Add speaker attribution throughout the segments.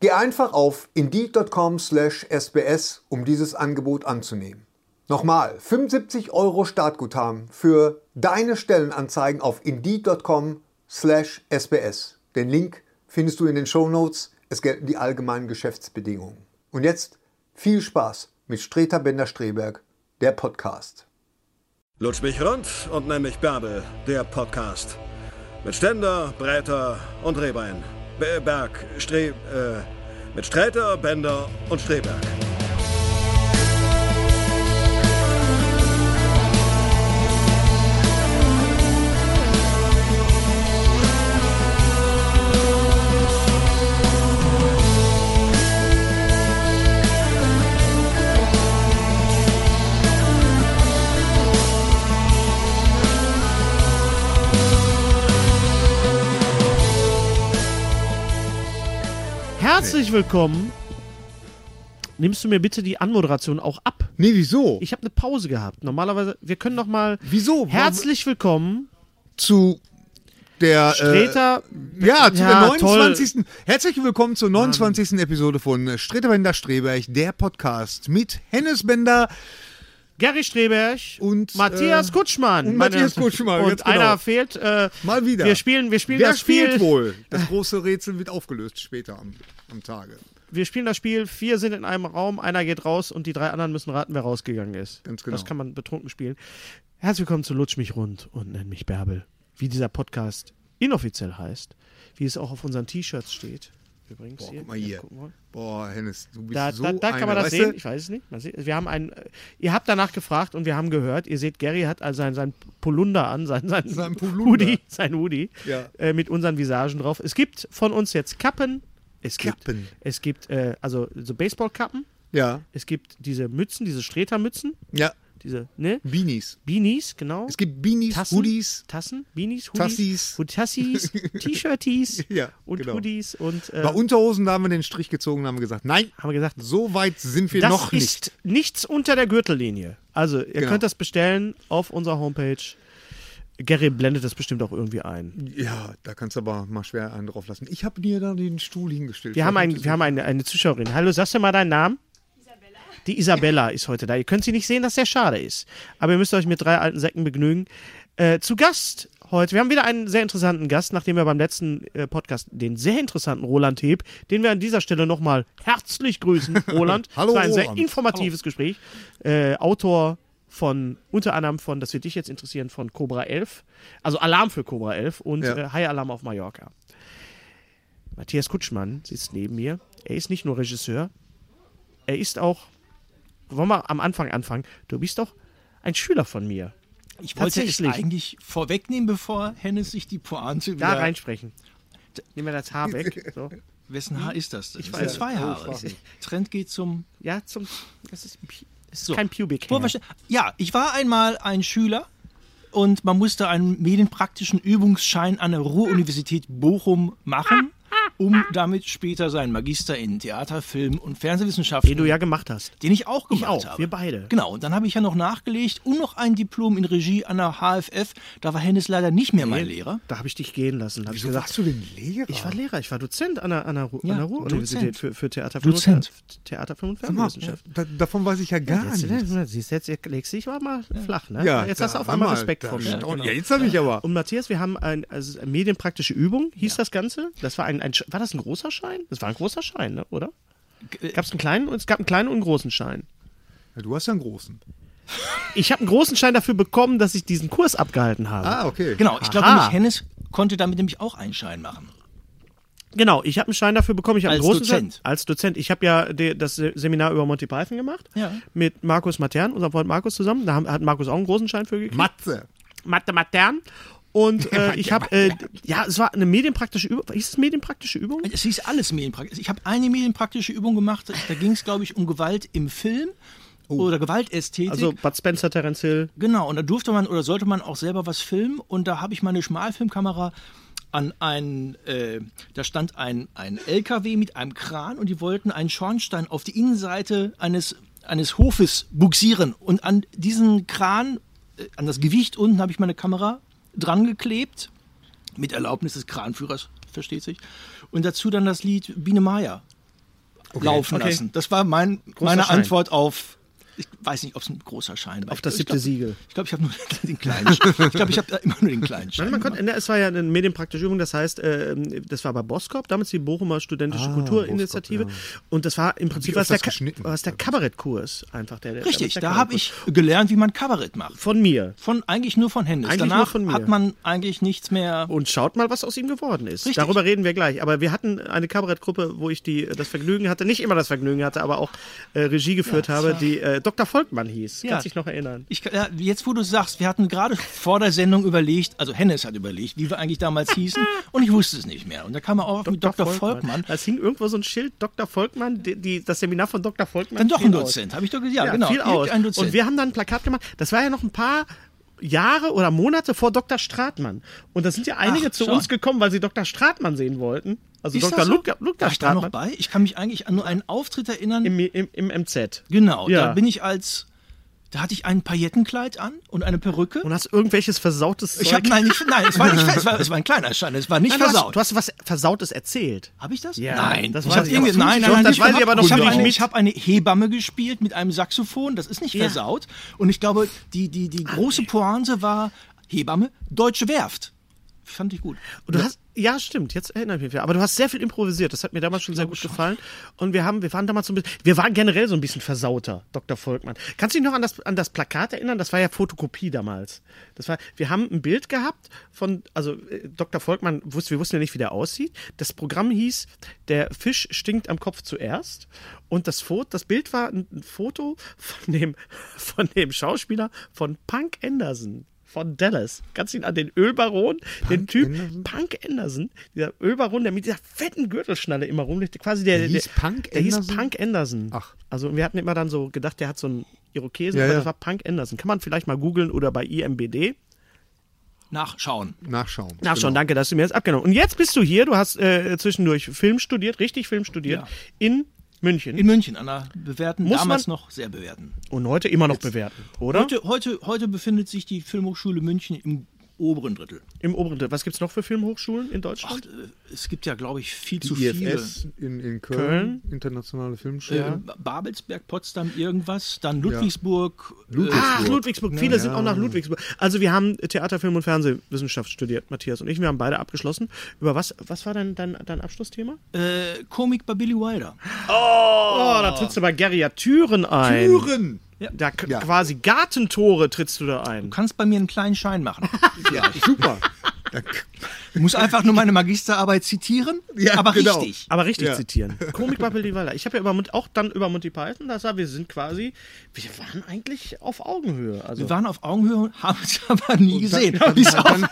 Speaker 1: Geh einfach auf indeed.com/sbs, um dieses Angebot anzunehmen. Nochmal, 75 Euro Startguthaben für deine Stellenanzeigen auf indeed.com/sbs. Den Link findest du in den Shownotes. Es gelten die allgemeinen Geschäftsbedingungen. Und jetzt viel Spaß mit Streter Bender-Streberg, der Podcast.
Speaker 2: Lutsch mich rund und nenn mich Bärbel, der Podcast. Mit Ständer, Breiter und Rehbein. Be- Berg, Stre... Äh, mit Streiter, Bender und Streberg.
Speaker 3: Herzlich willkommen. Nimmst du mir bitte die Anmoderation auch ab?
Speaker 1: Nee, wieso?
Speaker 3: Ich habe eine Pause gehabt. Normalerweise, wir können noch mal.
Speaker 1: wieso?
Speaker 3: Herzlich willkommen,
Speaker 1: zu der
Speaker 3: Streter.
Speaker 1: Äh, ja, zu der
Speaker 3: Ja,
Speaker 1: 29. Herzlich willkommen zur 29. Episode von äh, Streter Bender Streberg, der Podcast mit Hennes Bender.
Speaker 3: Gary Streberg
Speaker 1: Und,
Speaker 3: Matthias
Speaker 1: äh,
Speaker 3: Kutschmann.
Speaker 1: und
Speaker 3: meine-
Speaker 1: Matthias Kutschmann,
Speaker 3: Und
Speaker 1: ganz genau.
Speaker 3: einer fehlt. Äh,
Speaker 1: Mal wieder.
Speaker 3: Wir spielen, wir spielen
Speaker 1: Wer
Speaker 3: das Spiel.
Speaker 1: spielt wohl? Das große Rätsel wird aufgelöst später am, am Tage.
Speaker 3: Wir spielen das Spiel. Vier sind in einem Raum, einer geht raus und die drei anderen müssen raten, wer rausgegangen ist.
Speaker 1: Ganz genau.
Speaker 3: Das kann man betrunken spielen. Herzlich willkommen zu Lutsch mich rund und nenn mich Bärbel. Wie dieser Podcast inoffiziell heißt, wie es auch auf unseren T-Shirts steht. Übrigens
Speaker 1: Boah,
Speaker 3: hier.
Speaker 1: guck mal
Speaker 3: Ja,
Speaker 1: hier.
Speaker 3: gucken wir.
Speaker 1: Boah, Hennes, du bist
Speaker 3: Da,
Speaker 1: so
Speaker 3: da, da kann
Speaker 1: eine,
Speaker 3: man das
Speaker 1: weißt
Speaker 3: sehen.
Speaker 1: Du?
Speaker 3: Ich weiß es nicht. Man sieht, wir haben einen, äh, ihr habt danach gefragt und wir haben gehört. Ihr seht, Gary hat also sein, sein Polunder an, sein, sein,
Speaker 1: Sein Polunder.
Speaker 3: Hoodie, sein Hoodie
Speaker 1: Ja.
Speaker 3: äh, mit unseren Visagen drauf. Es gibt von uns jetzt Kappen. Es gibt,
Speaker 1: Kappen.
Speaker 3: Es gibt äh, also so Baseballkappen.
Speaker 1: Ja,
Speaker 3: Es gibt diese Mützen, diese Stretermützen,
Speaker 1: ja.
Speaker 3: diese ne?
Speaker 1: Beanies.
Speaker 3: Beanies, genau.
Speaker 1: Es gibt Beanies,
Speaker 3: Tassen,
Speaker 1: Hoodies.
Speaker 3: Tassen, Beanies,
Speaker 1: Tassis.
Speaker 3: Hoodies, Hood- Tassis, T-Shirties
Speaker 1: Ja,
Speaker 3: und
Speaker 1: genau.
Speaker 3: Hoodies und äh,
Speaker 1: Bei Unterhosen da haben wir den Strich gezogen und haben gesagt, nein,
Speaker 3: haben wir gesagt,
Speaker 1: so weit sind wir
Speaker 3: das
Speaker 1: noch nicht.
Speaker 3: ist nichts unter der Gürtellinie. Also, ihr
Speaker 1: Genau.
Speaker 3: könnt das bestellen auf unserer Homepage. Gary blendet das bestimmt auch irgendwie ein.
Speaker 1: Ja, da kannst du aber mal schwer einen drauf lassen. Ich habe dir da den Stuhl hingestellt.
Speaker 3: Wir haben,
Speaker 1: Vielleicht
Speaker 3: ein, wir haben eine, eine Zuschauerin. Hallo, sagst du mal deinen Namen? Die Isabella ist heute da. Ihr könnt sie nicht sehen, das sehr schade ist. Aber ihr müsst euch mit drei alten Säcken begnügen. Äh, zu Gast heute. Wir haben wieder einen sehr interessanten Gast, nachdem wir beim letzten äh, Podcast den sehr interessanten Roland Heb, den wir an dieser Stelle nochmal herzlich grüßen. Roland.
Speaker 1: Hallo,
Speaker 3: Es war ein sehr
Speaker 1: Roland.
Speaker 3: informatives Gespräch. Äh, Autor von, unter anderem von, das wird dich jetzt interessieren, von Cobra 11. Also Alarm für Cobra 11 und
Speaker 1: Ja.
Speaker 3: äh, High Alarm auf Mallorca. Matthias Kutschmann sitzt neben mir. Er ist nicht nur Regisseur, er ist auch. Wollen wir am Anfang anfangen? Du bist doch ein Schüler von mir.
Speaker 4: Ich wollte es
Speaker 3: Tatsächlich.
Speaker 4: eigentlich vorwegnehmen, bevor Hennes sich die Pointe
Speaker 3: Da
Speaker 4: wieder...
Speaker 3: reinsprechen. Nehmen wir das Haar weg. So.
Speaker 4: Wessen Haar ist das denn? Ich
Speaker 3: weiß-
Speaker 4: zwei Haare. Trend geht zum...
Speaker 3: Ja, zum. Das ist, Pu- das ist
Speaker 4: So.
Speaker 3: kein Pubic.
Speaker 4: Wo wir ste- Ja, ich war einmal ein Schüler und man musste einen medienpraktischen Übungsschein an der Ruhr-Universität Bochum machen, um damit später seinen Magister in Theater, Film und Fernsehwissenschaften...
Speaker 3: Den du ja gemacht hast.
Speaker 4: den ich auch gemacht
Speaker 3: Ich auch,
Speaker 4: habe.
Speaker 3: wir beide.
Speaker 4: Genau, und dann habe ich ja noch nachgelegt und noch ein Diplom in Regie an der HFF. Da war Hennes leider nicht mehr mein Lehrer.
Speaker 3: Da habe ich dich gehen lassen. Hab ich
Speaker 1: Wieso Ah.
Speaker 3: gesagt,
Speaker 1: warst du denn Lehrer?
Speaker 3: ich war Lehrer, ich war Dozent an der, an der, Ru-
Speaker 4: Ja,
Speaker 3: an der Ruhr-Universität
Speaker 4: Dozent.
Speaker 3: für, für Theater,
Speaker 4: Dozent.
Speaker 3: Film- Theater, Film und
Speaker 1: Sag mal,
Speaker 3: Fernsehwissenschaft.
Speaker 1: da, davon weiß ich ja gar
Speaker 3: Jetzt,
Speaker 1: nichts.
Speaker 3: siehst du, jetzt legst du dich aber mal flach, ne?
Speaker 1: Ja,
Speaker 3: jetzt
Speaker 1: da-
Speaker 3: hast du auf
Speaker 1: sag
Speaker 3: einmal
Speaker 1: mal,
Speaker 3: Respekt
Speaker 1: da
Speaker 3: vor mir.
Speaker 1: staunt-
Speaker 3: Genau.
Speaker 1: Ja, jetzt habe ich aber.
Speaker 3: Und Matthias, wir haben ein, also eine medienpraktische Übung, hieß das Ganze. Das war ein, ein, war das ein großer Schein? Das war ein großer Schein, ne? oder?
Speaker 4: G- äh,
Speaker 3: Gab's einen kleinen, es gab einen kleinen und einen großen Schein.
Speaker 1: Ja, du hast ja einen großen.
Speaker 3: ich habe einen großen Schein dafür bekommen, dass ich diesen Kurs abgehalten habe.
Speaker 1: Ah, okay.
Speaker 4: Genau, ich glaube
Speaker 3: Aha.
Speaker 4: nämlich, Hennes konnte damit nämlich auch einen Schein machen.
Speaker 3: Genau, ich habe einen Schein dafür bekommen. Ich hab
Speaker 4: Als
Speaker 3: einen großen
Speaker 4: Dozent.
Speaker 3: Schein, als Dozent. Ich habe ja de, das Se- Seminar über Monty Python gemacht.
Speaker 4: Ja.
Speaker 3: Mit Markus Matern, unserem Freund Markus zusammen. Da haben, hat Markus auch einen großen Schein für gekriegt.
Speaker 1: Matze.
Speaker 3: Mathe Matern. Und äh, ich habe, äh, ja, es war eine medienpraktische Übung. Hieß es medienpraktische Übung?
Speaker 4: Es hieß alles medienpraktisch. Ich habe eine medienpraktische Übung gemacht, da ging es, glaube ich, um Gewalt im Film oder Gewaltästhetik.
Speaker 3: Oh. Also Bud Spencer, Terence Hill.
Speaker 4: Genau, und da durfte man oder sollte man auch selber was filmen. Und da habe ich meine Schmalfilmkamera an einen, äh, da stand ein, ein LKW mit einem Kran und die wollten einen Schornstein auf die Innenseite eines, eines Hofes buxieren. Und an diesen Kran, äh, an das Gewicht unten, habe ich meine Kamera dran geklebt. Mit Erlaubnis des Kranführers, versteht sich. Und dazu dann das Lied Biene Meier laufen
Speaker 3: Okay.
Speaker 4: lassen. Das war mein, meine
Speaker 3: Schein.
Speaker 4: Antwort auf. Ich weiß nicht, ob es ein großer Schein war.
Speaker 3: Auf das
Speaker 4: Ich
Speaker 3: siebte
Speaker 4: glaub-
Speaker 3: Siegel.
Speaker 4: Ich glaube, ich habe nur den kleinen Schein. Ich glaube, ich habe da immer nur den kleinen Schein.
Speaker 3: Nein, man konnte, es war ja eine medienpraktische Übung, das heißt, ähm, das war bei Boskop, damals die Bochumer
Speaker 4: Ah,
Speaker 3: Studentische Kulturinitiative. Und das war im Prinzip
Speaker 1: ich
Speaker 3: was der,
Speaker 1: öfters geschnitten,
Speaker 3: was der Kabarettkurs einfach. Der, der,
Speaker 4: Richtig,
Speaker 3: der
Speaker 4: da habe ich gelernt, wie man Kabarett macht.
Speaker 3: Von mir.
Speaker 4: Von, eigentlich nur von Hennes.
Speaker 3: Eigentlich
Speaker 4: Danach
Speaker 3: nur von mir.
Speaker 4: hat man eigentlich nichts mehr.
Speaker 3: Und schaut mal, was aus ihm geworden ist.
Speaker 4: Richtig.
Speaker 3: Darüber reden wir gleich. Aber wir hatten eine Kabarettgruppe, wo ich die, das Vergnügen hatte, nicht immer das Vergnügen hatte, aber auch äh, Regie geführt habe, die äh, Dr. Volkmann hieß.
Speaker 4: Ja.
Speaker 3: Kannst dich noch erinnern?
Speaker 4: Ich, ja, jetzt, wo du sagst, wir hatten gerade vor der Sendung überlegt, also Hennes hat überlegt, wie wir eigentlich damals hießen, und ich wusste es nicht mehr. Und da kam er auch auf mit Dr. Volkmann.
Speaker 3: Es hing irgendwo so ein Schild, Dr. Volkmann, die, die, das Seminar von Dr. Volkmann.
Speaker 4: Dann doch
Speaker 3: fiel
Speaker 4: ein
Speaker 3: aus.
Speaker 4: Dozent, habe ich doch gesagt. Ja,
Speaker 3: ja,
Speaker 4: genau.
Speaker 3: viel aus.
Speaker 4: irgendein Dozent.
Speaker 3: Und wir haben dann ein Plakat gemacht. Das war ja noch ein paar Jahre oder Monate vor Dr. Stratmann. Und da sind ja einige
Speaker 4: Ach,
Speaker 3: zu
Speaker 4: schau.
Speaker 3: uns gekommen, weil sie Dr. Stratmann sehen wollten. Also
Speaker 4: Ist
Speaker 3: Dr.
Speaker 4: das so?
Speaker 3: Luca, Luca
Speaker 4: War ich da noch
Speaker 3: Stratmann
Speaker 4: bei? Ich kann mich eigentlich an nur einen Auftritt erinnern.
Speaker 3: im, im, im MZ.
Speaker 4: genau,
Speaker 3: ja.
Speaker 4: da bin ich als. Da hatte ich ein Paillettenkleid an und eine Perücke.
Speaker 3: Und hast irgendwelches versautes
Speaker 4: ich
Speaker 3: Zeug-
Speaker 4: habe nein, nicht, nein, es war nicht, es war, es war ein kleiner Schein, es war nicht
Speaker 3: Nein, du hast,
Speaker 4: versaut.
Speaker 3: du hast was Versautes erzählt.
Speaker 4: Habe ich das?
Speaker 3: Ja,
Speaker 4: nein,
Speaker 3: das
Speaker 4: ich
Speaker 3: weiß
Speaker 4: hab
Speaker 3: ich
Speaker 4: irgendwie,
Speaker 3: aber.
Speaker 4: nein, nein,
Speaker 3: Doch,
Speaker 4: nein,
Speaker 3: das
Speaker 4: nicht
Speaker 3: weiß ich
Speaker 4: versaut.
Speaker 3: aber noch
Speaker 4: ich habe
Speaker 3: nicht
Speaker 4: eine,
Speaker 3: mit.
Speaker 4: ich hab eine Hebamme gespielt mit einem Saxophon, das ist nicht
Speaker 3: Ja. Ah,
Speaker 4: versaut. Und ich glaube, die, die, die große Pointe war Hebamme, Deutsche Werft. Fand ich gut.
Speaker 3: Und du hast, ja, stimmt, jetzt erinnere ich mich wieder. Aber du hast sehr viel improvisiert. Das hat mir damals schon sehr gut gefallen. Und wir haben, wir waren damals so ein bisschen, wir waren generell so ein bisschen versauter, Dr. Volkmann. Kannst du dich noch an das, an das Plakat erinnern? Das war ja Fotokopie damals. Das war, wir haben ein Bild gehabt von, also äh, Dr. Volkmann, wusste, wir wussten ja nicht, wie der aussieht. Das Programm hieß, der Fisch stinkt am Kopf zuerst. Und das Foto, das Bild war ein, ein Foto von dem, von dem Schauspieler von Punk Anderson von Dallas. Kannst du ihn an den Ölbaron, den Typ Punk Anderson, dieser Ölbaron, der mit dieser fetten Gürtelschnalle immer rumliegt, quasi der,
Speaker 1: Der hieß Punk
Speaker 3: der hieß
Speaker 1: Anderson?
Speaker 3: Punk Anderson.
Speaker 1: Ach.
Speaker 3: Also wir hatten immer dann so gedacht, der hat so einen Irokesen,
Speaker 1: Ja,
Speaker 3: aber
Speaker 1: ja.
Speaker 3: das war Punk Anderson. Kann man vielleicht mal googeln oder bei IMBD.
Speaker 4: Nachschauen.
Speaker 1: Nachschauen. Genau.
Speaker 3: Na schon, danke, dass du mir das abgenommen. Und jetzt bist du hier, du hast äh, zwischendurch Film studiert, richtig Film studiert
Speaker 4: Ja.
Speaker 3: in München
Speaker 4: In München, an der bewährten,
Speaker 3: Muss
Speaker 4: damals noch sehr bewährten.
Speaker 3: und heute immer noch bewerten, oder?
Speaker 4: Heute, heute, heute befindet sich die Filmhochschule München im oberen Drittel.
Speaker 3: Im oberen Drittel. Was gibt's noch für Filmhochschulen in
Speaker 4: Ach,
Speaker 3: Deutschland?
Speaker 4: äh, es gibt ja, glaube ich, viel zu
Speaker 1: Die
Speaker 4: viele.
Speaker 1: IFS in, in Köln, internationale Filmschule.
Speaker 4: Äh, Babelsberg, Potsdam, irgendwas. Dann Ludwigsburg.
Speaker 1: Ludwigsburg.
Speaker 3: Ach, Ah, Ludwigsburg. Viele sind auch nach Ludwigsburg. Also wir haben Theater, Film und Fernsehwissenschaft studiert, Matthias und ich. Wir haben beide abgeschlossen. Über was, was war denn dein, dein Abschlussthema?
Speaker 4: Äh, Komik bei Billy Wilder.
Speaker 3: Oh, da trittst du bei Gary ja Türen ein.
Speaker 1: Türen!
Speaker 3: Da k-
Speaker 1: Ja.
Speaker 3: quasi Gartentore trittst du da ein.
Speaker 4: Du kannst bei mir einen kleinen Schein machen.
Speaker 1: Ja, super.
Speaker 4: Ich muss einfach nur meine Magisterarbeit zitieren,
Speaker 1: Ja,
Speaker 4: aber
Speaker 1: genau.
Speaker 4: richtig.
Speaker 3: Aber richtig
Speaker 1: Ja.
Speaker 3: zitieren. Komik Babbel die Weiler. Ich habe ja über, Mont- auch dann über Monty Python, das war, wir sind quasi, wir waren eigentlich auf Augenhöhe. Also
Speaker 4: Wir waren auf Augenhöhe und haben es aber nie gesehen.
Speaker 1: Dann, halt
Speaker 4: Bis auf,
Speaker 1: dann,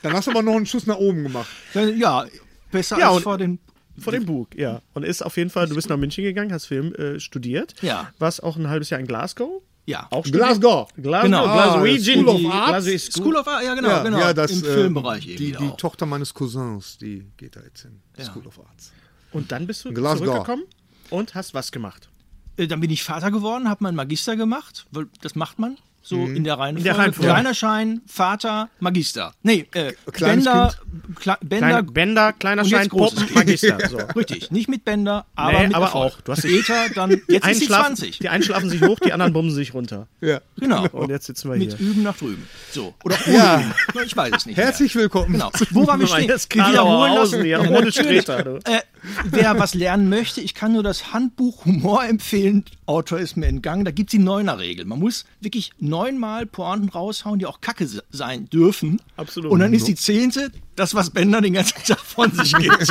Speaker 1: dann hast du aber noch einen Schuss nach oben gemacht.
Speaker 4: Äh, ja, besser
Speaker 3: Ja, und-
Speaker 4: als vor den.
Speaker 3: vor dem Bug, ja. Und ist auf jeden Fall, du bist nach München gegangen, hast Film äh, studiert.
Speaker 4: Ja.
Speaker 3: Warst auch ein halbes Jahr in Glasgow.
Speaker 4: Ja.
Speaker 3: Auch studiert.
Speaker 1: Glasgow.
Speaker 3: Glasgow, Ah,
Speaker 4: Genau.
Speaker 3: Glaswegian.
Speaker 1: School of
Speaker 3: die-
Speaker 1: Arts.
Speaker 3: Glasgow ist
Speaker 4: School
Speaker 3: gut.
Speaker 4: of Art, ja genau, genau. Im
Speaker 1: äh,
Speaker 4: Filmbereich eben.
Speaker 1: Die, die
Speaker 4: auch.
Speaker 1: Tochter meines Cousins, die geht da jetzt hin. School of Arts.
Speaker 3: Und dann bist du
Speaker 1: Glasgow.
Speaker 3: zurückgekommen und hast was gemacht.
Speaker 4: Äh, Dann bin ich Vater geworden, habe meinen Magister gemacht, weil das macht man so in der Reihenfolge.
Speaker 3: der Reihenfolge.
Speaker 4: Kleiner Schein, Vater, Magister. Nee, äh,
Speaker 1: Kleines
Speaker 4: Bänder, Kle Bänder,
Speaker 3: Kleiner Bänder, kleiner
Speaker 4: und jetzt
Speaker 3: Schein,
Speaker 4: großes
Speaker 3: Poppen, Magister. So.
Speaker 4: Richtig, nicht mit Bänder, aber
Speaker 3: Nee,
Speaker 4: mit
Speaker 3: aber
Speaker 4: Erfolg.
Speaker 3: auch. Du hast dich-
Speaker 4: Später dann, jetzt ist die
Speaker 3: Einschlafen-
Speaker 4: 20.
Speaker 3: Die einen schlafen sich hoch, die anderen bumsen sich runter.
Speaker 1: Ja.
Speaker 4: Genau.
Speaker 3: Und jetzt sitzen wir
Speaker 4: Mit
Speaker 3: hier.
Speaker 4: Üben nach drüben. So. Oder ohne ja. Üben. Ich weiß es nicht.
Speaker 1: Herzlich willkommen.
Speaker 4: Mehr. Genau. Wo waren wir stehen?
Speaker 3: Jetzt Karlauer Hausen hier, ohne Streter. du.
Speaker 4: Äh, wer was lernen möchte, ich kann nur das Handbuch Humor empfehlen. Autor ist mir entgangen. Da gibt es die Neuner-Regel. Man muss wirklich neunmal Pointen raushauen, die auch kacke se- sein dürfen.
Speaker 3: Absolut.
Speaker 4: Und dann ist die zehnte das, was Bender den ganzen Tag von sich gibt.
Speaker 3: Das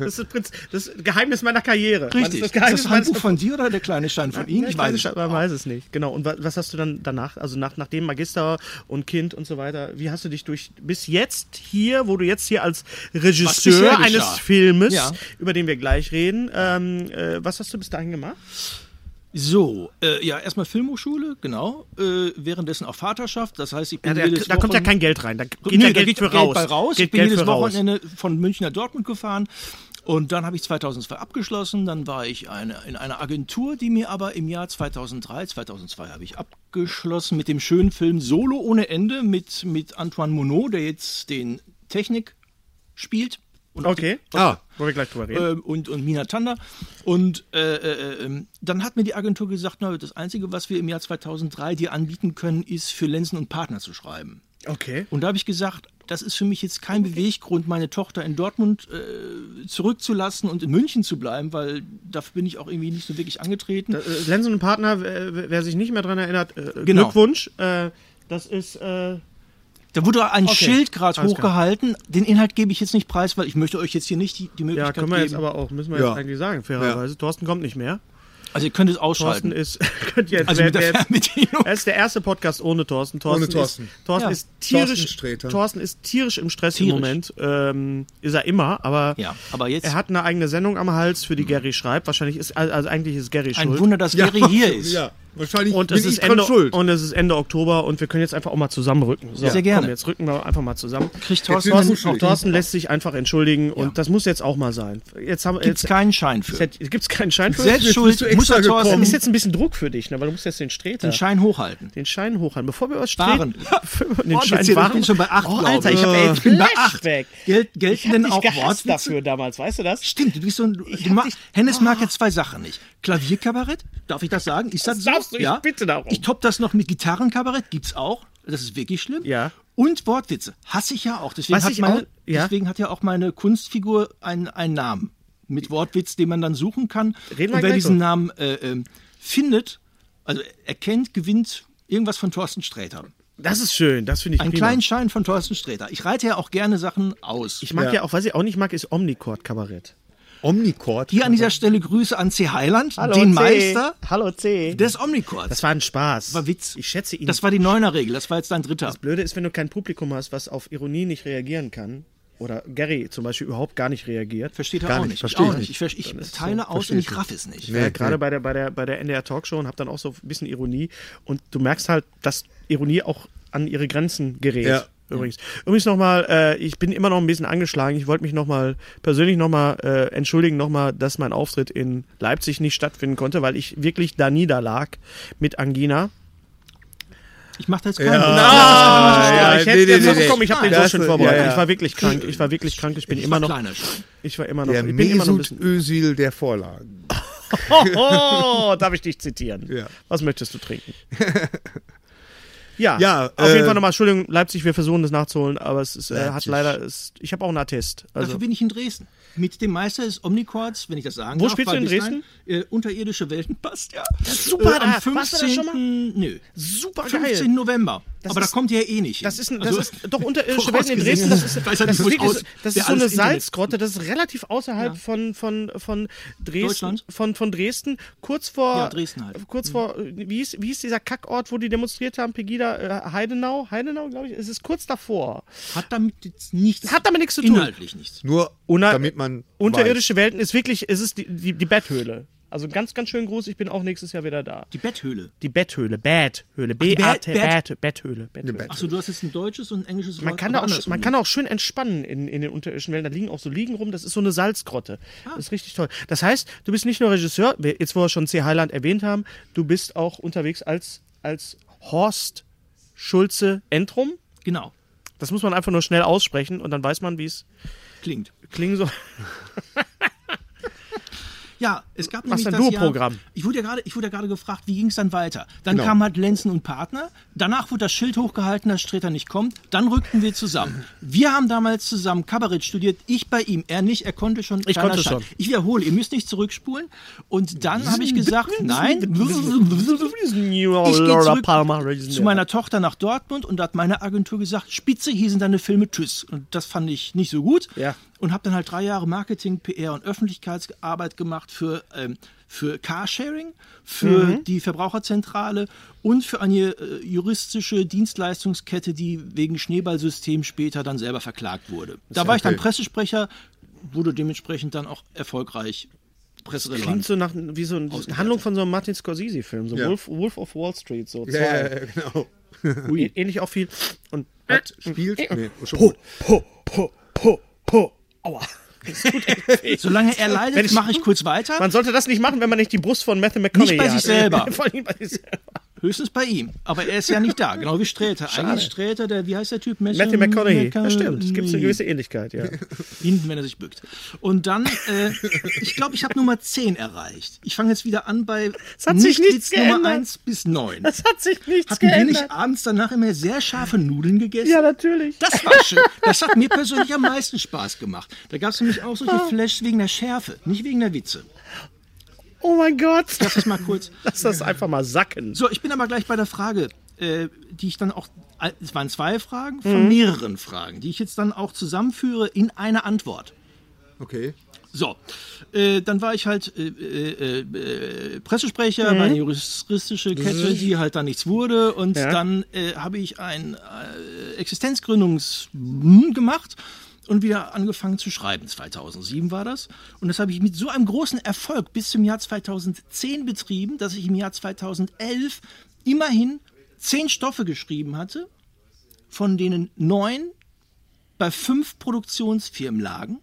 Speaker 3: ist das, Prinz, das Geheimnis meiner Karriere. Das ist
Speaker 4: Richtig.
Speaker 3: das
Speaker 4: Ist das,
Speaker 3: Geheimnis meines
Speaker 4: Handbuch von dir oder der kleine Stein von Ihnen?
Speaker 3: Ja,
Speaker 4: Ich weiß es
Speaker 3: Man weiß es nicht. Genau. Und wa- was hast du dann danach, also nach, nachdem Magister und Kind und so weiter, wie hast du dich durch bis jetzt hier, wo du jetzt hier als Regisseur
Speaker 4: bisher geschah.
Speaker 3: eines Filmes,
Speaker 4: Ja.
Speaker 3: über den wir gleich reden, ähm, äh, was hast du bis dahin gemacht?
Speaker 4: So, äh, ja, erstmal Filmhochschule, genau. Äh, währenddessen auch Vaterschaft. Das heißt, ich bin
Speaker 3: da
Speaker 4: jedes
Speaker 3: kommt ja
Speaker 4: Wochenende-
Speaker 3: kein Geld rein. Da geht
Speaker 4: nee,
Speaker 3: ja
Speaker 4: da
Speaker 3: Geld
Speaker 4: geht
Speaker 3: für
Speaker 4: Geld
Speaker 3: raus.
Speaker 4: bei raus.
Speaker 3: Geht
Speaker 4: ich bin
Speaker 3: Geld
Speaker 4: jedes
Speaker 3: für raus.
Speaker 4: Wochenende von München nach Dortmund gefahren. Und dann habe ich 2002 abgeschlossen. Dann war ich eine, in einer Agentur, die mir aber im Jahr 2003, 2002 habe ich abgeschlossen mit dem schönen Film Solo ohne Ende mit, mit Antoine Monod, der jetzt den Technik spielt. Und auch
Speaker 3: Okay.
Speaker 1: Ah,
Speaker 3: Wollen wir gleich drüber reden?
Speaker 4: ähm, und, und Mina Tander. Und äh, äh, ähm, dann hat mir die Agentur gesagt, na, das Einzige, was wir im Jahr 2003 dir anbieten können, ist für Lenzen und Partner zu schreiben.
Speaker 3: Äh, okay.
Speaker 4: Und da habe ich gesagt, das ist für mich jetzt kein Beweggrund, meine Tochter in Dortmund äh, zurückzulassen und in München zu bleiben, weil dafür bin ich auch irgendwie nicht so wirklich angetreten.
Speaker 3: Äh, Lenzen und Partner, wer, wer sich nicht mehr daran erinnert, äh,
Speaker 4: Genau.
Speaker 3: Glückwunsch. Äh, das ist. Äh,
Speaker 4: Da wurde ein
Speaker 3: Okay,
Speaker 4: Schild gerade
Speaker 3: alles klar.
Speaker 4: hochgehalten. Den Inhalt gebe ich jetzt nicht preis, weil ich möchte euch jetzt hier nicht die, die
Speaker 3: ja,
Speaker 4: Möglichkeit
Speaker 3: können wir
Speaker 4: geben.
Speaker 3: jetzt aber auch, müssen wir
Speaker 1: Ja.
Speaker 3: jetzt eigentlich sagen, fairerweise. Thorsten kommt nicht mehr.
Speaker 4: also ihr könnt es
Speaker 3: Thorsten
Speaker 4: ausschalten.
Speaker 3: ist. könnt ihr jetzt,
Speaker 4: Also
Speaker 3: wer-
Speaker 4: mit der
Speaker 3: wer jetzt-
Speaker 4: Fernbedienung.
Speaker 3: Er ist der erste Podcast ohne Thorsten. Thorsten
Speaker 1: Ohne Thorsten.
Speaker 3: Ist, Thorsten
Speaker 4: Ja.
Speaker 3: ist tierisch.
Speaker 1: Thorsten Sträter.
Speaker 3: Thorsten ist tierisch im Stress
Speaker 4: Tierisch.
Speaker 3: im Moment. Ähm, ist er immer, aber.
Speaker 4: Ja, aber jetzt-
Speaker 3: Er hat eine eigene Sendung am Hals, für die Gary schreibt. Wahrscheinlich ist. Also eigentlich ist Gary
Speaker 4: Ein
Speaker 3: schuld.
Speaker 4: Wunder, dass Gary hier ist.
Speaker 1: Ja, wahrscheinlich
Speaker 3: und
Speaker 1: bin
Speaker 3: es, ist
Speaker 1: ich dran
Speaker 3: Ende,
Speaker 1: schuld.
Speaker 3: und es ist Ende Oktober und wir können jetzt einfach auch mal zusammenrücken. So,
Speaker 4: Sehr gerne.
Speaker 3: Komm, jetzt rücken wir einfach mal zusammen.
Speaker 4: Kriegt
Speaker 1: bin
Speaker 4: Thorsten
Speaker 1: ich
Speaker 4: dann
Speaker 1: so
Speaker 3: Auch Thorsten lässt sich einfach entschuldigen und das muss jetzt auch mal sein. Jetzt haben
Speaker 4: gibt's
Speaker 3: jetzt,
Speaker 4: keinen Schein für.
Speaker 3: jetzt gibt's keinen Schein für.
Speaker 4: Selbst
Speaker 1: bist
Speaker 4: schuld
Speaker 1: du
Speaker 4: muss
Speaker 1: extra
Speaker 4: er Thorsten
Speaker 1: gekommen.
Speaker 3: ist jetzt ein bisschen Druck für dich, ne? weil du musst jetzt den Streter,
Speaker 4: den Schein hochhalten.
Speaker 3: den Schein hochhalten. Bevor wir was
Speaker 4: Waren.
Speaker 3: den
Speaker 4: Oh,
Speaker 3: Schein
Speaker 4: ich
Speaker 3: waren.
Speaker 4: bin schon bei acht,
Speaker 3: oh,
Speaker 4: glaub ich.
Speaker 3: Alter, ich, hab,
Speaker 4: Äh,
Speaker 3: ey,
Speaker 4: ich bin bei
Speaker 3: Flashback.
Speaker 4: acht. Gel
Speaker 3: Ich hab
Speaker 4: gelten denn
Speaker 3: dich
Speaker 4: auch
Speaker 3: gehasst
Speaker 4: Wortwitze?
Speaker 3: dafür damals, weißt du das?
Speaker 4: Stimmt, du bist so ein. Du
Speaker 3: hab
Speaker 4: ma
Speaker 3: dich- Ah.
Speaker 4: Hennes mag ja zwei Sachen nicht. Klavierkabarett, darf ich das sagen? Ist das,
Speaker 3: Das
Speaker 4: so?
Speaker 3: darfst du, ich
Speaker 4: ja?
Speaker 3: bitte darum.
Speaker 4: Ich top das noch mit Gitarrenkabarett, gibt's auch. Das ist wirklich schlimm.
Speaker 3: Ja.
Speaker 4: Und Wortwitze. Hasse ich ja auch. Deswegen,
Speaker 3: Was
Speaker 4: hat,
Speaker 3: ich
Speaker 4: meine,
Speaker 3: auch- ja.
Speaker 4: deswegen hat ja auch meine Kunstfigur einen, einen Namen. Mit Wortwitz, den man dann suchen kann.
Speaker 3: Reden wir
Speaker 4: Und wer
Speaker 3: gleich
Speaker 4: diesen
Speaker 3: drüber.
Speaker 4: Namen äh, ähm, findet, also erkennt, gewinnt irgendwas von Thorsten Sträter.
Speaker 3: Das ist schön, das finde ich
Speaker 4: Einen
Speaker 3: prima.
Speaker 4: kleinen Schein von Thorsten Sträter. Ich reite ja auch gerne Sachen aus.
Speaker 3: ich mag ja. auch, was ich auch nicht mag, ist Omnicord-Kabarett.
Speaker 1: Omnicord.
Speaker 4: Hier an dieser Stelle Grüße an C. Heiland, den Meister
Speaker 3: Hallo C.
Speaker 4: des Omnicords.
Speaker 3: Das war ein Spaß.
Speaker 4: war Witz.
Speaker 3: Ich schätze ihn.
Speaker 4: Das war die Neuner-Regel, das war jetzt dein dritter.
Speaker 3: Blöde ist, wenn du kein Publikum hast, was auf Ironie nicht reagieren kann. Oder Gary zum Beispiel überhaupt gar nicht reagiert.
Speaker 4: Versteht er
Speaker 1: Gar
Speaker 4: auch
Speaker 1: nicht,
Speaker 4: nicht.
Speaker 1: verstehe
Speaker 4: ich auch
Speaker 1: ich
Speaker 4: nicht. Ich, ver- ich teile aus und ich raff es nicht.
Speaker 3: Ja, Äh, gerade bei der, bei, der, bei der NDR Talkshow und hab dann auch so ein bisschen Ironie. Und du merkst halt, dass Ironie auch an ihre Grenzen gerät.
Speaker 1: Ja.
Speaker 3: Übrigens, übrigens nochmal, äh, ich bin immer noch ein bisschen angeschlagen. Ich wollte mich nochmal persönlich nochmal äh, entschuldigen, nochmal, dass mein Auftritt in Leipzig nicht stattfinden konnte, weil ich wirklich da niederlag mit Angina.
Speaker 4: Ich mache da jetzt keinen
Speaker 3: Ah,
Speaker 1: ja,
Speaker 3: ich
Speaker 1: nee,
Speaker 3: hätte
Speaker 1: nee,
Speaker 3: jetzt
Speaker 1: nee,
Speaker 3: noch
Speaker 1: nee.
Speaker 3: gekommen, ich habe den so
Speaker 1: Das-
Speaker 3: schön vorbereitet.
Speaker 1: ja, ja.
Speaker 3: Ich war wirklich krank, ich war wirklich krank, ich bin immer noch,
Speaker 4: Kleiner Schein.
Speaker 3: ich war immer noch,
Speaker 1: Der
Speaker 3: ich bin immer noch ein
Speaker 1: Mesut
Speaker 3: bisschen.
Speaker 1: Özil der Vorlagen.
Speaker 3: Oh, darf ich dich zitieren?
Speaker 1: Ja.
Speaker 3: Was möchtest du trinken? Ja,
Speaker 1: Ja,
Speaker 3: auf
Speaker 1: äh,
Speaker 3: jeden Fall nochmal, Entschuldigung, Leipzig, wir versuchen das nachzuholen, aber es ist, äh, hat
Speaker 1: Leipzig.
Speaker 3: leider, es, ich habe auch einen Attest. Also,
Speaker 4: Dafür bin ich in Dresden. Mit dem Meister des Omnicords, wenn ich das sagen
Speaker 3: Wo
Speaker 4: darf.
Speaker 3: spielst du
Speaker 4: weil
Speaker 3: in
Speaker 4: bis
Speaker 3: Dresden?
Speaker 4: dahin, Äh, unterirdische Welten passt, ja.
Speaker 3: super,
Speaker 4: am
Speaker 3: da-
Speaker 4: 15.
Speaker 3: warst du da schon mal?
Speaker 4: Nö.
Speaker 3: super
Speaker 4: 15. November.
Speaker 3: Das
Speaker 4: Aber
Speaker 3: ist-
Speaker 4: da kommt ihr ja eh nicht hin.
Speaker 3: Das ist, ein, das
Speaker 4: Also-
Speaker 3: ist doch unterirdische Welten in
Speaker 4: Vorausgesetzt,
Speaker 3: Dresden. Das ist,
Speaker 4: weiß
Speaker 3: das
Speaker 4: er
Speaker 3: ist,
Speaker 4: nicht,
Speaker 3: wirklich
Speaker 4: woraus
Speaker 3: so- das
Speaker 4: der
Speaker 3: ist so eine
Speaker 4: alles Internet-
Speaker 3: Salzgrotte. Das ist relativ außerhalb
Speaker 4: Ja.
Speaker 3: von, von, von Dresden.
Speaker 4: Deutschland?
Speaker 3: Von, von Dresden. Kurz vor.
Speaker 4: Ja, Dresden halt.
Speaker 3: Kurz vor. äh, Wie hieß, wie hieß dieser Kackort, wo die demonstriert haben? Pegida, äh, Heidenau? Heidenau, glaube ich. Es ist kurz davor.
Speaker 4: Hat damit jetzt nichts.
Speaker 3: Hat damit nichts zu tun.
Speaker 4: Inhaltlich nichts.
Speaker 1: Nur
Speaker 3: Una-
Speaker 1: damit man
Speaker 3: Unterirdische Welten ist wirklich. Es ist die, die, die Betthöhle. Also ganz, ganz schön groß. Ich bin auch nächstes Jahr wieder da.
Speaker 4: Die Betthöhle.
Speaker 3: Die Betthöhle. Betthöhle. B-A-T.
Speaker 4: Bett-
Speaker 3: Bett- Betthöhle. Betthöhle.
Speaker 1: Bett-
Speaker 4: Achso, du hast jetzt ein deutsches und ein englisches Wort.
Speaker 3: Man kann, da
Speaker 4: aber
Speaker 3: auch, sch-
Speaker 4: andersrum.
Speaker 3: man kann auch schön entspannen in, in den unterirdischen Wäldern. Da liegen auch so Liegen rum. Das ist so eine Salzgrotte.
Speaker 1: Ah.
Speaker 3: Das ist richtig toll. Das heißt, du bist nicht nur Regisseur, wir- jetzt wo wir schon C. Heiland erwähnt haben, du bist auch unterwegs als, als Horst Schulze Entrum.
Speaker 4: Genau.
Speaker 3: Das muss man einfach nur schnell aussprechen und dann weiß man, wie es
Speaker 4: Klingt.
Speaker 3: klingen soll.
Speaker 4: Ja, es gab
Speaker 3: Machst
Speaker 4: nämlich
Speaker 3: ein
Speaker 4: das
Speaker 3: Duo-Programm.
Speaker 4: Jahr, ich wurde ja gerade, ich wurde ja gerade gefragt, wie ging es dann weiter? Dann
Speaker 3: Genau.
Speaker 4: kam halt Lenzen und Partner. Danach wurde das Schild hochgehalten, dass Streter nicht kommt. Dann rückten wir zusammen. Wir haben damals zusammen Kabarett studiert. Ich bei ihm, er nicht. Er konnte schon.
Speaker 3: Ich
Speaker 4: kleiner
Speaker 3: konnte
Speaker 4: Schein.
Speaker 3: schon.
Speaker 4: Ich wiederhole, ihr müsst nicht zurückspulen. Und dann habe ich gesagt, nein. Ich gehe
Speaker 3: Laura
Speaker 4: zurück
Speaker 3: Palmer.
Speaker 4: zu meiner Tochter nach Dortmund und da hat meine Agentur gesagt, Spitze, hier sind deine Filme, tschüss. Und das fand ich nicht so gut.
Speaker 3: Ja.
Speaker 4: Und habe dann halt drei Jahre Marketing, PR und Öffentlichkeitsarbeit gemacht für, ähm, für Carsharing, für
Speaker 3: Mhm.
Speaker 4: die Verbraucherzentrale und für eine äh, juristische Dienstleistungskette, die wegen Schneeballsystem später dann selber verklagt wurde. Da war ich dann
Speaker 1: okay.
Speaker 4: Pressesprecher, wurde dementsprechend dann auch erfolgreich
Speaker 3: Klingt
Speaker 4: presserelevant.
Speaker 3: so nach wie so eine Handlung von so einem Martin Scorsese-Film, so
Speaker 1: Ja.
Speaker 3: Wolf, Wolf of Wall Street, so zwei.
Speaker 1: Ja, ja, ja, genau.
Speaker 3: Ä- Ähnlich auch viel. Und
Speaker 1: Hat spielt. Nee, schon
Speaker 3: po,
Speaker 1: gut.
Speaker 3: po, po, po, po. Aua. Das tut echt weh.
Speaker 4: Solange er
Speaker 3: Wenn
Speaker 4: leidet,
Speaker 3: ich-
Speaker 4: mache ich kurz weiter.
Speaker 3: Man sollte das nicht machen, wenn man nicht die Brust von Matthew McConaughey
Speaker 4: bei sich
Speaker 3: hat.
Speaker 4: selber.
Speaker 3: Vor allem bei sich selber.
Speaker 4: Höchstens bei ihm. Aber er ist ja nicht da, genau wie Sträter. Eigentlich ist Sträter, der, wie heißt der Typ?
Speaker 3: Matthew McConaughey. Das stimmt. Es gibt eine gewisse Ähnlichkeit, ja.
Speaker 4: Hinten, wenn er sich bückt. Und dann, äh, ich glaube, ich habe Nummer 10 erreicht. Ich fange jetzt wieder an bei
Speaker 3: Es hat sich
Speaker 4: Nichtwitz
Speaker 3: nichts
Speaker 4: Nummer
Speaker 3: geändert.
Speaker 4: 1 bis 9.
Speaker 3: Das hat sich nichts
Speaker 4: Hatten wir
Speaker 3: geändert.
Speaker 4: nicht abends danach immer sehr scharfe Nudeln gegessen?
Speaker 3: Ja, natürlich.
Speaker 4: Das war schön. Das hat mir persönlich am meisten Spaß gemacht. Da gab es nämlich auch solche
Speaker 3: Ah.
Speaker 4: Flashs wegen der Schärfe, nicht wegen der Witze.
Speaker 3: Oh mein Gott.
Speaker 4: Lass das mal kurz.
Speaker 3: Lass das einfach mal sacken.
Speaker 4: So, ich bin aber gleich bei der Frage, äh, die ich dann auch. äh, Es waren zwei Fragen von mehreren Fragen, die ich jetzt dann auch zusammenführe in eine Antwort.
Speaker 1: Okay.
Speaker 4: So, äh, dann war ich halt äh, äh, äh, äh, Pressesprecher bei einer juristische Kette, die halt dann nichts wurde. Und
Speaker 3: Ja.
Speaker 4: dann äh, habe ich ein äh, Existenzgründungs gemacht und wieder angefangen zu schreiben. 2007 war das. Und das habe ich mit so einem großen Erfolg bis zum Jahr 2010 betrieben, dass ich im Jahr 2011 immerhin zehn Stoffe geschrieben hatte, von denen neun bei fünf Produktionsfirmen lagen.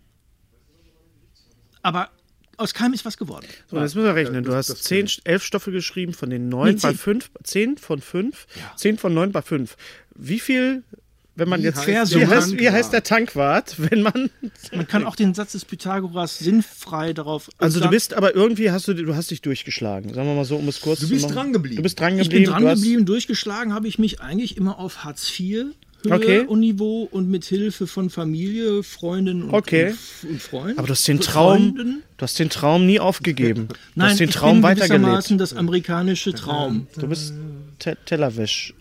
Speaker 4: Aber aus keinem ist was geworden.
Speaker 3: So, jetzt müssen wir rechnen. Du hast zehn, elf Stoffe geschrieben, von denen neun
Speaker 4: Nee,
Speaker 3: bei
Speaker 4: zehn.
Speaker 3: fünf, zehn von fünf, zehn von neun bei fünf. Wie viel, wenn man jetzt,
Speaker 1: heißt
Speaker 3: wie,
Speaker 1: der
Speaker 3: heißt, wie
Speaker 1: Tankwart?
Speaker 3: heißt der Tankwart, wenn man,
Speaker 4: Man kann auch den Satz des Pythagoras sinnfrei darauf. äh,
Speaker 3: also du
Speaker 4: sagen,
Speaker 3: bist, aber irgendwie hast du, du hast dich durchgeschlagen, sagen wir mal so, um es kurz
Speaker 1: Du
Speaker 3: zu
Speaker 1: bist
Speaker 3: machen.
Speaker 1: dran geblieben.
Speaker 3: Du bist dran
Speaker 4: Ich
Speaker 3: geblieben.
Speaker 4: bin dran
Speaker 3: du hast-
Speaker 4: geblieben, durchgeschlagen habe ich mich eigentlich immer auf Hartz IV. Höhe
Speaker 3: Okay.
Speaker 4: und Niveau und mit Hilfe von Familie, Freundinnen und,
Speaker 3: Okay.
Speaker 4: und, und Freunden.
Speaker 3: Aber du hast den Traum,
Speaker 4: Freunden?
Speaker 3: du hast den Traum nie aufgegeben. Du
Speaker 4: Nein,
Speaker 3: hast den
Speaker 4: ich
Speaker 3: Traum
Speaker 4: bin
Speaker 3: weitergelebt.
Speaker 4: gewissermaßen das amerikanische Traum.
Speaker 3: Du bist Te Tellerwäsch.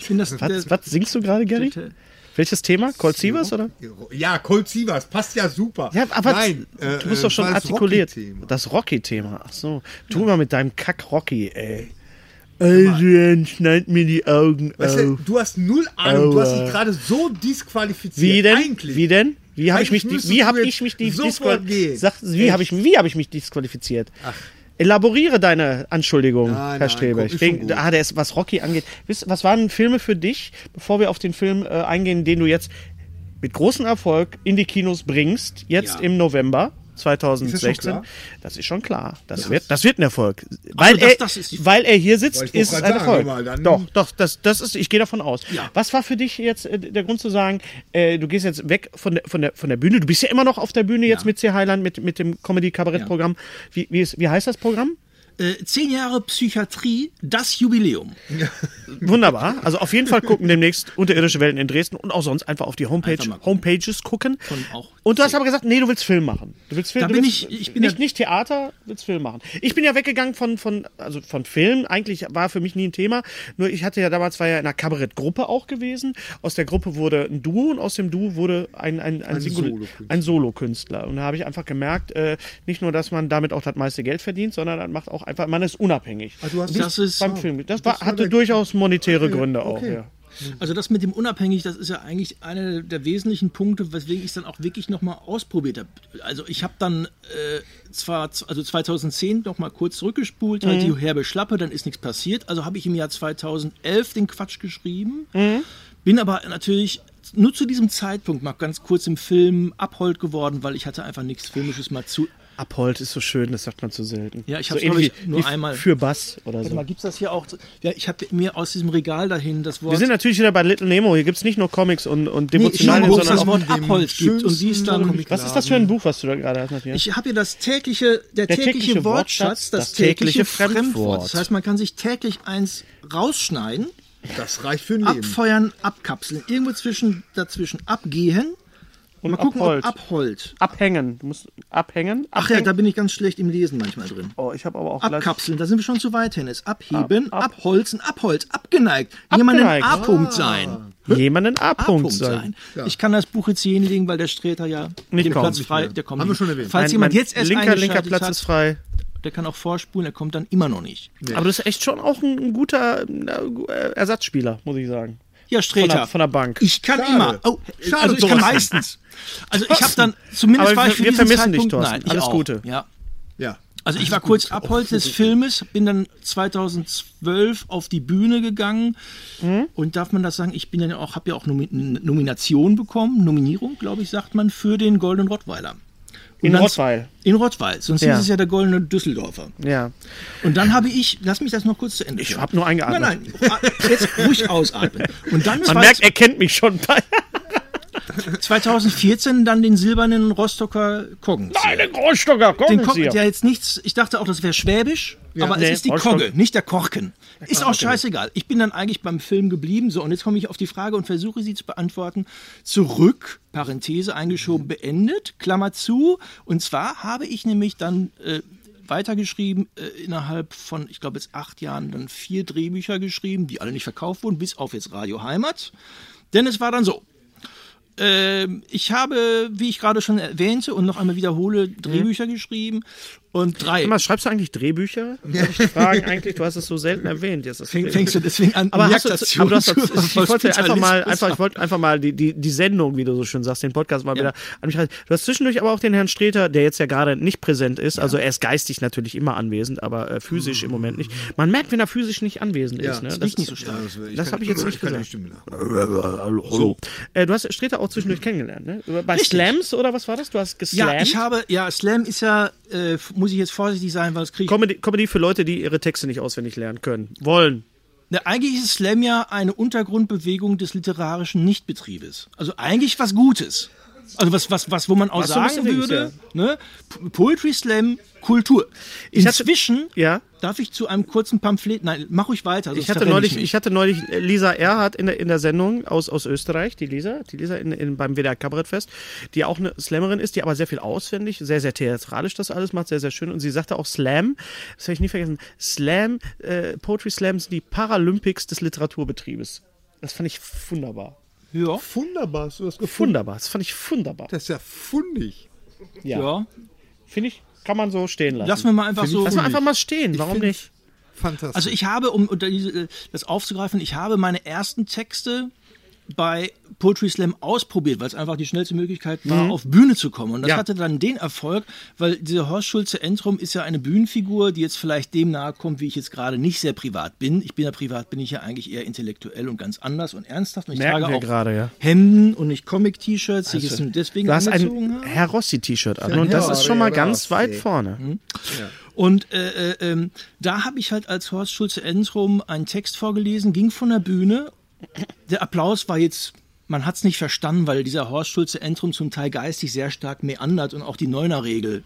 Speaker 4: Ich bin das,
Speaker 3: Was,
Speaker 4: der-
Speaker 3: was singst du gerade, Gary?
Speaker 4: Te-
Speaker 3: Welches Thema? Colt Sievers, oder?
Speaker 1: Ja, Colt Sievers, passt ja super.
Speaker 3: Ja, aber
Speaker 1: Nein, äh,
Speaker 3: du bist doch schon
Speaker 1: war das
Speaker 3: artikuliert.
Speaker 1: Rocky-Thema.
Speaker 3: Das Rocky-Thema. Ach so. Tu mal mit deinem Kack-Rocky, ey. Adrian, schneid mir die Augen
Speaker 1: Weißt du,
Speaker 3: auf.
Speaker 1: du hast null Ahnung, du hast
Speaker 3: äh, Aua.
Speaker 1: dich gerade so disqualifiziert.
Speaker 3: Wie denn?
Speaker 1: Eigentlich.
Speaker 3: Wie denn? Wie habe ich mich,
Speaker 1: Eigentlich
Speaker 3: di-
Speaker 1: müsstest
Speaker 3: wie
Speaker 1: du
Speaker 3: hab
Speaker 1: jetzt
Speaker 3: ich mich die
Speaker 1: sofort
Speaker 3: disqual-
Speaker 1: gehen.
Speaker 3: Sag, wie habe ich, wie habe ich mich disqualifiziert? Elaboriere deine Anschuldigung,
Speaker 1: Nein,
Speaker 3: Herr
Speaker 1: nein, komm,
Speaker 3: Strebech.
Speaker 1: ist schon
Speaker 3: Wegen,
Speaker 1: gut.
Speaker 3: ah, der ist, was Rocky angeht. Wisst, was waren Filme für dich, bevor wir auf den Film äh, eingehen, den du jetzt mit großem Erfolg in die Kinos bringst, jetzt
Speaker 4: Ja.
Speaker 3: im November? 2016.
Speaker 1: Ist das schon klar? Also
Speaker 3: Das ist schon klar. Das, wird, das wird ein Erfolg. Weil,
Speaker 4: das-
Speaker 3: er,
Speaker 4: das ist die-
Speaker 3: weil er hier sitzt,
Speaker 1: Wollte ich
Speaker 3: ist
Speaker 1: gerade
Speaker 3: ein
Speaker 1: sagen,
Speaker 3: Erfolg.
Speaker 1: aber dann-
Speaker 3: Doch, doch, das, das ist, ich gehe davon aus.
Speaker 4: Ja.
Speaker 3: Was war für dich jetzt äh, der Grund zu sagen, äh, du gehst jetzt weg von der, von, der, von der Bühne, du bist ja immer noch auf der Bühne jetzt
Speaker 4: Ja.
Speaker 3: mit C. Highland, mit, mit dem Comedy-Kabarett-Programm. Wie, wie, ist- wie heißt das Programm?
Speaker 4: äh, zehn Jahre Psychiatrie, das Jubiläum.
Speaker 3: Wunderbar. Also auf jeden Fall gucken demnächst unterirdische Wellen in Dresden und auch sonst einfach auf die Homepage,
Speaker 4: Einfach mal gucken.
Speaker 3: Homepages gucken.
Speaker 4: Von auch
Speaker 3: und du hast aber gesagt, nee, du willst Film machen. Du willst Film,
Speaker 4: Da
Speaker 3: du
Speaker 4: bin
Speaker 3: willst,
Speaker 4: ich- ich bin
Speaker 3: nicht,
Speaker 4: ja-
Speaker 3: nicht Theater, willst Film machen. Ich bin ja weggegangen von, von, also von Film. Eigentlich war für mich nie ein Thema. Nur ich hatte ja damals, war ja in einer Kabarettgruppe auch gewesen. Aus der Gruppe wurde ein Duo und aus dem Duo wurde ein, ein, ein, Singul-
Speaker 1: Solokünstler.
Speaker 3: ein Solokünstler. Und da habe ich einfach gemerkt, äh, nicht nur, dass man damit auch das meiste Geld verdient, sondern man macht auch einfach, man ist unabhängig.
Speaker 1: Ah, du hast
Speaker 4: Das
Speaker 1: nicht-
Speaker 4: ist-
Speaker 3: Beim Film. Das, war,
Speaker 1: war
Speaker 3: hatte
Speaker 1: der-
Speaker 3: durchaus monetäre Gründe auch.
Speaker 1: okay.
Speaker 3: Ja.
Speaker 4: Also das mit dem Unabhängig, das ist ja eigentlich einer der wesentlichen Punkte, weswegen ich es dann auch wirklich nochmal ausprobiert habe. Also ich habe dann äh, zwar z- also 2010 nochmal kurz zurückgespult, halt
Speaker 3: Mhm.
Speaker 4: die herbe Schlappe, dann ist nichts passiert. Also habe ich im Jahr 2011 den Quatsch geschrieben,
Speaker 3: Mhm.
Speaker 4: bin aber natürlich nur zu diesem Zeitpunkt mal ganz kurz im Film abhold geworden, weil ich hatte einfach nichts Filmisches mal zu
Speaker 3: Abhold ist so schön, das sagt man zu selten.
Speaker 4: Ja, ich
Speaker 3: so
Speaker 4: hab's,
Speaker 3: ähnlich
Speaker 4: glaub ich, nur
Speaker 3: wie
Speaker 4: einmal-
Speaker 3: Für Bass oder
Speaker 4: Warte
Speaker 3: so.
Speaker 4: also mal, gibt's das hier auch? Ja, ich habe mir aus diesem Regal dahin das Wort.
Speaker 3: Wir sind natürlich wieder bei Little Nemo. Hier gibt es nicht nur Comics und, und
Speaker 4: nee, ich habe
Speaker 3: Devotionalien,
Speaker 4: groß
Speaker 3: sondern
Speaker 4: das
Speaker 3: auch.
Speaker 4: Wort
Speaker 1: dem
Speaker 4: Abholz gibt und sie ist dann.
Speaker 1: schönsten
Speaker 3: Was ist das für ein Buch, was du da gerade hast, Matthias?
Speaker 4: Ich habe hier das tägliche, der,
Speaker 3: Der
Speaker 4: tägliche,
Speaker 3: tägliche
Speaker 4: Wortschatz,
Speaker 3: Wortschatz,
Speaker 4: das,
Speaker 3: das
Speaker 4: tägliche,
Speaker 3: tägliche
Speaker 4: Fremdwort.
Speaker 3: Fremdwort.
Speaker 4: Das heißt, man kann sich täglich eins rausschneiden,
Speaker 1: Das reicht für ein Leben.
Speaker 4: abfeuern, abkapseln. Irgendwo zwischen, dazwischen abgehen. Und mal gucken,
Speaker 3: abhold.
Speaker 4: ob abholt.
Speaker 3: abhängen. Du musst abhängen.
Speaker 4: Ach ja,
Speaker 3: abhängen.
Speaker 4: da bin ich ganz schlecht im Lesen manchmal drin.
Speaker 3: oh, ich habe aber auch gleich.
Speaker 4: Abkapseln, da sind wir schon zu weit hin. Ist abheben, abholzen, abholz, abgeneigt. Jemanden
Speaker 3: Abgeneigt.
Speaker 4: A-Punkt sein.
Speaker 3: Jemanden A-Punkt
Speaker 4: A-Punkt
Speaker 3: sein.
Speaker 4: sein. Ich kann das Buch jetzt hier hinlegen, weil der Streter ja
Speaker 3: Nicht
Speaker 4: den
Speaker 3: kommt.
Speaker 4: Platz frei, der kommt
Speaker 1: Haben wir
Speaker 4: nicht.
Speaker 1: schon erwähnt.
Speaker 4: Falls
Speaker 3: Mein-
Speaker 4: jemand
Speaker 3: mein
Speaker 4: jetzt erst
Speaker 3: linker, linker
Speaker 4: eingeschaltet
Speaker 3: Platz
Speaker 4: hat,
Speaker 3: ist frei.
Speaker 4: der kann auch vorspulen, der kommt dann immer noch nicht.
Speaker 3: Aber das ist echt schon auch ein, ein guter äh, Ersatzspieler, muss ich sagen.
Speaker 4: Ja,
Speaker 3: Von
Speaker 4: Streter.
Speaker 3: der, von der Bank.
Speaker 4: Ich kann
Speaker 1: Schade.
Speaker 4: immer. Oh,
Speaker 1: Schade,
Speaker 4: also ich kann
Speaker 1: Thorsten.
Speaker 4: meistens. Also ich habe dann zumindest
Speaker 3: Aber
Speaker 4: war ich
Speaker 3: wir-
Speaker 4: für
Speaker 3: wir
Speaker 4: diesen
Speaker 3: vermissen dich,
Speaker 4: Zeitpunkt,
Speaker 3: Thorsten.
Speaker 4: Nein, ich
Speaker 3: Alles
Speaker 4: auch.
Speaker 3: Gute.
Speaker 4: Ja.
Speaker 1: Ja.
Speaker 4: Also ich war kurz abholz des Filmes, bin dann 2012 auf die Bühne gegangen
Speaker 3: Mhm.
Speaker 4: und darf man das sagen, ich bin dann auch habe ja auch Nomi N- Nomination bekommen, Nominierung, glaube ich, sagt man für den Goldenen Rottweiler. Und
Speaker 3: In
Speaker 4: dann-
Speaker 3: Rottweil.
Speaker 4: In Rottweil, sonst
Speaker 3: Ja.
Speaker 4: hieß es ja der Goldene Düsseldorfer.
Speaker 3: Ja.
Speaker 4: Und dann habe ich, lass mich das noch kurz zu Ende Ich
Speaker 3: hab nur eingeatmet.
Speaker 4: Nein, nein, jetzt ruhig ausatmen. Und dann
Speaker 3: Man
Speaker 4: zwei-
Speaker 3: merkt, er kennt mich schon.
Speaker 4: 2014 dann den silbernen Rostocker Koggen.
Speaker 3: Eine Großstocker,
Speaker 4: Den
Speaker 3: kommen
Speaker 4: Koggen,
Speaker 3: Sie.
Speaker 4: der jetzt nichts, ich dachte auch, das wäre Schwäbisch, aber
Speaker 3: Nee,
Speaker 4: es ist die
Speaker 3: Rostock.
Speaker 4: Kogge, nicht der Korken. Ist auch scheißegal. Ich bin dann eigentlich beim Film geblieben. So, und jetzt komme ich auf die Frage und versuche sie zu beantworten. Zurück, Parenthese eingeschoben, beendet, Klammer zu. Und zwar habe ich nämlich dann äh, weitergeschrieben, äh, innerhalb von, ich glaube, jetzt acht Jahren dann vier Drehbücher geschrieben, die alle nicht verkauft wurden, bis auf jetzt Radio Heimat. Denn es war dann so. Ähm, ich habe, wie ich gerade schon erwähnte und noch einmal wiederhole,
Speaker 3: Mhm.
Speaker 4: Drehbücher geschrieben und drei.
Speaker 3: Mal, schreibst du eigentlich Drehbücher? Darf Ich fragen eigentlich, du hast es so selten erwähnt. Jetzt das
Speaker 4: Fäng- Fängst du deswegen an,
Speaker 3: aber hast du,
Speaker 4: Reaktation
Speaker 3: aber du hast,
Speaker 4: zu-
Speaker 3: ich wollte einfach mal,
Speaker 4: Hospitalismus
Speaker 3: einfach, ich wollte einfach mal die, die, die Sendung, wie du so schön sagst, den Podcast mal wieder an mich rein. Du hast zwischendurch aber auch den Herrn Streter, der jetzt ja gerade nicht präsent ist. Also er ist geistig natürlich immer anwesend, aber äh, physisch im Moment nicht. Man merkt, wenn er physisch nicht anwesend ist. Ne? Das,
Speaker 4: nicht so stark.
Speaker 3: das habe ich jetzt nicht
Speaker 1: kann
Speaker 3: gesagt.
Speaker 1: nicht stimmen lassen.
Speaker 3: So. Äh, du hast Streter auch zwischendurch kennengelernt, ne? Über- Bei Slams oder was war das? Du hast geslammt?
Speaker 4: Mhm. Ja, ich habe, ja, Slam ist ja, äh, f- muss ich jetzt vorsichtig sein, weil es kriege ich.
Speaker 3: Comedy, Comedy für Leute, die ihre Texte nicht auswendig lernen können. Wollen.
Speaker 4: Ne, eigentlich ist Slam ja eine Untergrundbewegung des literarischen Nichtbetriebes. Also eigentlich was Gutes. Also was, was, was, wo man auch
Speaker 3: Was so ein
Speaker 4: sagen
Speaker 3: bisschen
Speaker 4: würde,
Speaker 3: links,
Speaker 4: ne? P- Poetry Slam, Kultur.
Speaker 3: hatte-
Speaker 4: Inzwischen
Speaker 3: Ja?
Speaker 4: darf ich zu einem kurzen Pamphlet, nein, mach ruhig weiter. sonst
Speaker 3: Ich hatte,
Speaker 4: verrenne
Speaker 3: neulich,
Speaker 4: mich.
Speaker 3: ich hatte neulich äh, Lisa Erhardt in der, in der Sendung aus, aus Österreich, die Lisa, die Lisa in, in, beim WDR Kabarettfest, die auch eine Slammerin ist, die aber sehr viel auswendig, sehr, sehr theatralisch das alles macht, sehr, sehr schön. Und sie sagte auch Slam, das werde ich nie vergessen, Slam, äh, Poetry Slam sind die Paralympics des Literaturbetriebes. Das fand ich wunderbar.
Speaker 4: ja.
Speaker 1: Wunderbar, hast du das gefunden?
Speaker 3: Wunderbar, das fand ich wunderbar.
Speaker 1: Das ist ja fundig.
Speaker 3: Ja.
Speaker 4: ja.
Speaker 3: Finde ich, kann man so stehen lassen.
Speaker 4: Lassen wir mal einfach so.
Speaker 3: Lass mal einfach mal stehen, warum
Speaker 1: find's-
Speaker 3: nicht?
Speaker 1: Fantastisch.
Speaker 4: Also ich habe, um unter diese, äh, das aufzugreifen, ich habe meine ersten Texte bei Poetry Slam ausprobiert, weil es einfach die schnellste Möglichkeit war, auf Bühne zu kommen. Und das
Speaker 3: Mhm. Ja.
Speaker 4: hatte dann den Erfolg, weil diese Horst Schulze Entrum ist ja eine Bühnenfigur, die jetzt vielleicht dem nahe kommt, wie ich jetzt gerade nicht sehr privat bin. Ich bin ja privat, bin ich ja eigentlich eher intellektuell und ganz anders und ernsthaft. Und ich
Speaker 3: Merken
Speaker 4: trage
Speaker 3: wir
Speaker 4: auch
Speaker 3: gerade, ja.
Speaker 4: Hemden und nicht Comic-T-Shirts, die ich jetzt nur deswegen
Speaker 3: Du hast
Speaker 4: angezogen
Speaker 3: ein
Speaker 4: habe.
Speaker 3: Herr Rossi-T-Shirt an und das
Speaker 1: Herr
Speaker 3: ist schon mal
Speaker 1: Rossi.
Speaker 3: ganz weit vorne.
Speaker 4: Hm? Und äh, äh, ähm, da habe ich halt als Horst Schulze Entrum einen Text vorgelesen, ging von der Bühne. Der Applaus war jetzt, man hat es nicht verstanden, weil dieser Horst Schulze Entrum zum Teil geistig sehr stark meandert und auch die Neuner-Regel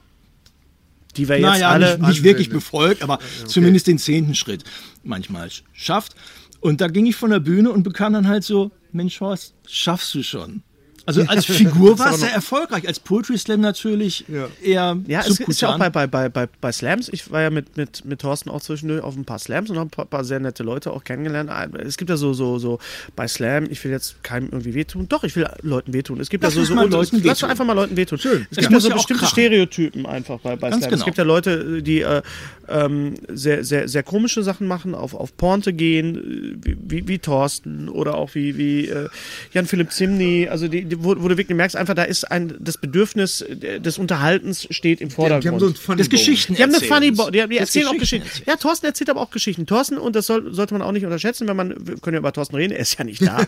Speaker 3: Die wir jetzt
Speaker 4: naja,
Speaker 3: alle
Speaker 4: nicht, nicht wirklich befolgt, aber zumindest den zehnten Schritt manchmal sch- schafft. Und da ging ich von der Bühne und bekam dann halt so, Mensch Horst, schaffst du schon. Also als Figur war es sehr erfolgreich, als Poetry Slam natürlich eher
Speaker 3: Ja, es ist ja auch
Speaker 4: subkutan.
Speaker 3: bei, bei, bei, bei, bei Slams. Ich war ja mit, mit, mit Thorsten auch zwischendurch auf ein paar Slams und habe ein paar, paar sehr nette Leute auch kennengelernt. Ah, Es gibt ja so, so, so bei Slam, ich will jetzt keinem irgendwie wehtun. Doch, ich will Leuten wehtun. Es gibt
Speaker 4: Lass
Speaker 3: ja so,
Speaker 4: uns
Speaker 3: so
Speaker 4: mal Leuten
Speaker 3: lass
Speaker 4: wehtun.
Speaker 3: einfach mal Leuten wehtun. Schön. Es gibt
Speaker 4: muss
Speaker 3: ja so
Speaker 4: ja auch
Speaker 3: bestimmte
Speaker 4: krachen.
Speaker 3: Stereotypen einfach bei, bei
Speaker 4: Ganz
Speaker 3: Slams.
Speaker 4: genau.
Speaker 3: Es gibt ja Leute, die äh, ähm, sehr, sehr, sehr komische Sachen machen, auf, auf Porte gehen, äh, wie, wie, wie Thorsten oder auch wie, wie äh, Jan-Philipp Zimny, also die, die, wo, wo du wirklich merkst, einfach da ist ein, das Bedürfnis äh, des Unterhaltens steht im Vordergrund.
Speaker 1: Die haben so ein Funny
Speaker 4: Das
Speaker 1: Bone.
Speaker 4: Geschichten
Speaker 3: Die haben eine
Speaker 4: erzählen.
Speaker 3: Funny Bo die, die
Speaker 4: Das
Speaker 3: erzählen auch
Speaker 4: Geschichten
Speaker 3: Geschichten. Ja, Thorsten erzählt aber auch Geschichten. Thorsten, und das soll, sollte man auch nicht unterschätzen, wenn man, wir können ja über Thorsten reden, er ist ja nicht da.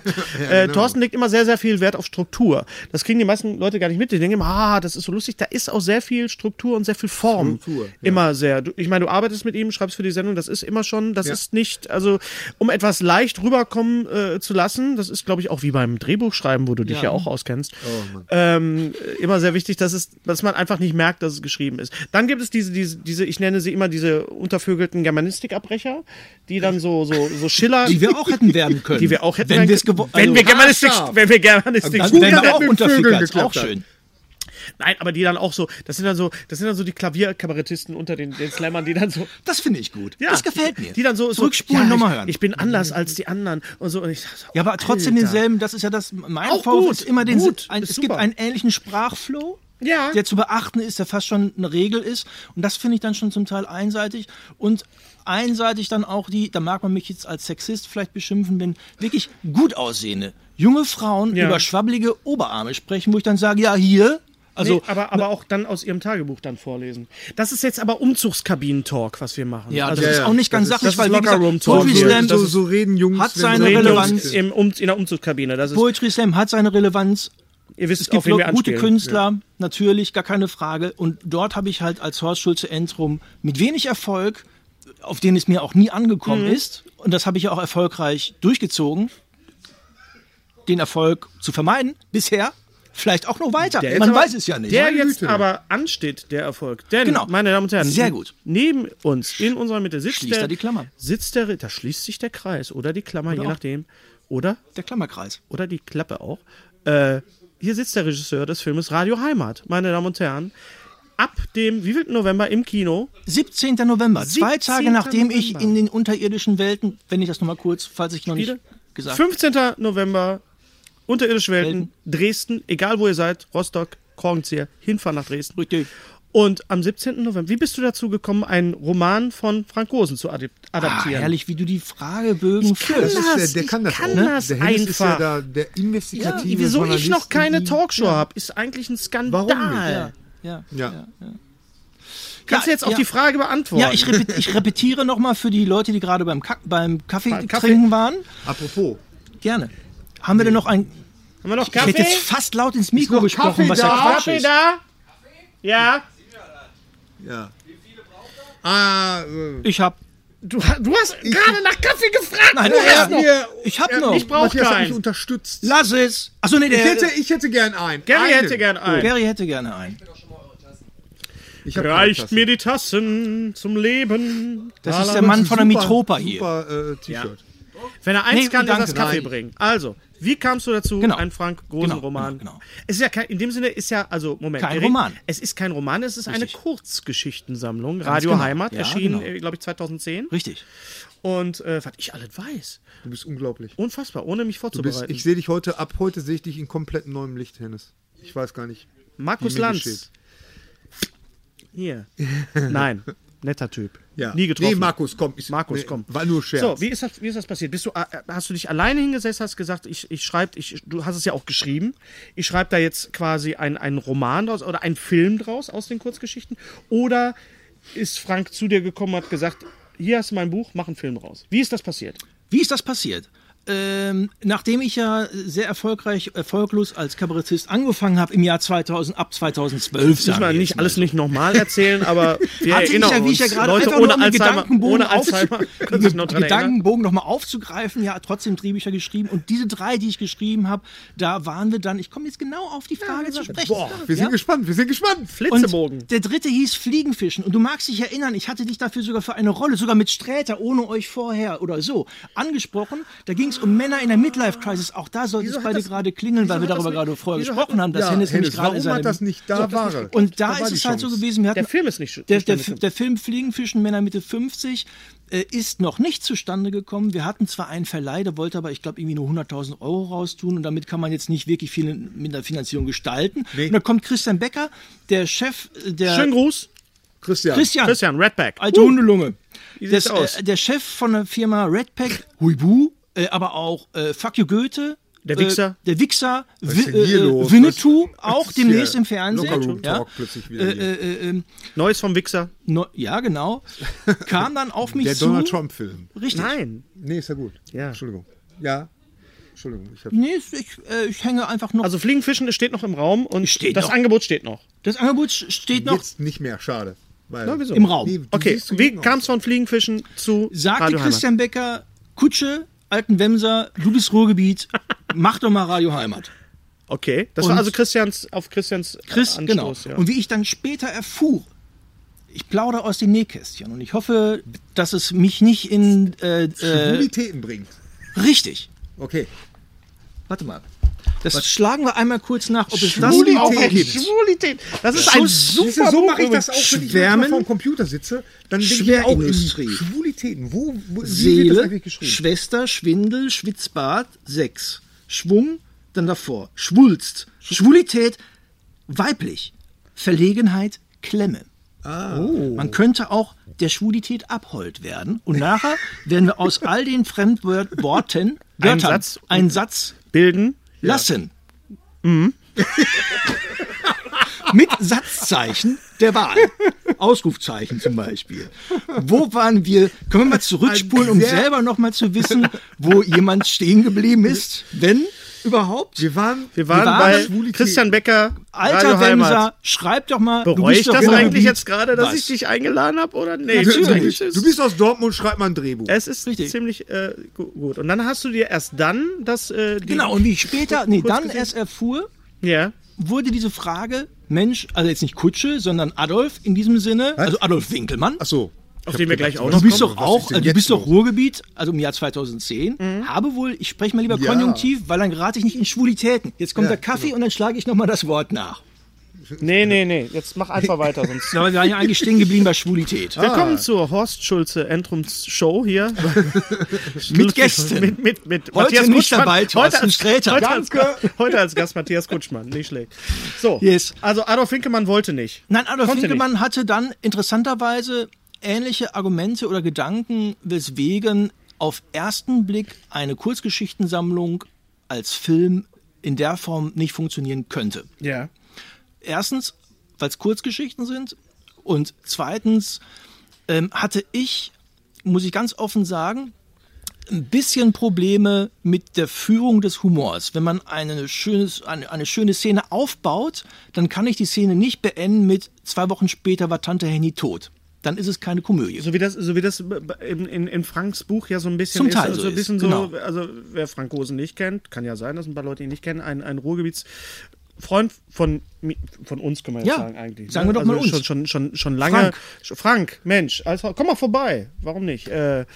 Speaker 3: äh, Thorsten legt immer sehr, sehr viel Wert auf Struktur. Das kriegen die meisten Leute gar nicht mit. Die denken immer, ah, das ist so lustig. Da ist auch sehr viel Struktur und sehr viel Form.
Speaker 1: Struktur, ja.
Speaker 3: Immer sehr. Du, ich meine, du arbeitest mit ihm, schreibst für die Sendung, das ist immer schon, das
Speaker 1: Ja.
Speaker 3: ist nicht, also, um etwas leicht rüberkommen äh, zu lassen, das ist, glaube ich, auch wie beim Drehbuchschreiben, wo du dich
Speaker 4: Ja. Oh,
Speaker 3: ja auch auskennst ähm, immer sehr wichtig, dass, es, dass man einfach nicht merkt, dass es geschrieben ist. Dann gibt es diese, diese, diese ich nenne sie immer diese untervögelten Germanistikabbrecher, die dann so, so, so Schiller,
Speaker 4: Die wir auch hätten werden können.
Speaker 3: die wir auch hätten,
Speaker 4: Wenn, wir es
Speaker 3: wenn,
Speaker 4: gewo- also,
Speaker 3: wir Germanistik,
Speaker 1: haarscharf.
Speaker 3: wenn wir Germanistik,
Speaker 4: dann
Speaker 1: gut
Speaker 4: wären wir
Speaker 1: hätten
Speaker 4: auch
Speaker 1: mit Vögeln
Speaker 4: unterfickert. Auch
Speaker 1: geklappt hat.
Speaker 4: schön.
Speaker 3: nein, aber die dann auch so, das sind dann so, das sind dann so die Klavierkabarettisten unter den, den Slammern, die dann so,
Speaker 4: Das finde ich gut.
Speaker 3: ja,
Speaker 4: das gefällt mir.
Speaker 3: die dann so, so
Speaker 4: zurückspulen,
Speaker 3: ja,
Speaker 4: nochmal
Speaker 3: ich,
Speaker 4: hören.
Speaker 3: Ich bin anders als die anderen und so. Und ich, dachte so
Speaker 4: ja, aber trotzdem
Speaker 3: Alter.
Speaker 4: denselben, das ist ja das, mein
Speaker 3: Auch
Speaker 4: Vorwurf
Speaker 3: gut,
Speaker 4: ist immer den,
Speaker 3: gut,
Speaker 4: ein,
Speaker 3: ist
Speaker 4: es gibt
Speaker 3: super.
Speaker 4: einen ähnlichen Sprachflow,
Speaker 3: Ja.
Speaker 4: der zu beachten ist, der fast schon eine Regel ist. Und das finde ich dann schon zum Teil einseitig. Und einseitig dann auch die, da mag man mich jetzt als Sexist vielleicht beschimpfen, wenn wirklich gut aussehende junge Frauen
Speaker 3: Ja.
Speaker 4: über schwabbelige Oberarme sprechen, wo ich dann sage, ja, hier, also
Speaker 3: nee, aber, aber auch dann aus ihrem Tagebuch dann vorlesen. Das ist jetzt aber Umzugskabinen-Talk, was wir machen.
Speaker 4: Ja,
Speaker 3: also,
Speaker 4: das
Speaker 1: ja,
Speaker 4: ist
Speaker 1: ja.
Speaker 4: auch nicht ganz
Speaker 3: Das
Speaker 4: sachlich,
Speaker 3: ist-
Speaker 4: weil
Speaker 3: das
Speaker 4: wie
Speaker 3: ist
Speaker 4: gesagt,
Speaker 3: Locker-Room-Talk.
Speaker 4: Poetry
Speaker 3: So-
Speaker 4: Slam,
Speaker 1: so, so reden Jungs.
Speaker 4: hat
Speaker 1: wenn
Speaker 4: seine
Speaker 1: sie-
Speaker 3: Reden
Speaker 4: Relevanz.
Speaker 3: Jungs im um in der Umzugskabine. Das ist,
Speaker 4: Poetry Slam hat seine Relevanz.
Speaker 3: ihr wisst,
Speaker 4: Es
Speaker 3: auf
Speaker 4: gibt
Speaker 3: wen wir
Speaker 4: gute
Speaker 3: anspielen.
Speaker 4: Künstler, natürlich, gar keine Frage. Und dort habe ich halt als Horst Schulze Entrum mit wenig Erfolg, auf den es mir auch nie angekommen
Speaker 3: Mhm.
Speaker 4: ist, und das habe ich ja auch erfolgreich durchgezogen, den Erfolg zu vermeiden, bisher, vielleicht auch noch weiter.
Speaker 3: Der jetzt
Speaker 4: Man
Speaker 3: aber-
Speaker 4: weiß es ja nicht.
Speaker 3: Der
Speaker 1: Meine
Speaker 3: jetzt
Speaker 1: Güte.
Speaker 3: aber ansteht, der Erfolg. Denn,
Speaker 4: Genau.
Speaker 3: meine Damen und Herren,
Speaker 4: Sehr gut.
Speaker 3: neben uns, in unserer Mitte, sitzt
Speaker 4: Schließt
Speaker 3: der,
Speaker 4: er die Klammer.
Speaker 3: sitzt der, da schließt sich der Kreis oder die Klammer, je
Speaker 4: auch.
Speaker 3: nachdem. Oder,
Speaker 4: ne? Der Klammerkreis.
Speaker 3: oder die Klappe auch. Äh, hier sitzt der Regisseur des Filmes Radio Heimat, meine Damen und Herren. Ab dem, wie November im Kino?
Speaker 4: 17. November, zwei
Speaker 3: 17.
Speaker 4: Tage nachdem ich
Speaker 3: November.
Speaker 4: in den unterirdischen Welten, wenn ich das nochmal kurz, falls ich noch
Speaker 3: Spiele?
Speaker 4: nicht gesagt
Speaker 3: 15. November, Unterirdische Welten,
Speaker 4: Welten.
Speaker 3: Dresden, egal wo ihr seid, Rostock, Korkenzieher, hinfahren nach Dresden.
Speaker 4: Richtig.
Speaker 3: Und am 17. November, wie bist du dazu gekommen, einen Roman von Frank Rosen zu adip-
Speaker 4: Ah,
Speaker 3: adaptieren?
Speaker 4: herrlich, wie du die Fragebögen
Speaker 3: kann
Speaker 4: führst.
Speaker 3: das.
Speaker 1: der, der
Speaker 3: Ich
Speaker 1: kann das
Speaker 3: kann
Speaker 1: auch. ne?
Speaker 3: das
Speaker 1: der Hennes ist ja
Speaker 3: einfach.
Speaker 1: da der investigative
Speaker 3: Ja, Wieso ich noch
Speaker 1: Journalist,
Speaker 3: keine
Speaker 1: die-
Speaker 3: Talkshow habe, ist eigentlich ein Skandal.
Speaker 1: Warum nicht?
Speaker 4: Ja, ja,
Speaker 1: Ja.
Speaker 4: ja. ja.
Speaker 3: Kannst du
Speaker 4: Ja,
Speaker 3: jetzt auch
Speaker 4: ja.
Speaker 3: die Frage beantworten?
Speaker 4: Ja, ich, repet ich repetiere nochmal für die Leute, die gerade beim, Ka beim Kaffee,
Speaker 3: Beim Kaffee.
Speaker 4: trinken waren.
Speaker 1: Apropos,
Speaker 4: Gerne. Haben wir denn noch ein.
Speaker 3: Haben wir noch
Speaker 4: Ich
Speaker 3: Kaffee?
Speaker 4: hätte jetzt fast laut ins Mikro
Speaker 1: noch
Speaker 4: gesprochen,
Speaker 1: Kaffee
Speaker 4: was
Speaker 1: da?
Speaker 4: ja Quatsch
Speaker 3: Kaffee
Speaker 4: ist.
Speaker 3: da? Ja,
Speaker 1: ja. Wie viele braucht er? Ah, äh,
Speaker 4: Ich hab.
Speaker 3: du, du hast gerade nach Kaffee gefragt.
Speaker 4: Nein,
Speaker 3: du
Speaker 4: er-
Speaker 3: hast noch.
Speaker 1: mir-
Speaker 4: Ich hab noch.
Speaker 3: ich brauch- Braucht
Speaker 1: Matthias hat
Speaker 3: keinen.
Speaker 1: mich unterstützt.
Speaker 4: Lass es. Achso, nee,
Speaker 1: Ich
Speaker 4: der.
Speaker 1: hätte, ich hätte gern einen.
Speaker 3: Gary
Speaker 1: einen.
Speaker 3: hätte gern einen.
Speaker 4: Gary hätte gerne einen.
Speaker 1: Ich hab keine
Speaker 3: Reicht
Speaker 1: Tasse.
Speaker 3: mir die Tassen zum Leben.
Speaker 4: Das ist der Mann von der
Speaker 1: Super-
Speaker 4: Mitropa hier.
Speaker 1: Super äh, T-Shirt.
Speaker 3: Wenn er eins
Speaker 4: Nee,
Speaker 3: kann,
Speaker 4: danke,
Speaker 3: ist das Kaffee
Speaker 4: nein.
Speaker 3: bringen. Also, wie kamst du dazu,
Speaker 4: Genau.
Speaker 3: einen Frank Großen
Speaker 4: Genau,
Speaker 3: Roman?
Speaker 4: genau, genau.
Speaker 3: Es ist ja kein, in dem Sinne ist ja, also Moment.
Speaker 4: Kein
Speaker 3: wir reden-
Speaker 4: Roman.
Speaker 3: Es ist kein Roman, es ist eine Kurzgeschichtensammlung. Radio
Speaker 4: genau.
Speaker 3: Heimat,
Speaker 4: Ja,
Speaker 3: erschienen,
Speaker 4: genau.
Speaker 3: äh, glaube ich, 2010.
Speaker 4: Richtig.
Speaker 3: Und äh, was ich alles weiß.
Speaker 1: Du bist unglaublich.
Speaker 3: Unfassbar, ohne mich
Speaker 1: Du bist,
Speaker 3: vorzubereiten.
Speaker 1: ich sehe dich heute, ab heute sehe ich dich in komplett neuem Licht, Hennes. Ich weiß gar nicht.
Speaker 3: Markus
Speaker 1: wie mir
Speaker 3: Lanz.
Speaker 1: das steht.
Speaker 3: Hier. Nein, netter Typ.
Speaker 1: Ja.
Speaker 3: Nie getroffen.
Speaker 1: Nee, Markus, komm. Ich,
Speaker 3: Markus,
Speaker 1: nee,
Speaker 3: komm.
Speaker 1: War nur Scherz.
Speaker 3: So, wie ist das, wie ist das passiert? Bist du, äh, hast du dich alleine hingesetzt, hast gesagt, ich, ich schreibe, ich, du hast es ja auch geschrieben, ich schreibe da jetzt quasi ein- einen Roman draus oder einen Film draus aus den Kurzgeschichten? Oder ist Frank zu dir gekommen und hat gesagt, hier hast du mein Buch, mach einen Film raus. Wie ist das passiert?
Speaker 4: Wie ist das passiert? Ähm, nachdem ich ja sehr erfolgreich, erfolglos als Kabarettist angefangen habe im Jahr 2000, ab 2012,
Speaker 3: Muss
Speaker 4: sagen wir
Speaker 3: man
Speaker 4: jetzt
Speaker 3: nicht
Speaker 4: mal
Speaker 3: alles nicht nochmal erzählen, aber wir
Speaker 4: Hat sich
Speaker 3: erinnern
Speaker 4: ja, wie
Speaker 3: uns.
Speaker 4: ich ja gerade
Speaker 3: genau. Leute
Speaker 4: einfach
Speaker 3: ohne
Speaker 4: nur um den
Speaker 3: Alzheimer,
Speaker 4: Gedankenbogen
Speaker 3: ohne
Speaker 4: auf-
Speaker 3: Alzheimer können sich noch dran erinnern.
Speaker 4: Gedankenbogen nochmal aufzugreifen. Ja, trotzdem Drehbücher geschrieben. Und diese drei, die ich geschrieben habe, da waren wir dann, ich komme jetzt genau auf die Frage zu sprechen.
Speaker 3: boah,
Speaker 1: wir sind
Speaker 4: ja?
Speaker 1: gespannt, wir sind gespannt.
Speaker 3: Flitzebogen.
Speaker 4: Und der dritte hieß Fliegenfischen. Und du magst dich erinnern, ich hatte dich dafür sogar für eine Rolle, sogar mit Sträter, ohne euch vorher oder so, angesprochen. Da ging es um Männer in der Midlife-Crisis. Auch da sollten
Speaker 1: Wieso
Speaker 4: es
Speaker 1: hat
Speaker 4: beide
Speaker 1: das-
Speaker 4: gerade klingeln, weil wir
Speaker 1: wieso hat
Speaker 4: darüber
Speaker 1: das
Speaker 4: gerade
Speaker 1: nicht-
Speaker 4: vorher
Speaker 1: wieso hat-
Speaker 4: gesprochen haben, dass
Speaker 1: Ja,
Speaker 4: Hennes nämlich
Speaker 1: Hennes,
Speaker 4: gerade
Speaker 1: warum
Speaker 4: seine
Speaker 1: hat das nicht da Ware?
Speaker 4: und da,
Speaker 1: war
Speaker 4: ist
Speaker 1: die
Speaker 4: es halt so
Speaker 1: Chance.
Speaker 4: gewesen, wir hatten
Speaker 3: Der Film ist nicht-
Speaker 4: der,
Speaker 3: nicht
Speaker 4: der,
Speaker 3: zustande
Speaker 4: der Film Fliegenfischen Männer Mitte 50 äh, ist noch nicht zustande gekommen. Wir hatten zwar einen Verleih, der wollte aber, ich glaube, irgendwie nur 100.000 Euro raustun und damit kann man jetzt nicht wirklich viel mit der Finanzierung gestalten. Und da kommt Christian Becker, der Chef äh, der
Speaker 3: Schönen Gruß,
Speaker 1: Christian. Uh.
Speaker 4: Christian,
Speaker 3: Christian Redback. Uh,
Speaker 4: alte Hundelunge.
Speaker 3: sieht's
Speaker 4: Das,
Speaker 3: aus?
Speaker 4: äh, der Chef von der Firma Redpack, Huibu, äh, aber auch äh, Fuck You Goethe,
Speaker 3: Der Wichser.
Speaker 4: Äh, der Wichser,
Speaker 1: Was ist
Speaker 4: Wi-
Speaker 1: denn hier
Speaker 4: äh,
Speaker 1: los?
Speaker 4: Winnetou,
Speaker 1: Was- was
Speaker 4: auch
Speaker 1: ist hier?
Speaker 4: demnächst im Fernsehen.
Speaker 1: Lockerroom
Speaker 4: ja.
Speaker 1: Talk plötzlich wieder
Speaker 4: Äh,
Speaker 1: hier.
Speaker 4: äh, ähm,
Speaker 3: Neues vom Wichser.
Speaker 4: neu- ja, genau. Kam dann auf mich
Speaker 1: Der
Speaker 4: zu.
Speaker 1: Donald Trump-Film.
Speaker 4: Richtig.
Speaker 3: Nein.
Speaker 1: Nee, ist ja gut.
Speaker 3: Ja.
Speaker 1: Entschuldigung. Ja. Entschuldigung. Ich hab,
Speaker 4: Nee, ist- ich, äh, ich hänge einfach noch.
Speaker 3: Also Fliegenfischen steht noch im Raum und
Speaker 4: Steht
Speaker 3: das
Speaker 4: noch.
Speaker 3: Angebot steht noch.
Speaker 4: das Angebot sch- steht noch
Speaker 1: jetzt nicht mehr, schade. Weil
Speaker 3: Na, wieso?
Speaker 4: im Raum.
Speaker 1: Nee, du
Speaker 3: Okay,
Speaker 1: siehst so
Speaker 3: wie
Speaker 1: jung aus.
Speaker 3: kam es von Fliegenfischen zu
Speaker 4: Sagte
Speaker 3: Radio Heimat?
Speaker 4: Christian Becker, Kutsche, Altenwemser, du bist Ruhrgebiet, mach doch mal Radio Heimat.
Speaker 3: Okay, das
Speaker 4: Und-
Speaker 3: war also Christians auf Christians äh,
Speaker 4: Chris, genau.
Speaker 3: Anstoß, ja.
Speaker 4: Und wie ich dann später erfuhr, ich plaudere aus dem Nähkästchen und ich hoffe, dass es mich nicht in. Äh, äh,
Speaker 1: Schwulitäten bringt.
Speaker 4: richtig.
Speaker 1: Okay.
Speaker 4: Warte mal. Das schlagen wir einmal kurz nach, ob es das
Speaker 1: Schwulitäten.
Speaker 4: auch
Speaker 1: Schwulitäten.
Speaker 4: gibt.
Speaker 3: Schwulitäten. Das ist ein
Speaker 4: Schuss.
Speaker 3: super
Speaker 1: Siehst du, so mache ich das auch, wenn ich manchmal
Speaker 4: Schwärmen.
Speaker 1: vor dem Computer sitze. Dann bin ich auch in
Speaker 4: Schwerindustrie.
Speaker 1: Schwulitäten. Wo, wo wie wird das
Speaker 4: Seele,
Speaker 1: eigentlich geschrieben?
Speaker 4: Schwester, Schwindel, Schwitzbad, Sex. Schwung, dann davor. Schwulst, Schwulität, weiblich. Verlegenheit, Klemme.
Speaker 1: Ah.
Speaker 4: Oh. Man könnte auch der Schwulität abhold werden. Und nachher werden wir aus all den Fremdworten
Speaker 3: Einen
Speaker 4: Wörtern,
Speaker 3: Satz.
Speaker 4: einen Satz
Speaker 3: bilden.
Speaker 4: lassen.
Speaker 3: Mhm.
Speaker 4: Mit Satzzeichen der Wahl. Ausrufzeichen zum Beispiel. Wo waren wir? Können wir mal zurückspulen, um
Speaker 1: Ein sehr-
Speaker 4: selber nochmal zu wissen, wo jemand stehen geblieben ist? Wenn überhaupt?
Speaker 1: Wir waren,
Speaker 3: Wir waren,
Speaker 4: Wir waren
Speaker 3: bei
Speaker 1: Schwulitäten.
Speaker 3: Christian Becker, Radio
Speaker 4: Alter
Speaker 3: Heimat.
Speaker 4: Wemser, schreib doch mal. du
Speaker 3: Bereue
Speaker 4: bist
Speaker 3: ich
Speaker 4: doch
Speaker 3: das
Speaker 4: Ruhrgebiet.
Speaker 3: eigentlich jetzt gerade, dass
Speaker 4: Was?
Speaker 3: ich dich eingeladen habe oder nee?
Speaker 1: Also, du, du,
Speaker 3: Natürlich.
Speaker 1: bist, du bist aus Dortmund, schreib mal ein Drehbuch.
Speaker 3: Es ist
Speaker 4: Richtig.
Speaker 3: ziemlich äh, gu- gut. Und dann hast du dir erst dann das. Äh, die,
Speaker 4: Genau, und wie ich später, nee,
Speaker 3: Kurz
Speaker 4: dann
Speaker 3: gesehen.
Speaker 4: erst erfuhr,
Speaker 3: Ja.
Speaker 4: wurde diese Frage, Mensch, also jetzt nicht Kutsche, sondern Adolf in diesem Sinne, also Adolf Winkelmann.
Speaker 1: Ach so.
Speaker 3: Auf den wir gleich auch
Speaker 4: Du
Speaker 3: noch
Speaker 4: bist
Speaker 3: kommen.
Speaker 4: doch
Speaker 1: was
Speaker 4: auch, also
Speaker 1: ist denn
Speaker 4: du
Speaker 1: jetzt
Speaker 4: bist doch
Speaker 1: los?
Speaker 4: Ruhrgebiet, also im Jahr 2010. Habe wohl, ich spreche mal lieber
Speaker 1: Ja.
Speaker 4: konjunktiv, weil dann gerate ich nicht in Schwulitäten. Jetzt kommt der Kaffee und dann schlage ich nochmal das Wort nach.
Speaker 3: Nee, nee, nee. Jetzt mach einfach weiter, sonst.
Speaker 4: Aber wir waren ja eigentlich stehen geblieben bei Schwulität.
Speaker 3: Willkommen zur Horst Schulze Entrums Show hier.
Speaker 4: Mit Gästen.
Speaker 3: Mit, mit, mit heute
Speaker 4: nicht dabei, Thorsten Sträter.
Speaker 3: Heute als, heute als Gast Matthias Kutschmann. Nicht schlecht. So.
Speaker 4: Yes.
Speaker 3: Also Adolf Winkemann wollte nicht.
Speaker 4: Nein, Adolf
Speaker 3: Konnte
Speaker 4: Winkelmann hatte dann interessanterweise ähnliche Argumente oder Gedanken, weswegen auf ersten Blick eine Kurzgeschichtensammlung als Film in der Form nicht funktionieren könnte.
Speaker 3: Ja.
Speaker 4: erstens, weil es Kurzgeschichten sind und zweitens ähm, hatte ich, muss ich ganz offen sagen, ein bisschen Probleme mit der Führung des Humors. Wenn man eine, schönes, eine, eine schöne Szene aufbaut, dann kann ich die Szene nicht beenden mit zwei Wochen später war Tante Henny tot. Dann ist es keine Komödie.
Speaker 3: So wie das, so wie das in, in, in Franks Buch ja so ein bisschen
Speaker 4: Zum
Speaker 3: ist.
Speaker 4: Teil
Speaker 3: also
Speaker 4: so
Speaker 3: ein bisschen
Speaker 4: ist, genau.
Speaker 3: so, also wer Frank Rosen nicht kennt, kann ja sein, dass ein paar Leute ihn nicht kennen, ein, ein Ruhrgebietsfreund von, mi- von uns, können wir jetzt
Speaker 4: Ja,
Speaker 3: sagen eigentlich.
Speaker 4: sagen wir doch
Speaker 3: also
Speaker 4: mal uns.
Speaker 3: Schon, schon, schon, schon lange.
Speaker 4: Frank.
Speaker 3: Sch- Frank, Mensch, also, komm mal vorbei. Warum nicht? Äh,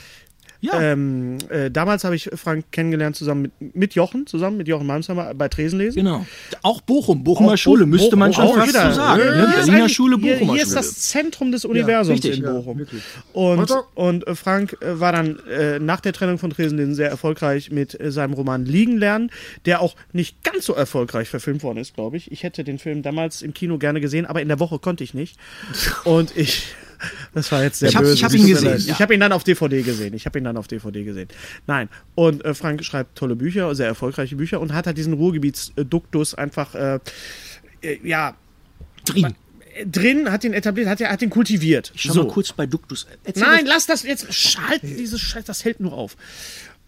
Speaker 4: Ja,
Speaker 3: ähm, äh, damals habe ich Frank kennengelernt zusammen mit, mit Jochen, zusammen mit Jochen Malmsheimer bei Tresenlesen.
Speaker 4: genau. Auch Bochum, Bochumer
Speaker 3: Auch
Speaker 4: Schule,
Speaker 3: Bo-
Speaker 4: müsste man
Speaker 3: Bo-
Speaker 4: schon
Speaker 3: auch
Speaker 4: fast
Speaker 3: wieder.
Speaker 4: so sagen.
Speaker 3: Ja,
Speaker 4: Ne?
Speaker 3: hier ist
Speaker 4: Berliner
Speaker 3: eigentlich-
Speaker 4: Schule,
Speaker 3: hier,
Speaker 4: Bochumer
Speaker 3: hier ist
Speaker 4: Schule.
Speaker 3: das Zentrum des Universums
Speaker 4: richtig,
Speaker 3: in
Speaker 4: ja,
Speaker 3: Bochum.
Speaker 1: wirklich.
Speaker 3: und
Speaker 1: Weiter.
Speaker 3: und äh, Frank äh, war dann äh, nach der Trennung von Tresenlesen sehr erfolgreich mit äh, seinem Roman Liegen lernen, der auch nicht ganz so erfolgreich verfilmt worden ist, glaube ich. Ich hätte den Film damals im Kino gerne gesehen, aber in der Woche konnte ich nicht. Und ich. Das war jetzt sehr
Speaker 4: Ich hab-
Speaker 3: böse.
Speaker 4: ich hab
Speaker 3: Tut
Speaker 4: ihn
Speaker 3: mir
Speaker 4: gesehen,
Speaker 3: leid.
Speaker 4: ja.
Speaker 3: Ich habe ihn dann auf DVD gesehen. Ich habe ihn dann auf DVD gesehen. Nein. Und äh, Frank schreibt tolle Bücher, sehr erfolgreiche Bücher und hat halt diesen Ruhrgebietsduktus einfach äh, äh, ja,
Speaker 4: Drin.
Speaker 3: äh, drin, hat den etabliert, hat, er- hat den kultiviert.
Speaker 4: Schau mal kurz Äh. bei Duktus. Erzähl
Speaker 3: Nein,
Speaker 4: doch-
Speaker 3: lass das jetzt. Schalt dieses Scheiß, das hält nur auf.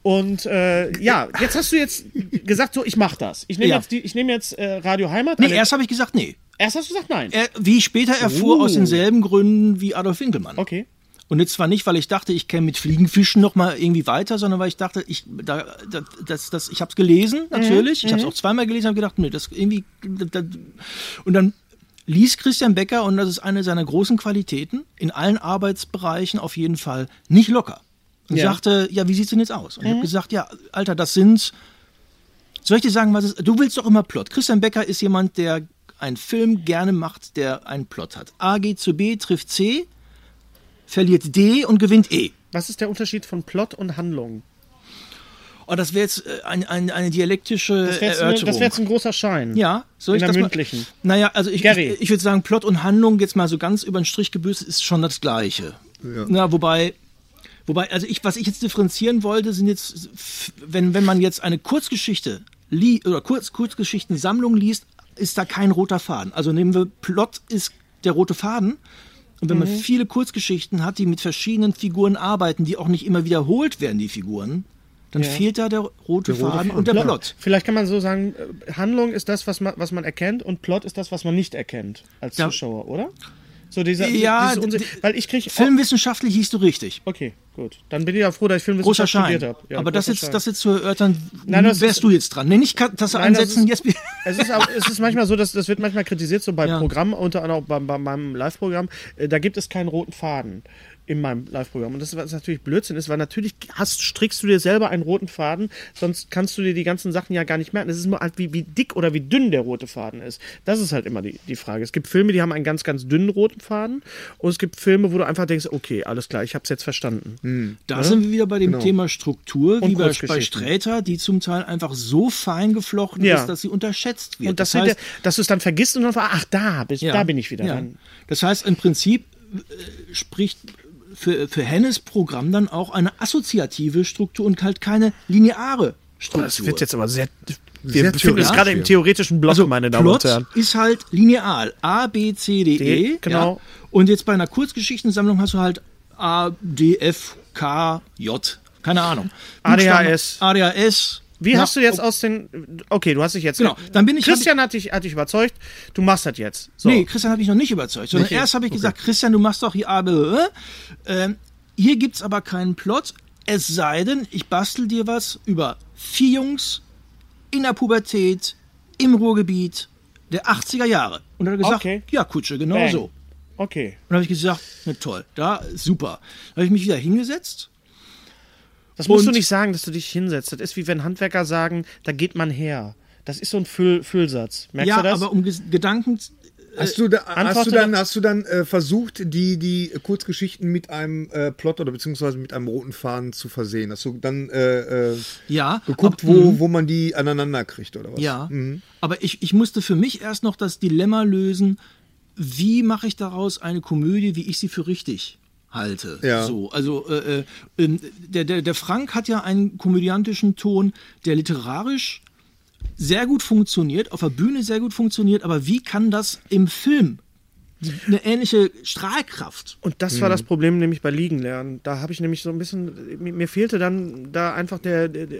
Speaker 3: Und äh, ja, jetzt hast du jetzt gesagt, so, ich mach das. Ich nehme
Speaker 4: Ja.
Speaker 3: jetzt, die, ich nehm jetzt äh, Radio Heimat.
Speaker 4: Nee,
Speaker 3: Alle-
Speaker 4: erst habe ich gesagt, nee.
Speaker 3: erst hast du gesagt, nein.
Speaker 4: Er, wie ich später erfuhr,
Speaker 3: Oh.
Speaker 4: aus denselben Gründen wie Adolf Winkelmann.
Speaker 3: okay.
Speaker 4: Und jetzt zwar nicht, weil ich dachte, ich käme mit Fliegenfischen noch mal irgendwie weiter, sondern weil ich dachte, ich da, da das, das ich habe es gelesen natürlich, ich habe es auch zweimal gelesen, habe gedacht, nee, das irgendwie da, da. und dann ließ Christian Becker und das ist eine seiner großen Qualitäten in allen Arbeitsbereichen auf jeden Fall nicht locker. Und
Speaker 3: Ja.
Speaker 4: sagte, ja, wie sieht's denn jetzt aus? Und ich habe gesagt, ja, Alter, das sind soll ich dir sagen, was es Du willst doch immer Plot. Christian Becker ist jemand, der einen Film gerne macht, der einen Plot hat. A geht zu B, trifft C, verliert D und gewinnt E.
Speaker 3: Was ist der Unterschied von Plot und Handlung?
Speaker 4: Oh, das wäre jetzt äh, ein, ein, eine dialektische
Speaker 3: Das wäre jetzt, eine-
Speaker 4: Äh, Erörterung.
Speaker 3: das wär jetzt ein großer Schein.
Speaker 4: ja, soll ich
Speaker 3: in der
Speaker 4: das
Speaker 3: mündlichen.
Speaker 4: Mal? Naja, also ich,
Speaker 3: Gary.
Speaker 4: ich, ich würde sagen, Plot und Handlung jetzt mal so ganz über den Strich gebürstet ist schon das Gleiche. Na, wobei, wobei, also ich, was ich jetzt differenzieren wollte, sind jetzt, f- wenn, wenn man jetzt eine Kurzgeschichte li oder Kurz Kurzgeschichtensammlung liest, ist da kein roter Faden. Also nehmen wir Plot ist der rote Faden. Und wenn man viele Kurzgeschichten hat, die mit verschiedenen Figuren arbeiten, die auch nicht immer wiederholt werden, die Figuren, dann fehlt da der rote, Faden und der Plot.
Speaker 3: Vielleicht kann man so sagen, äh, Handlung ist das, was man, was man erkennt und Plot ist das, was man nicht erkennt als
Speaker 4: Ja.
Speaker 3: Zuschauer, oder? So dieser,
Speaker 4: Ja,
Speaker 3: dieses Unsinn-
Speaker 4: d- d-
Speaker 3: weil ich kriege
Speaker 4: Filmwissenschaftlich liest du richtig.
Speaker 3: Okay, gut. Dann bin ich ja froh, dass ich
Speaker 4: Großer
Speaker 3: Filmwissenschaft
Speaker 4: Schein.
Speaker 3: studiert habe. Ja,
Speaker 4: aber das
Speaker 3: großer
Speaker 4: jetzt,
Speaker 3: Schein.
Speaker 4: das jetzt zu erörtern,
Speaker 3: Nein, das
Speaker 4: wärst
Speaker 3: ist-
Speaker 4: du jetzt dran. Nee, nicht Ka- Tasse
Speaker 3: Nein, das
Speaker 4: einsetzen,
Speaker 3: ist-
Speaker 4: jetzt.
Speaker 3: Es ist, aber, es ist manchmal so, dass das wird manchmal kritisiert, so bei
Speaker 4: Ja.
Speaker 3: Programmen, unter anderem auch bei, bei meinem Live-Programm. Äh, Da gibt es keinen roten Faden in meinem Live-Programm. Und das ist was natürlich Blödsinn ist, weil natürlich hast, strickst du dir selber einen roten Faden, sonst kannst du dir die ganzen Sachen ja gar nicht merken. Es ist nur halt, wie, wie dick oder wie dünn der rote Faden ist. Das ist halt immer die, die Frage. Es gibt Filme, die haben einen ganz, ganz dünnen roten Faden und es gibt Filme, wo du einfach denkst, okay, alles klar, ich habe es jetzt verstanden. Hm. Ne?
Speaker 4: Da sind wir wieder bei
Speaker 3: Genau.
Speaker 4: dem Thema Struktur, wie bei, bei
Speaker 3: Kurzgeschichten.
Speaker 4: Sträter, die zum Teil einfach so fein geflochten
Speaker 3: Ja.
Speaker 4: ist, dass sie unterschätzt wird.
Speaker 3: Und das heißt, dass du es dann vergisst und dann, ach, da, bist, da bin ich wieder.
Speaker 4: ja.
Speaker 3: Dann,
Speaker 4: Das heißt, im Prinzip äh, spricht für, für Hennes Programm dann auch eine assoziative Struktur und halt keine lineare Struktur.
Speaker 3: Das wird jetzt aber sehr. Wir
Speaker 1: Sehr
Speaker 3: befinden uns
Speaker 1: theoretisch
Speaker 3: gerade im
Speaker 1: hier.
Speaker 3: theoretischen Block, meine Damen
Speaker 4: Also Plot
Speaker 3: und Herren.
Speaker 4: ist halt lineal. A, B, C, D,
Speaker 3: D,
Speaker 4: E.
Speaker 3: genau.
Speaker 4: Ja. Und jetzt bei einer Kurzgeschichtensammlung hast du halt A, D, F, K, J. Keine Ahnung.
Speaker 3: ADHS.
Speaker 4: Buchstaben, ADHS.
Speaker 3: Wie
Speaker 4: Na,
Speaker 3: hast du jetzt
Speaker 4: ob-
Speaker 3: aus den. Okay, du hast dich jetzt.
Speaker 4: Genau, dann bin ich-
Speaker 3: Christian hat dich, hat dich überzeugt, du machst das jetzt. So.
Speaker 4: Nee, Christian habe ich noch nicht überzeugt. Sondern erst habe ich gesagt, Christian, du machst doch hier A, B, äh, ähm, Hier gibt es aber keinen Plot. Es sei denn, ich bastel dir was über vier Jungs in der Pubertät im Ruhrgebiet der 80er Jahre. Und er hat gesagt,
Speaker 3: Okay.
Speaker 4: ja, Kutsche, genau
Speaker 3: Bang.
Speaker 4: so.
Speaker 3: Okay.
Speaker 4: Und habe ich gesagt, na toll, da super. Da habe ich mich wieder hingesetzt.
Speaker 3: Das musst
Speaker 4: Und-
Speaker 3: du nicht sagen, dass du dich hinsetzt. Das ist wie wenn Handwerker sagen, da geht man her. Das ist so ein Füll, Füllsatz. Merkst
Speaker 4: ja,
Speaker 3: du das?
Speaker 4: aber um Ges- Gedanken.
Speaker 1: Hast du, da, hast
Speaker 3: Antworte
Speaker 1: du dann, hast du dann äh, versucht, die, die Kurzgeschichten mit einem äh, Plot oder beziehungsweise mit einem roten Faden zu versehen? Hast du dann äh, äh,
Speaker 4: Ja,
Speaker 1: geguckt,
Speaker 4: aber-
Speaker 1: wo, Mhm. wo man die aneinander kriegt oder was?
Speaker 4: Mhm.
Speaker 1: Hm,
Speaker 4: Ja. Aber ich, ich musste für mich erst noch das Dilemma lösen, wie mache ich daraus eine Komödie, wie ich sie für richtig halte.
Speaker 1: Ja.
Speaker 4: So, also äh, äh, ähm, der, der, der Frank hat ja einen komödiantischen Ton, der literarisch sehr gut funktioniert, auf der Bühne sehr gut funktioniert, aber wie kann das im Film eine ähnliche Strahlkraft?
Speaker 3: Und das war das Problem nämlich bei Liegen lernen. Da habe ich nämlich so ein bisschen, mir mir fehlte dann da einfach der, der, der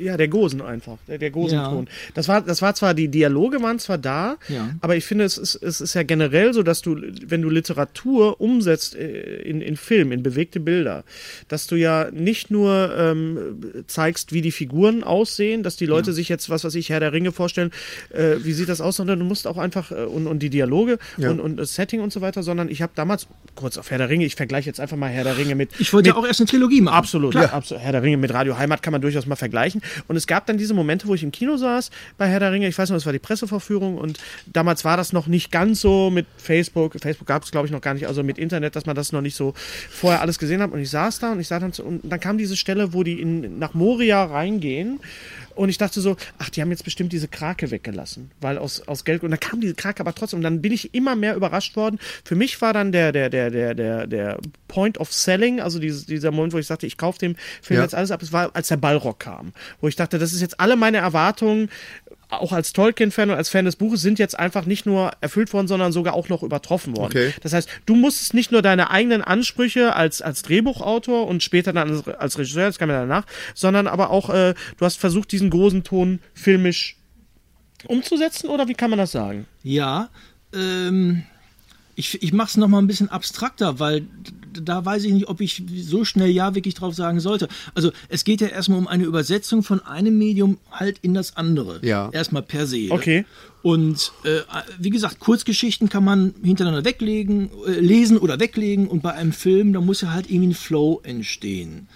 Speaker 3: ja, der Gosen einfach, der, der Gosenton. Das war, das war zwar, die Dialoge waren zwar da,
Speaker 4: Ja.
Speaker 3: aber ich finde, es ist, es ist ja generell so, dass du, wenn du Literatur umsetzt äh, in, in Film, in bewegte Bilder, dass du ja nicht nur ähm, zeigst, wie die Figuren aussehen, dass die Leute sich jetzt, was weiß ich, Herr der Ringe vorstellen, äh, wie sieht das aus, sondern du musst auch einfach, äh, und, und die Dialoge und, und das Setting und so weiter, sondern ich habe damals, kurz auf Herr der Ringe, ich vergleiche jetzt einfach mal Herr der Ringe mit.
Speaker 4: Ich wollte
Speaker 3: mit,
Speaker 4: ja auch erst eine Trilogie machen.
Speaker 3: Hm, Absolut, ja, absolut. Herr der Ringe mit Radio Heimat kann man durchaus mal vergleichen. Und es gab dann diese Momente, wo ich im Kino saß bei Herr der Ringe. Ich weiß noch, das war die Presseverführung und damals war das noch nicht ganz so mit Facebook. Facebook gab es, glaube ich, noch gar nicht, also mit Internet, dass man das noch nicht so vorher alles gesehen hat. Und ich saß da und ich sah dann, so- und dann kam diese Stelle, wo die in, nach Moria reingehen. Und ich dachte so, ach, die haben jetzt bestimmt diese Krake weggelassen, weil aus, aus Geld. Und dann kam diese Krake aber trotzdem. Und dann bin ich immer mehr überrascht worden. Für mich war dann der, der, der, der, der, der Point of Selling, also dieses, dieser Moment, wo ich sagte, ich kaufe dem Film
Speaker 1: Ja.
Speaker 3: jetzt alles ab. Es war, als der Ballrock kam, wo ich dachte, das ist jetzt alle meine Erwartungen, auch als Tolkien-Fan und als Fan des Buches, sind jetzt einfach nicht nur erfüllt worden, sondern sogar auch noch übertroffen worden.
Speaker 1: Okay.
Speaker 3: Das heißt, du musstest nicht nur deine eigenen Ansprüche als, als Drehbuchautor und später dann als, als Regisseur, das kam ja danach, sondern aber auch, äh, du hast versucht, diesen großen Ton filmisch umzusetzen oder wie kann man das sagen?
Speaker 4: Ja, ähm, ich, ich mache es nochmal ein bisschen abstrakter, weil d- da weiß ich nicht, ob ich so schnell Ja wirklich drauf sagen sollte. Also es geht ja erstmal um eine Übersetzung von einem Medium halt in das andere.
Speaker 1: Ja.
Speaker 4: Erstmal per se. ne?
Speaker 3: Okay.
Speaker 4: Und äh, wie gesagt, Kurzgeschichten kann man hintereinander weglegen, äh, lesen oder weglegen und bei einem Film, da muss ja halt irgendwie ein Flow entstehen.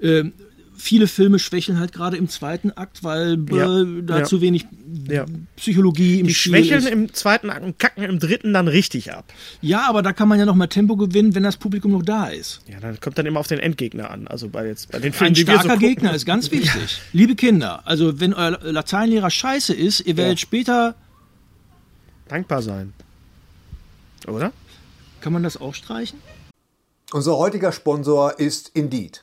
Speaker 4: Ähm, viele Filme schwächeln halt gerade im zweiten Akt, weil
Speaker 3: Ja,
Speaker 4: äh, da
Speaker 3: ja.
Speaker 4: zu wenig
Speaker 3: Ja.
Speaker 4: Psychologie im
Speaker 3: Die
Speaker 4: Spiel
Speaker 3: schwächeln
Speaker 4: ist.
Speaker 3: im zweiten Akt und kacken im dritten dann richtig ab.
Speaker 4: Ja, aber da kann man ja noch mal Tempo gewinnen, wenn das Publikum noch da ist.
Speaker 3: Ja, dann kommt dann immer auf den Endgegner an. Also bei, jetzt, bei den Filmen,
Speaker 4: Ein
Speaker 3: die wir so
Speaker 4: starker
Speaker 3: gucken.
Speaker 4: Gegner ist ganz wichtig. Liebe Kinder, also wenn euer Lateinlehrer scheiße ist, ihr werdet
Speaker 3: Ja.
Speaker 4: später,
Speaker 3: Dankbar sein. Oder?
Speaker 4: kann man das auch streichen?
Speaker 5: Unser heutiger Sponsor ist Indeed.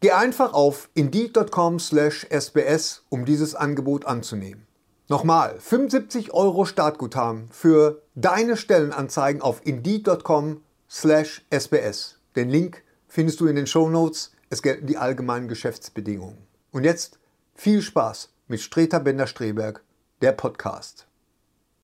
Speaker 5: Geh einfach auf indeed.com/sbs, um dieses Angebot anzunehmen. Nochmal, 75 Euro Startguthaben für deine Stellenanzeigen auf indeed.com/sbs. Den Link findest du in den Shownotes. Es gelten die allgemeinen Geschäftsbedingungen. Und jetzt viel Spaß mit Streter Bender-Streberg, der Podcast.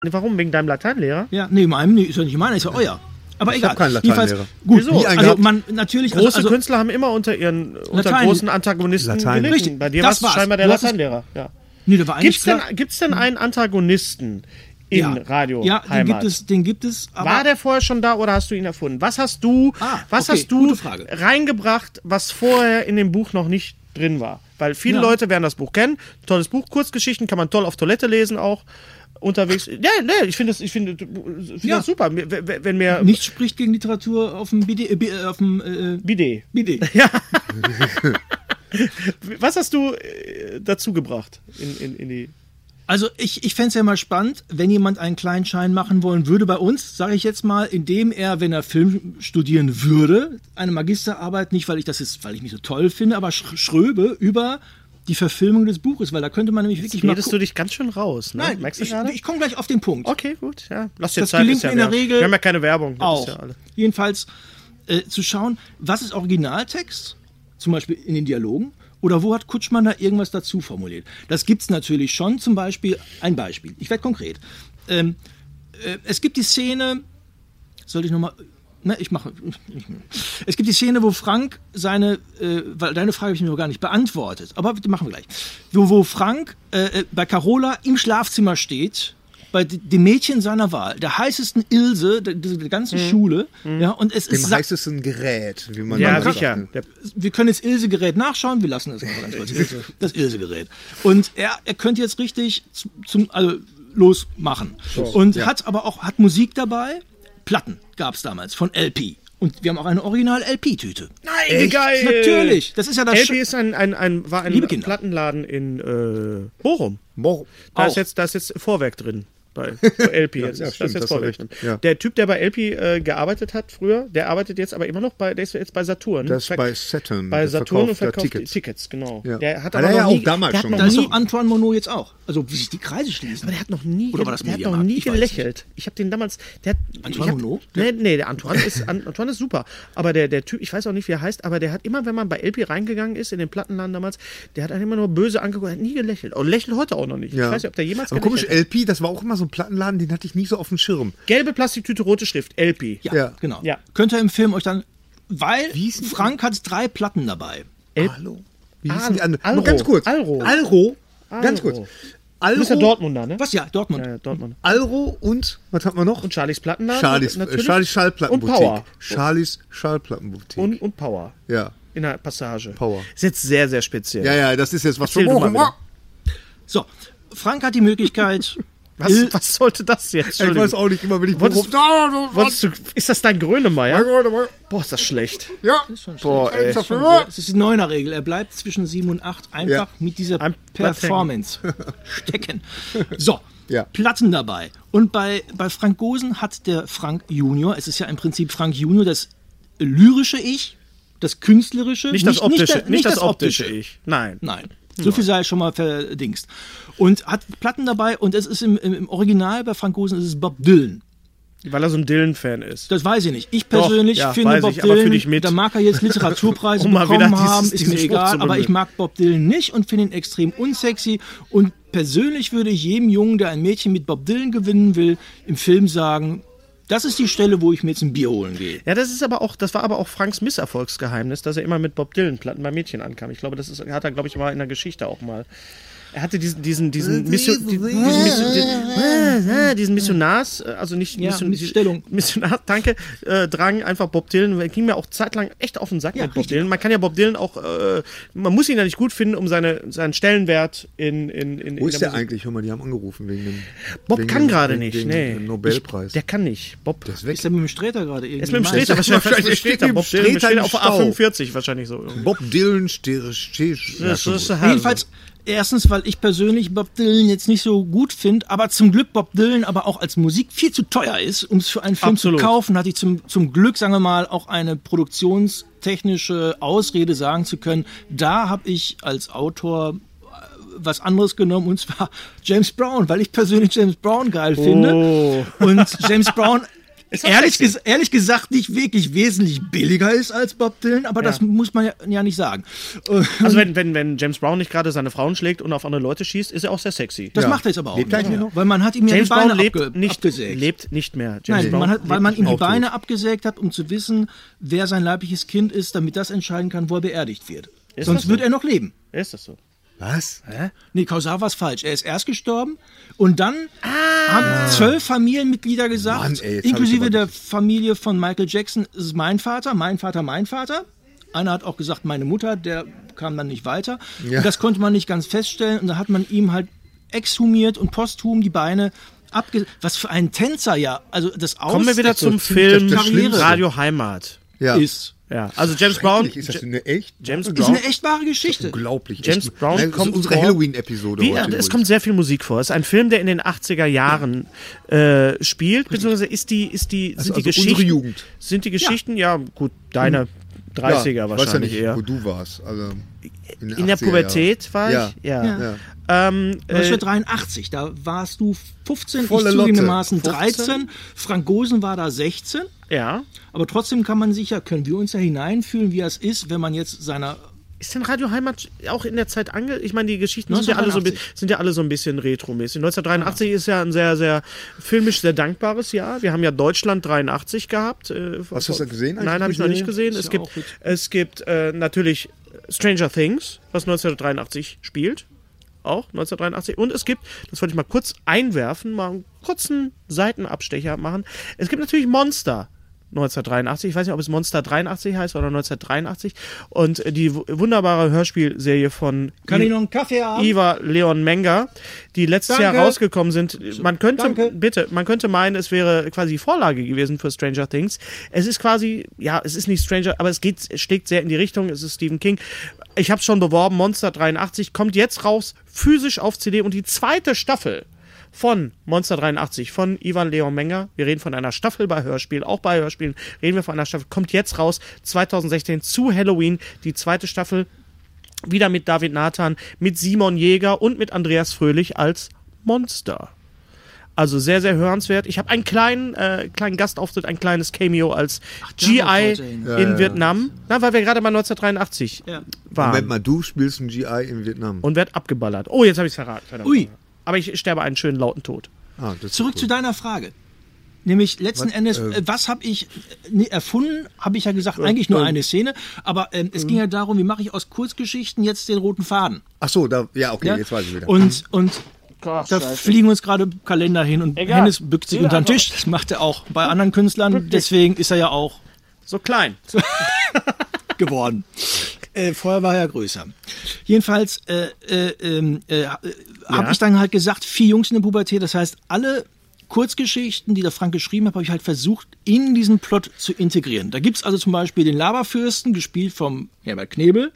Speaker 3: Warum? Wegen deinem Lateinlehrer?
Speaker 4: Ja, nee, meinem nee, ist ja nicht meiner, ist ja euer. Aber
Speaker 1: Ich
Speaker 4: egal.
Speaker 1: hab keinen
Speaker 4: Jedenfalls-
Speaker 1: Lateinlehrer.
Speaker 4: Gut,
Speaker 3: Wieso? Nie
Speaker 1: einen
Speaker 4: also
Speaker 1: gehabt.
Speaker 4: man natürlich
Speaker 3: Große
Speaker 4: also, also,
Speaker 3: Künstler haben immer unter ihren unter
Speaker 4: Latein.
Speaker 3: großen Antagonisten
Speaker 1: Latein.
Speaker 3: gelitten.
Speaker 4: Richtig,
Speaker 3: Bei dir war
Speaker 4: das
Speaker 3: es
Speaker 4: war's.
Speaker 3: scheinbar der
Speaker 4: Du hast es-
Speaker 3: Lateinlehrer. Ja.
Speaker 4: nee, da war eigentlich
Speaker 3: Gibt's denn,
Speaker 4: klar-
Speaker 3: gibt's denn einen Antagonisten in
Speaker 4: ja,
Speaker 3: Radio
Speaker 4: Ja, den
Speaker 3: Heimat?
Speaker 4: gibt es, den gibt es. Aber
Speaker 3: War der vorher schon da oder hast du ihn erfunden? Was hast du,
Speaker 4: Ah,
Speaker 3: was
Speaker 4: okay,
Speaker 3: hast du
Speaker 4: gute Frage.
Speaker 3: reingebracht, was vorher in dem Buch noch nicht drin war? Weil viele
Speaker 4: Ja.
Speaker 3: Leute werden das Buch kennen. Tolles Buch, Kurzgeschichten, kann man toll auf Toilette lesen auch. Unterwegs. Ja, nee, ich finde das, ich finde find
Speaker 4: Ja.
Speaker 3: das super. Mir- w- w- Wenn mir.
Speaker 4: Nichts spricht gegen Literatur auf dem BD, äh, B- äh, auf dem äh,
Speaker 3: Bidet.
Speaker 4: BD.
Speaker 3: Was hast du äh, dazu gebracht in, in, in die.
Speaker 4: Also ich, ich fänd's ja mal spannend, wenn jemand einen kleinen Schein machen wollen würde bei uns, sage ich jetzt mal, indem er, wenn er Film studieren würde, eine Magisterarbeit, nicht weil ich das jetzt, weil ich mich so toll finde, aber sch schröbe über die Verfilmung des Buches, weil da könnte man nämlich wirklich mal.
Speaker 3: Redest
Speaker 4: gu-
Speaker 3: du dich ganz schön raus, ne?
Speaker 4: Nein,
Speaker 3: Merkst du
Speaker 4: ich,
Speaker 3: gerade?
Speaker 4: ich komme gleich auf den Punkt.
Speaker 3: Okay, gut, ja. Lass dir
Speaker 4: Das
Speaker 3: Zeit.
Speaker 4: gelingt
Speaker 3: ist ja
Speaker 4: mir in der
Speaker 3: Werbung.
Speaker 4: Regel
Speaker 3: Wir haben ja keine Werbung. Das
Speaker 4: auch.
Speaker 3: Ist ja alles.
Speaker 4: Jedenfalls äh, zu schauen, was ist Originaltext, zum Beispiel in den Dialogen, oder wo hat Kutschmann da irgendwas dazu formuliert? Das gibt's natürlich schon, zum Beispiel ein Beispiel. Ich werde konkret. Ähm, äh, es gibt die Szene, sollte ich nochmal. Ne, ich mache. Ich, es gibt die Szene, wo Frank seine, äh, weil deine Frage habe ich mir noch gar nicht beantwortet, aber die machen wir gleich. Wo, wo Frank äh, äh, bei Carola im Schlafzimmer steht, bei d- dem Mädchen seiner Wahl, der heißesten Ilse der, der, der ganzen Schule, ja, und es
Speaker 1: Dem
Speaker 4: ist. sa-
Speaker 1: heißesten Gerät, wie man
Speaker 3: Ja,
Speaker 1: immer
Speaker 3: sicher.
Speaker 1: sagt.
Speaker 3: Der
Speaker 4: wir können jetzt Ilse-Gerät nachschauen, wir lassen das mal ganz kurz. Ilse. Das Ilse-Gerät. Und er, er könnte jetzt richtig zum, zum also losmachen. Und hat aber auch hat Musik dabei. Platten gab es damals von LP. Und wir haben auch eine Original-LP-Tüte.
Speaker 3: Nein, wie geil!
Speaker 4: Natürlich, das ist ja das
Speaker 3: LP
Speaker 4: Sch-
Speaker 3: ist ein, ein, ein, war ein
Speaker 4: Liebe Kinder.
Speaker 3: Plattenladen in äh, Bochum.
Speaker 1: Boah.
Speaker 3: Da
Speaker 4: Auch.
Speaker 3: ist, jetzt, da ist jetzt Vorwerk drin. Bei bei LP jetzt.
Speaker 1: ja, stimmt,
Speaker 3: Da ist jetzt
Speaker 1: hast du
Speaker 3: Vorwerk drin.
Speaker 1: recht. Ja.
Speaker 3: Der Typ, der bei LP äh, gearbeitet hat früher, der arbeitet jetzt aber immer noch bei, der ist jetzt bei Saturn.
Speaker 1: Der ist
Speaker 3: Verk-
Speaker 1: bei Saturn.
Speaker 3: Bei
Speaker 1: Der
Speaker 3: Saturn und
Speaker 1: verkauft da
Speaker 3: verkauft Tickets,
Speaker 1: Tickets.
Speaker 3: Tickets genau.
Speaker 1: Ja.
Speaker 3: Der hat
Speaker 1: Hat
Speaker 3: aber
Speaker 1: er ja
Speaker 3: noch nie,
Speaker 1: auch damals
Speaker 3: der hat
Speaker 1: schon Also
Speaker 3: noch
Speaker 4: Da ist
Speaker 3: nie
Speaker 4: doch Antoine Monod jetzt auch. Also wie sich die Kreise schließen.
Speaker 3: Aber der hat noch nie,
Speaker 4: Oder war das
Speaker 3: der hat noch
Speaker 4: Mediamarkt?
Speaker 3: nie
Speaker 4: Ich weiß
Speaker 3: gelächelt. Ich habe den damals. Der hat,
Speaker 4: Antoine
Speaker 3: ich hab,
Speaker 4: Monod?
Speaker 3: Nee, nee, der Antoine ist, An- Antoine ist super. Aber der, der Typ, ich weiß auch nicht, wie er heißt, aber der hat immer, wenn man bei LP reingegangen ist, in den Plattenladen damals, der hat einen immer nur böse angeguckt, hat nie gelächelt. Und lächelt heute auch noch nicht. Ich weiß nicht, ob der jemals
Speaker 1: Aber komisch,
Speaker 3: gelächelt hat.
Speaker 1: LP, das war auch immer so ein Plattenladen, den hatte ich nie so auf dem Schirm.
Speaker 3: Gelbe Plastiktüte, rote Schrift, LP.
Speaker 4: Ja,
Speaker 1: Ja.
Speaker 4: genau.
Speaker 3: Ja.
Speaker 4: Könnt ihr im Film euch dann. Weil
Speaker 1: Wie hießen die?
Speaker 4: Frank hat drei Platten dabei.
Speaker 1: Hallo. Wie hießen die
Speaker 3: Al-
Speaker 1: anderen?
Speaker 3: Alro.
Speaker 1: Noch ganz kurz.
Speaker 3: Alro.
Speaker 1: Alro. Ganz kurz.
Speaker 3: Alro. Du bist ja
Speaker 1: Alro.
Speaker 3: Dortmunder, ne?
Speaker 4: Was ja, Dortmund.
Speaker 3: Ja, ja, Dortmund.
Speaker 1: Alro und, was hat man noch?
Speaker 3: Und Charlies Plattenladen.
Speaker 1: Charlies,
Speaker 3: natürlich.
Speaker 1: äh, Charlies Schallplattenboutique.
Speaker 3: Und Power.
Speaker 1: Charlies Schallplattenboutique.
Speaker 3: Und, und Power.
Speaker 1: ja.
Speaker 3: In der Passage.
Speaker 1: Power.
Speaker 3: Ist jetzt sehr, sehr speziell.
Speaker 1: Ja, ja, das ist jetzt was
Speaker 3: Erzähl du mal wieder.
Speaker 4: So, Frank hat die Möglichkeit. Il-
Speaker 3: Was, was sollte das jetzt?
Speaker 1: Ich weiß auch nicht immer, wenn ich
Speaker 3: Wolltest-
Speaker 1: Was?
Speaker 3: Wolltest du, ist das dein Grönemeyer? Boah, ist das schlecht.
Speaker 1: Ja. Boah, ey.
Speaker 4: Das ist die neuner Regel. Er bleibt zwischen 7 und 8 einfach
Speaker 1: Ja.
Speaker 4: mit dieser
Speaker 3: Am Platz
Speaker 4: Performance stecken. So,
Speaker 1: Ja.
Speaker 4: Platten dabei. Und bei, bei Frank Gosen hat der Frank Junior, es ist ja im Prinzip Frank Junior, das lyrische Ich, das künstlerische,
Speaker 3: Nicht das optische,
Speaker 4: der-
Speaker 3: nicht, das, optische Ich. Nein.
Speaker 4: Nein. So viel sei schon mal verdingst. Und hat Platten dabei und es ist im, im, im Original bei Frank Gosen, es ist Bob Dylan.
Speaker 3: Weil er so ein Dylan-Fan ist.
Speaker 4: Das weiß ich nicht. Ich persönlich
Speaker 3: ja,
Speaker 4: finde
Speaker 3: weiß
Speaker 4: Bob
Speaker 3: ich, aber
Speaker 4: Dylan,
Speaker 3: fühl ich mit.
Speaker 4: da mag er jetzt Literaturpreise
Speaker 3: Um mal wieder
Speaker 4: bekommen
Speaker 3: dieses-
Speaker 4: haben, ist
Speaker 3: diesen
Speaker 4: mir
Speaker 3: Spruch zu
Speaker 4: egal, aber
Speaker 3: bemühen.
Speaker 4: ich mag Bob Dylan nicht und finde ihn extrem unsexy und persönlich würde ich jedem Jungen, der ein Mädchen mit Bob Dylan gewinnen will, im Film sagen, das ist die Stelle, wo ich mir jetzt ein Bier holen gehe.
Speaker 3: Ja, das ist aber auch, das war aber auch Franks Misserfolgsgeheimnis, dass er immer mit Bob Dylan-Platten bei Mädchen ankam. Ich glaube, das ist, hat er, glaube ich, mal in der Geschichte auch mal. Er hatte diesen, diesen, diesen, Missio, diesen, Missio, diesen, diesen Missionars, also nicht
Speaker 4: Ja, Missstellung.
Speaker 3: Missionar, danke, äh, drang einfach Bob Dylan. Er ging mir auch zeitlang echt auf den Sack
Speaker 4: Ja,
Speaker 3: mit Bob
Speaker 4: richtig.
Speaker 3: Dylan. Man kann ja Bob Dylan auch, äh, man muss ihn ja nicht gut finden, um seine, seinen Stellenwert in, in, in,
Speaker 1: Wo
Speaker 3: in
Speaker 1: ist der eigentlich? Hör mal, die haben angerufen wegen dem.
Speaker 3: Bob
Speaker 1: wegen
Speaker 3: kann
Speaker 1: dem-
Speaker 3: gerade
Speaker 1: wegen-
Speaker 3: nicht,
Speaker 1: wegen
Speaker 3: nee.
Speaker 1: Dem Nobelpreis.
Speaker 3: Ich, der kann nicht. Bob
Speaker 1: der ist weg.
Speaker 4: Ist er mit dem Sträter gerade irgendwie?
Speaker 3: Er ist mit dem
Speaker 4: meist?
Speaker 3: Streter, wahrscheinlich,
Speaker 1: Wahrscheinlich
Speaker 3: wahrscheinlich
Speaker 1: steht
Speaker 3: Streter.
Speaker 1: mit dem
Speaker 3: Bob Dylan
Speaker 1: Streter
Speaker 3: steht
Speaker 1: im
Speaker 3: auf
Speaker 1: Stau.
Speaker 3: A45 wahrscheinlich so.
Speaker 1: Bob Dylan steht. steht- Ja, schon gut.
Speaker 4: Also. Jedenfalls, erstens, weil ich persönlich Bob Dylan jetzt nicht so gut finde, aber zum Glück Bob Dylan aber auch als Musik viel zu teuer ist, um es für einen Film
Speaker 3: Absolut.
Speaker 4: zu kaufen, hatte ich zum, zum Glück, sagen wir mal, auch eine produktionstechnische Ausrede sagen zu können. Da habe ich als Autor äh, was anderes genommen und zwar James Brown, weil ich persönlich James Brown geil finde. Und James Brown ehrlich, ges ehrlich gesagt nicht wirklich wesentlich billiger ist als Bob Dylan, aber das muss man ja, ja nicht sagen. Äh,
Speaker 3: Also
Speaker 4: ähm,
Speaker 3: wenn, wenn, wenn James Brown nicht gerade seine Frauen schlägt und auf andere Leute schießt, ist er auch sehr sexy.
Speaker 4: Das macht er jetzt aber auch
Speaker 1: Lebt er
Speaker 4: nicht.
Speaker 1: eigentlich
Speaker 4: Ja.
Speaker 1: noch?
Speaker 4: Weil man hat ihm ja
Speaker 3: James
Speaker 4: die Beine
Speaker 3: Brown lebt
Speaker 4: abge
Speaker 3: nicht,
Speaker 4: abgesägt.
Speaker 3: lebt nicht mehr. James
Speaker 4: Nein,
Speaker 3: Brown
Speaker 4: man hat, weil
Speaker 3: lebt
Speaker 4: man
Speaker 3: nicht
Speaker 4: ihm die
Speaker 3: mehr.
Speaker 4: Beine abgesägt hat, um zu wissen, wer sein leibliches Kind ist, damit das entscheiden kann, wo er beerdigt wird.
Speaker 3: Ist das
Speaker 4: Sonst
Speaker 3: so?
Speaker 4: wird er noch leben.
Speaker 3: Ist das so?
Speaker 1: Was?
Speaker 4: Nee, Kausar war falsch. Er ist erst gestorben und dann
Speaker 3: Ah.
Speaker 4: haben zwölf Familienmitglieder gesagt,
Speaker 1: Mann, ey, jetzt hab ich's
Speaker 4: inklusive
Speaker 1: aber
Speaker 4: der Familie von Michael Jackson, es ist mein Vater, mein Vater, mein Vater. Einer hat auch gesagt, meine Mutter, der kam dann nicht weiter.
Speaker 1: Ja.
Speaker 4: Und das konnte man nicht ganz feststellen und da hat man ihm halt exhumiert und posthum die Beine abge... Was für ein Tänzer, ja. Also das Aus
Speaker 3: Kommen wir wieder
Speaker 1: das ist so
Speaker 3: zum
Speaker 1: ziemlich das-
Speaker 3: Film
Speaker 1: das Schlimmste.
Speaker 3: Radio Heimat.
Speaker 1: Ja.
Speaker 4: ist...
Speaker 3: Ja, also James Brown,
Speaker 1: Ist das eine echt?
Speaker 3: James
Speaker 4: Ist
Speaker 3: Brown,
Speaker 4: eine echt wahre Geschichte.
Speaker 1: Unglaublich.
Speaker 3: James
Speaker 1: echt.
Speaker 3: Brown
Speaker 1: Nein, das
Speaker 3: kommt
Speaker 1: ist unsere
Speaker 3: vor-
Speaker 1: Halloween-Episode
Speaker 3: Wie,
Speaker 1: heute.
Speaker 3: es kommt sehr viel Musik vor. Es ist ein Film, der in den 80er Jahren äh, spielt, beziehungsweise ist die, ist die, sind
Speaker 1: Also-
Speaker 3: die
Speaker 1: also unsere
Speaker 3: Geschichten.
Speaker 1: Jugend. Hm.
Speaker 3: Sind die Geschichten, ja, gut, deine 30er
Speaker 1: ja,
Speaker 3: wahrscheinlich
Speaker 1: Weiß ja nicht,
Speaker 3: eher.
Speaker 1: wo du warst. Also in, den
Speaker 3: In der
Speaker 1: 80er
Speaker 3: Pubertät war ich?
Speaker 1: Ja.
Speaker 3: Ja.
Speaker 1: Ja.
Speaker 3: Ähm, äh,
Speaker 4: 1983, da warst du 15,
Speaker 1: Volle
Speaker 4: ich
Speaker 1: Lotte.
Speaker 4: zugegebenermaßen
Speaker 3: 15.
Speaker 4: 13, Frank Gosen war da 16,
Speaker 3: ja.
Speaker 4: aber trotzdem kann man sich ja, können wir uns ja hineinfühlen, wie es ist, wenn man jetzt seiner,
Speaker 3: Ist denn Radio Heimat auch in der Zeit ange... Ich meine, die Geschichten sind ja, alle so, ein bi-
Speaker 4: 1983.
Speaker 3: sind ja alle so ein bisschen retromäßig. 1983 ist ja ein sehr, sehr filmisch sehr dankbares Jahr. Wir haben ja Deutschland 83 gehabt. äh,
Speaker 1: Hast du das gesehen eigentlich,
Speaker 3: Nein, habe ich
Speaker 1: die
Speaker 3: noch nicht
Speaker 1: Serie?
Speaker 3: gesehen. Es
Speaker 4: ja
Speaker 3: gibt,
Speaker 4: auch gut.
Speaker 3: es gibt äh, natürlich Stranger Things, was 1983 spielt. Auch 1983. Und es gibt, das wollte ich mal kurz einwerfen, mal einen kurzen Seitenabstecher machen. Es gibt natürlich Monster 1983. Ich weiß nicht, ob es Monster 83 heißt oder 1983. Und äh, die w- wunderbare Hörspielserie von
Speaker 4: kann
Speaker 3: I-
Speaker 4: ich noch einen Kaffee haben?
Speaker 3: Iva Leon Menga, die letztes
Speaker 4: Danke.
Speaker 3: Jahr rausgekommen sind. Man könnte,
Speaker 4: Danke.
Speaker 3: bitte, man könnte meinen, es wäre quasi Vorlage gewesen für Stranger Things. Es ist quasi, ja, es ist nicht Stranger, aber es geht, es schlägt sehr in die Richtung. Es ist Stephen King. Ich habe schon beworben, Monster 83 kommt jetzt raus, physisch auf CD und die zweite Staffel von Monster 83 von Ivan Leon Menger. Wir reden von einer Staffel bei Hörspielen, auch bei Hörspielen reden wir von einer Staffel. Kommt jetzt raus, 2016 zu Halloween, die zweite Staffel wieder mit David Nathan, mit Simon Jäger und mit Andreas Fröhlich als Monster. Also sehr, sehr hörenswert. Ich habe einen kleinen, äh, kleinen Gastauftritt, ein kleines Cameo als
Speaker 4: der
Speaker 3: GI
Speaker 4: war heute
Speaker 3: in
Speaker 4: in-
Speaker 3: Vietnam. Na, weil wir gerade bei 1983
Speaker 4: Ja.
Speaker 3: waren.
Speaker 1: Moment mal, du spielst einen GI in Vietnam.
Speaker 3: Ah. Und werd abgeballert. Oh, jetzt habe ich es verraten. Verdammt.
Speaker 4: Ui.
Speaker 3: Aber ich sterbe einen schönen lauten Tod.
Speaker 1: Ah, das ist
Speaker 4: Zurück
Speaker 1: cool.
Speaker 4: zu deiner Frage. Nämlich letzten Endes, äh, was habe ich äh, nee, erfunden? Habe ich ja gesagt, eigentlich nur eine Szene. Aber ähm,
Speaker 1: Mhm.
Speaker 4: es ging ja darum, wie mache ich aus Kurzgeschichten jetzt den roten Faden?
Speaker 1: Ach so, da, ja, okay,
Speaker 4: Ja?
Speaker 1: jetzt weiß ich wieder.
Speaker 4: Und, und
Speaker 3: Ach,
Speaker 4: da fliegen uns gerade Kalender hin und
Speaker 3: Egal.
Speaker 4: Hennes bückt sich
Speaker 3: Jeder
Speaker 4: unter den
Speaker 3: einfach-
Speaker 4: Tisch. Das macht er auch bei anderen Künstlern. Deswegen ist er ja auch
Speaker 3: So klein.
Speaker 4: geworden. Äh, vorher war er ja größer. Jedenfalls äh, äh, ähm, äh, habe ich dann halt gesagt, vier Jungs in der Pubertät. Das heißt, alle Kurzgeschichten, die der Frank geschrieben hat, habe ich halt versucht, in diesen Plot zu integrieren. Da gibt's also zum Beispiel den Laberfürsten, gespielt vom Herbert Knebel.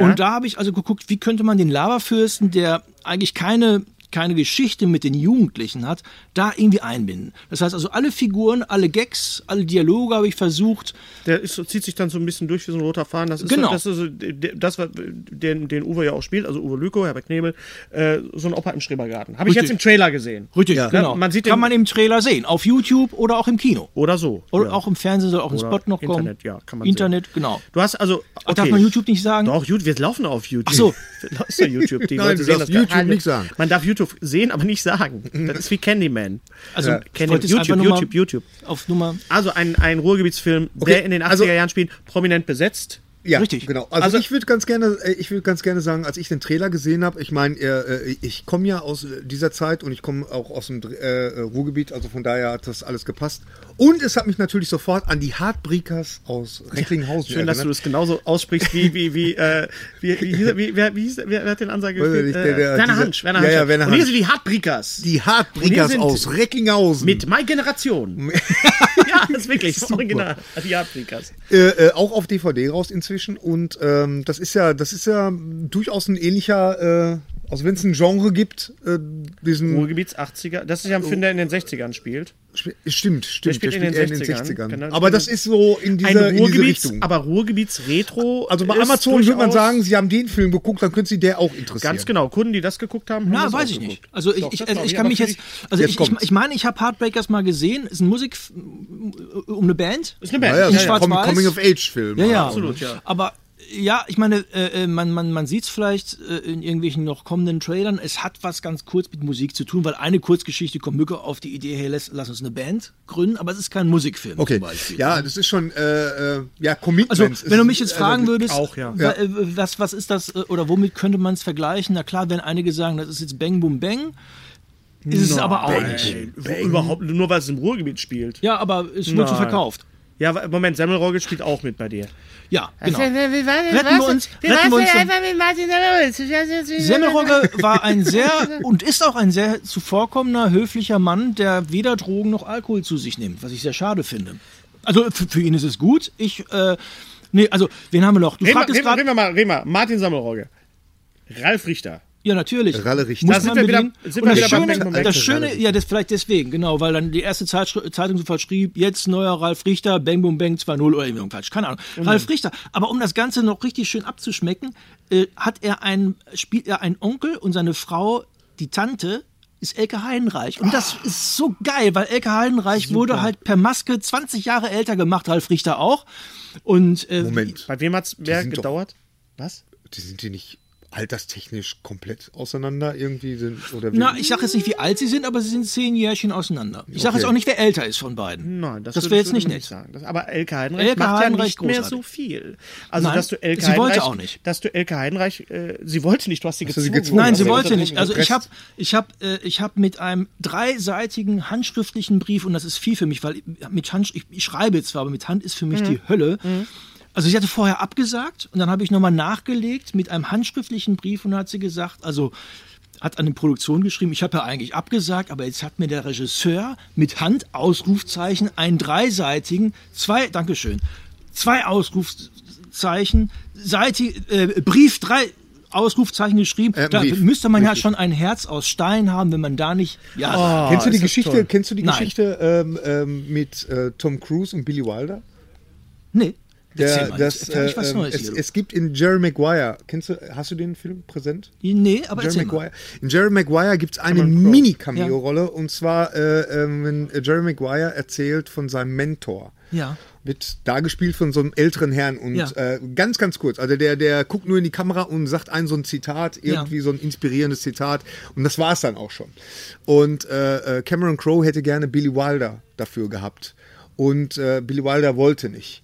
Speaker 4: Und da habe ich also geguckt, wie könnte man den Laberfürsten, der eigentlich keine keine Geschichte mit den Jugendlichen hat, da irgendwie einbinden. Das heißt also, alle Figuren, alle Gags, alle Dialoge habe ich versucht,
Speaker 3: Der ist, so- zieht sich dann so ein bisschen durch wie so ein roter Faden. Das ist
Speaker 4: Genau.
Speaker 3: so, das, ist so, de- das was den, den Uwe ja auch spielt, also Uwe Lüko, Herbert Knebel, äh, so ein Opa im Schrebergarten. Habe ich jetzt
Speaker 4: Richtig.
Speaker 3: im Trailer gesehen.
Speaker 4: Richtig,
Speaker 3: Ja.
Speaker 4: genau.
Speaker 3: Man sieht den-
Speaker 4: Kann man im Trailer sehen, auf YouTube oder auch im Kino.
Speaker 3: Oder so.
Speaker 4: Oder
Speaker 3: ja.
Speaker 4: auch im Fernsehen soll auch ein
Speaker 3: Oder
Speaker 4: Spot noch kommen.
Speaker 3: Internet, ja, kann man
Speaker 4: Internet, genau.
Speaker 3: Du hast also. Okay.
Speaker 4: Darf man YouTube nicht sagen?
Speaker 3: Doch, YouTube, wir laufen auf YouTube.
Speaker 4: Ach so.
Speaker 3: Ist ja YouTube. Die
Speaker 1: Nein,
Speaker 3: Leute
Speaker 1: du
Speaker 3: sehen
Speaker 1: darfst
Speaker 3: das gar-
Speaker 1: YouTube nicht sagen.
Speaker 3: Man darf YouTube sehen, aber nicht sagen. Das ist wie Candyman.
Speaker 4: Also, ich
Speaker 3: Candy
Speaker 4: wollte es
Speaker 3: YouTube,
Speaker 4: einfach nur mal
Speaker 3: YouTube, YouTube.
Speaker 4: auf Nummer.
Speaker 3: Also ein, ein Ruhrgebietsfilm, der in den 80er
Speaker 1: also-
Speaker 3: Jahren spielt, prominent besetzt.
Speaker 1: Ja,
Speaker 4: Richtig.
Speaker 1: Genau. Also,
Speaker 3: Also-
Speaker 1: ich würde ganz gerne, äh, ich würde ganz gerne sagen, als ich den Trailer gesehen habe, ich meine, äh, äh, ich komme ja aus äh, dieser Zeit und ich komme auch aus dem Dr- äh, äh, Ruhrgebiet, also von daher hat das alles gepasst. Und es hat mich natürlich sofort an die Hardbreakers aus Recklinghausen
Speaker 3: Schön, dass du das genauso ausspricht wie, wie, wie, äh, wie, wie, hieß er- wie, wer, wie hieß, der- wer, wer hat den Ansage
Speaker 1: Weiß ich
Speaker 3: gespielt?
Speaker 1: nicht, der- der-
Speaker 3: äh, Werner
Speaker 1: dieser-
Speaker 3: Hansch. Werner
Speaker 1: Ja,
Speaker 3: Hansch.
Speaker 1: ja, Werner
Speaker 3: Und hier
Speaker 1: Hansch.
Speaker 3: sind die Hardbrickers.
Speaker 1: die
Speaker 3: Und wir
Speaker 1: Hardbreakers
Speaker 3: sind
Speaker 1: aus Recklinghausen.
Speaker 3: Mit My Generation. ja, das ist wirklich das original. Also Die Hardbrickers.
Speaker 1: äh, äh, auch auf DVD raus inzwischen und ähm, das ist ja, das ist ja durchaus ein ähnlicher, äh, also wenn es ein Genre gibt, äh, diesen
Speaker 3: Ruhrgebiets 80er. Das ist ja ein Film, der in den 60ern spielt.
Speaker 1: Sp- stimmt, stimmt,
Speaker 3: spielt in den
Speaker 1: eher
Speaker 3: 60ern. Genau,
Speaker 1: Aber das ist so in
Speaker 3: Ein
Speaker 1: dieser, in diese
Speaker 3: Ruhrgebiets,
Speaker 1: Richtung.
Speaker 3: aber Ruhrgebiets-Retro.
Speaker 1: also bei
Speaker 3: ist
Speaker 1: Amazon würde man
Speaker 3: durchaus-
Speaker 1: sagen, sie haben den Film geguckt, dann könnte sie der auch interessieren.
Speaker 3: Ganz genau. Kunden, die das geguckt haben, haben
Speaker 4: Na,
Speaker 3: das
Speaker 4: weiß
Speaker 3: auch
Speaker 4: ich nicht.
Speaker 3: geguckt.
Speaker 4: Also ich,
Speaker 3: Doch,
Speaker 4: ich,
Speaker 3: das
Speaker 4: also
Speaker 3: glaub
Speaker 4: ich
Speaker 3: ich,
Speaker 4: kann
Speaker 3: aber
Speaker 4: mich
Speaker 3: für
Speaker 4: jetzt,
Speaker 3: dich-
Speaker 4: also
Speaker 1: Jetzt
Speaker 4: ich, ich,
Speaker 1: kommt's.
Speaker 4: ich meine, ich habe Heartbreakers mal gesehen. Ist ein Musik um eine Band.
Speaker 3: Ist eine Band.
Speaker 1: Ja,
Speaker 4: In
Speaker 1: ja, so ein Com
Speaker 4: Schwarz-Weiß.
Speaker 1: Coming of Age Film.
Speaker 4: Ja, ja.
Speaker 3: Absolut, ja.
Speaker 4: Aber ja, ich meine, äh, äh, man, man, man sieht es vielleicht äh, in irgendwelchen noch kommenden Trailern. Es hat was ganz kurz mit Musik zu tun, weil eine Kurzgeschichte kommt Mücke auf die Idee, hey, lass, lass uns eine Band gründen, aber es ist kein Musikfilm
Speaker 1: Okay.
Speaker 4: zum Beispiel.
Speaker 1: Ja, das ist schon äh, äh, ja Commitments.
Speaker 4: Also,
Speaker 1: ist-
Speaker 4: wenn du mich jetzt
Speaker 1: äh,
Speaker 4: fragen würdest,
Speaker 3: auch, ja.
Speaker 4: wa- äh, was, was ist das äh, oder womit könnte man es vergleichen? Na klar, wenn einige sagen, das ist jetzt Bang Boom Bang, ist es aber auch
Speaker 1: Äh,
Speaker 4: nicht.
Speaker 3: Nein, Äh, Überhaupt nur, weil es im Ruhrgebiet spielt.
Speaker 4: Ja, aber es wurde
Speaker 3: Nein.
Speaker 4: verkauft.
Speaker 3: Ja, wa- Moment, Semmelrogge spielt auch mit bei dir.
Speaker 4: Ja, genau.
Speaker 6: Nou, Retten wir uns, retten wir uns. mit Martin Semmelrogge.
Speaker 4: Semmelrogge war ein sehr und ist auch ein sehr zuvorkommender, höflicher Mann, der weder Drogen noch Alkohol zu sich nimmt, was ich sehr schade finde. Also für, für ihn ist es gut. Ich, äh, nee, also wen haben wir noch? Du
Speaker 3: Reden wir-
Speaker 4: fragtest
Speaker 3: reden wir- reden
Speaker 4: gerade.
Speaker 3: wir mal, reden wir. Martin Sammelrogge. Ralf Richter.
Speaker 4: Ja, natürlich.
Speaker 1: Ralle Richter.
Speaker 4: Muss
Speaker 3: Da sind
Speaker 4: man
Speaker 3: wir wieder-
Speaker 4: bedienen.
Speaker 3: sind
Speaker 4: und
Speaker 3: wir
Speaker 4: das
Speaker 3: wieder beim Bang Bang Bang.
Speaker 4: Schöne, das Schöne, ja, das vielleicht deswegen, genau, weil dann die erste Zeitschri- Zeitung so verschrieb, jetzt neuer Ralf Richter, Bang Boom Bang 2.0 oder irgendwie falsch, keine Ahnung.
Speaker 3: Genau.
Speaker 4: Ralf Richter. Aber um das Ganze noch richtig schön abzuschmecken, äh, hat er einen, spielt er einen Onkel und seine Frau, die Tante, ist Elke Heidenreich. Und das ist so geil, weil Elke Heidenreich wurde halt per Maske 20 Jahre älter gemacht, Ralf Richter auch. Und äh,
Speaker 1: Moment,
Speaker 3: Bei wem hat's mehr
Speaker 1: sind doch-
Speaker 3: gedauert? Was?
Speaker 1: die sind die nicht alterstechnisch komplett auseinander irgendwie sind oder wie?
Speaker 4: Na, ich sage jetzt nicht, wie alt sie sind, aber sie sind zehn Jährchen auseinander. Ich sage
Speaker 1: Okay.
Speaker 4: jetzt auch nicht, wer älter ist von beiden.
Speaker 3: Nein, das,
Speaker 4: Das
Speaker 3: würde-
Speaker 4: wäre
Speaker 3: das
Speaker 4: jetzt
Speaker 3: würde
Speaker 4: nicht
Speaker 3: man sagen.
Speaker 4: nett.
Speaker 3: Das, aber Elke Heidenreich
Speaker 4: Elke
Speaker 3: macht ja
Speaker 4: Heidenreich
Speaker 3: nicht mehr
Speaker 4: großartig.
Speaker 3: so viel. Also,
Speaker 4: Nein,
Speaker 3: dass du Elke
Speaker 4: sie wollte
Speaker 3: Heidenreich,
Speaker 4: auch nicht.
Speaker 3: Dass du Elke Heidenreich, äh, sie wollte nicht, du hast sie
Speaker 1: du sie
Speaker 3: gezwungen.
Speaker 1: gezwungen?
Speaker 4: Nein, sie
Speaker 1: Also,
Speaker 4: wollte
Speaker 1: also,
Speaker 4: nicht. Also ich
Speaker 1: gepresst.
Speaker 4: habe ich hab, äh, ich hab mit einem dreiseitigen handschriftlichen Brief, und das ist viel für mich, weil ich- mit Hand, ich, ich schreibe zwar, aber mit Hand ist für mich die Hölle. Also sie hatte vorher abgesagt und dann habe ich nochmal nachgelegt mit einem handschriftlichen Brief und hat sie gesagt, also hat an die Produktion geschrieben, ich habe ja eigentlich abgesagt, aber jetzt hat mir der Regisseur mit Hand Ausrufzeichen einen dreiseitigen, zwei, Dankeschön, zwei Ausrufzeichen, Seite, äh, Brief, drei Ausrufzeichen geschrieben.
Speaker 1: Äh,
Speaker 4: da
Speaker 1: Brief.
Speaker 4: müsste man ja schon ein Herz aus Stein haben, wenn man da nicht. Ja,
Speaker 1: Kennst du die
Speaker 3: Ah, ist das
Speaker 1: Geschichte?
Speaker 3: toll.
Speaker 1: Kennst du die
Speaker 4: Nein.
Speaker 1: Geschichte ähm, ähm, mit äh, Tom Cruise und Billy Wilder?
Speaker 4: nee.
Speaker 1: Der,
Speaker 4: Erzähl mal,
Speaker 1: das,
Speaker 4: jetzt erfahre
Speaker 1: äh,
Speaker 4: ich was
Speaker 1: ähm,
Speaker 4: Neues
Speaker 1: es,
Speaker 4: hier, du.
Speaker 1: es gibt in Jerry Maguire, kennst du, hast du den Film präsent?
Speaker 4: Nee, aber
Speaker 1: Jerry
Speaker 4: erzähl mal.
Speaker 1: Maguire. In Jerry Maguire gibt es eine Mini-Cameo-Rolle und zwar, äh, ähm, wenn äh, Jerry Maguire erzählt von seinem Mentor.
Speaker 4: Ja.
Speaker 1: Wird da gespielt von so einem älteren Herrn und
Speaker 4: Ja.
Speaker 1: äh, ganz, ganz kurz. Also der, der guckt nur in die Kamera und sagt ein so ein Zitat, irgendwie so ein inspirierendes Zitat. Und das war es dann auch schon. Und äh, äh, Cameron Crowe hätte gerne Billy Wilder dafür gehabt. Und äh, Billy Wilder wollte nicht.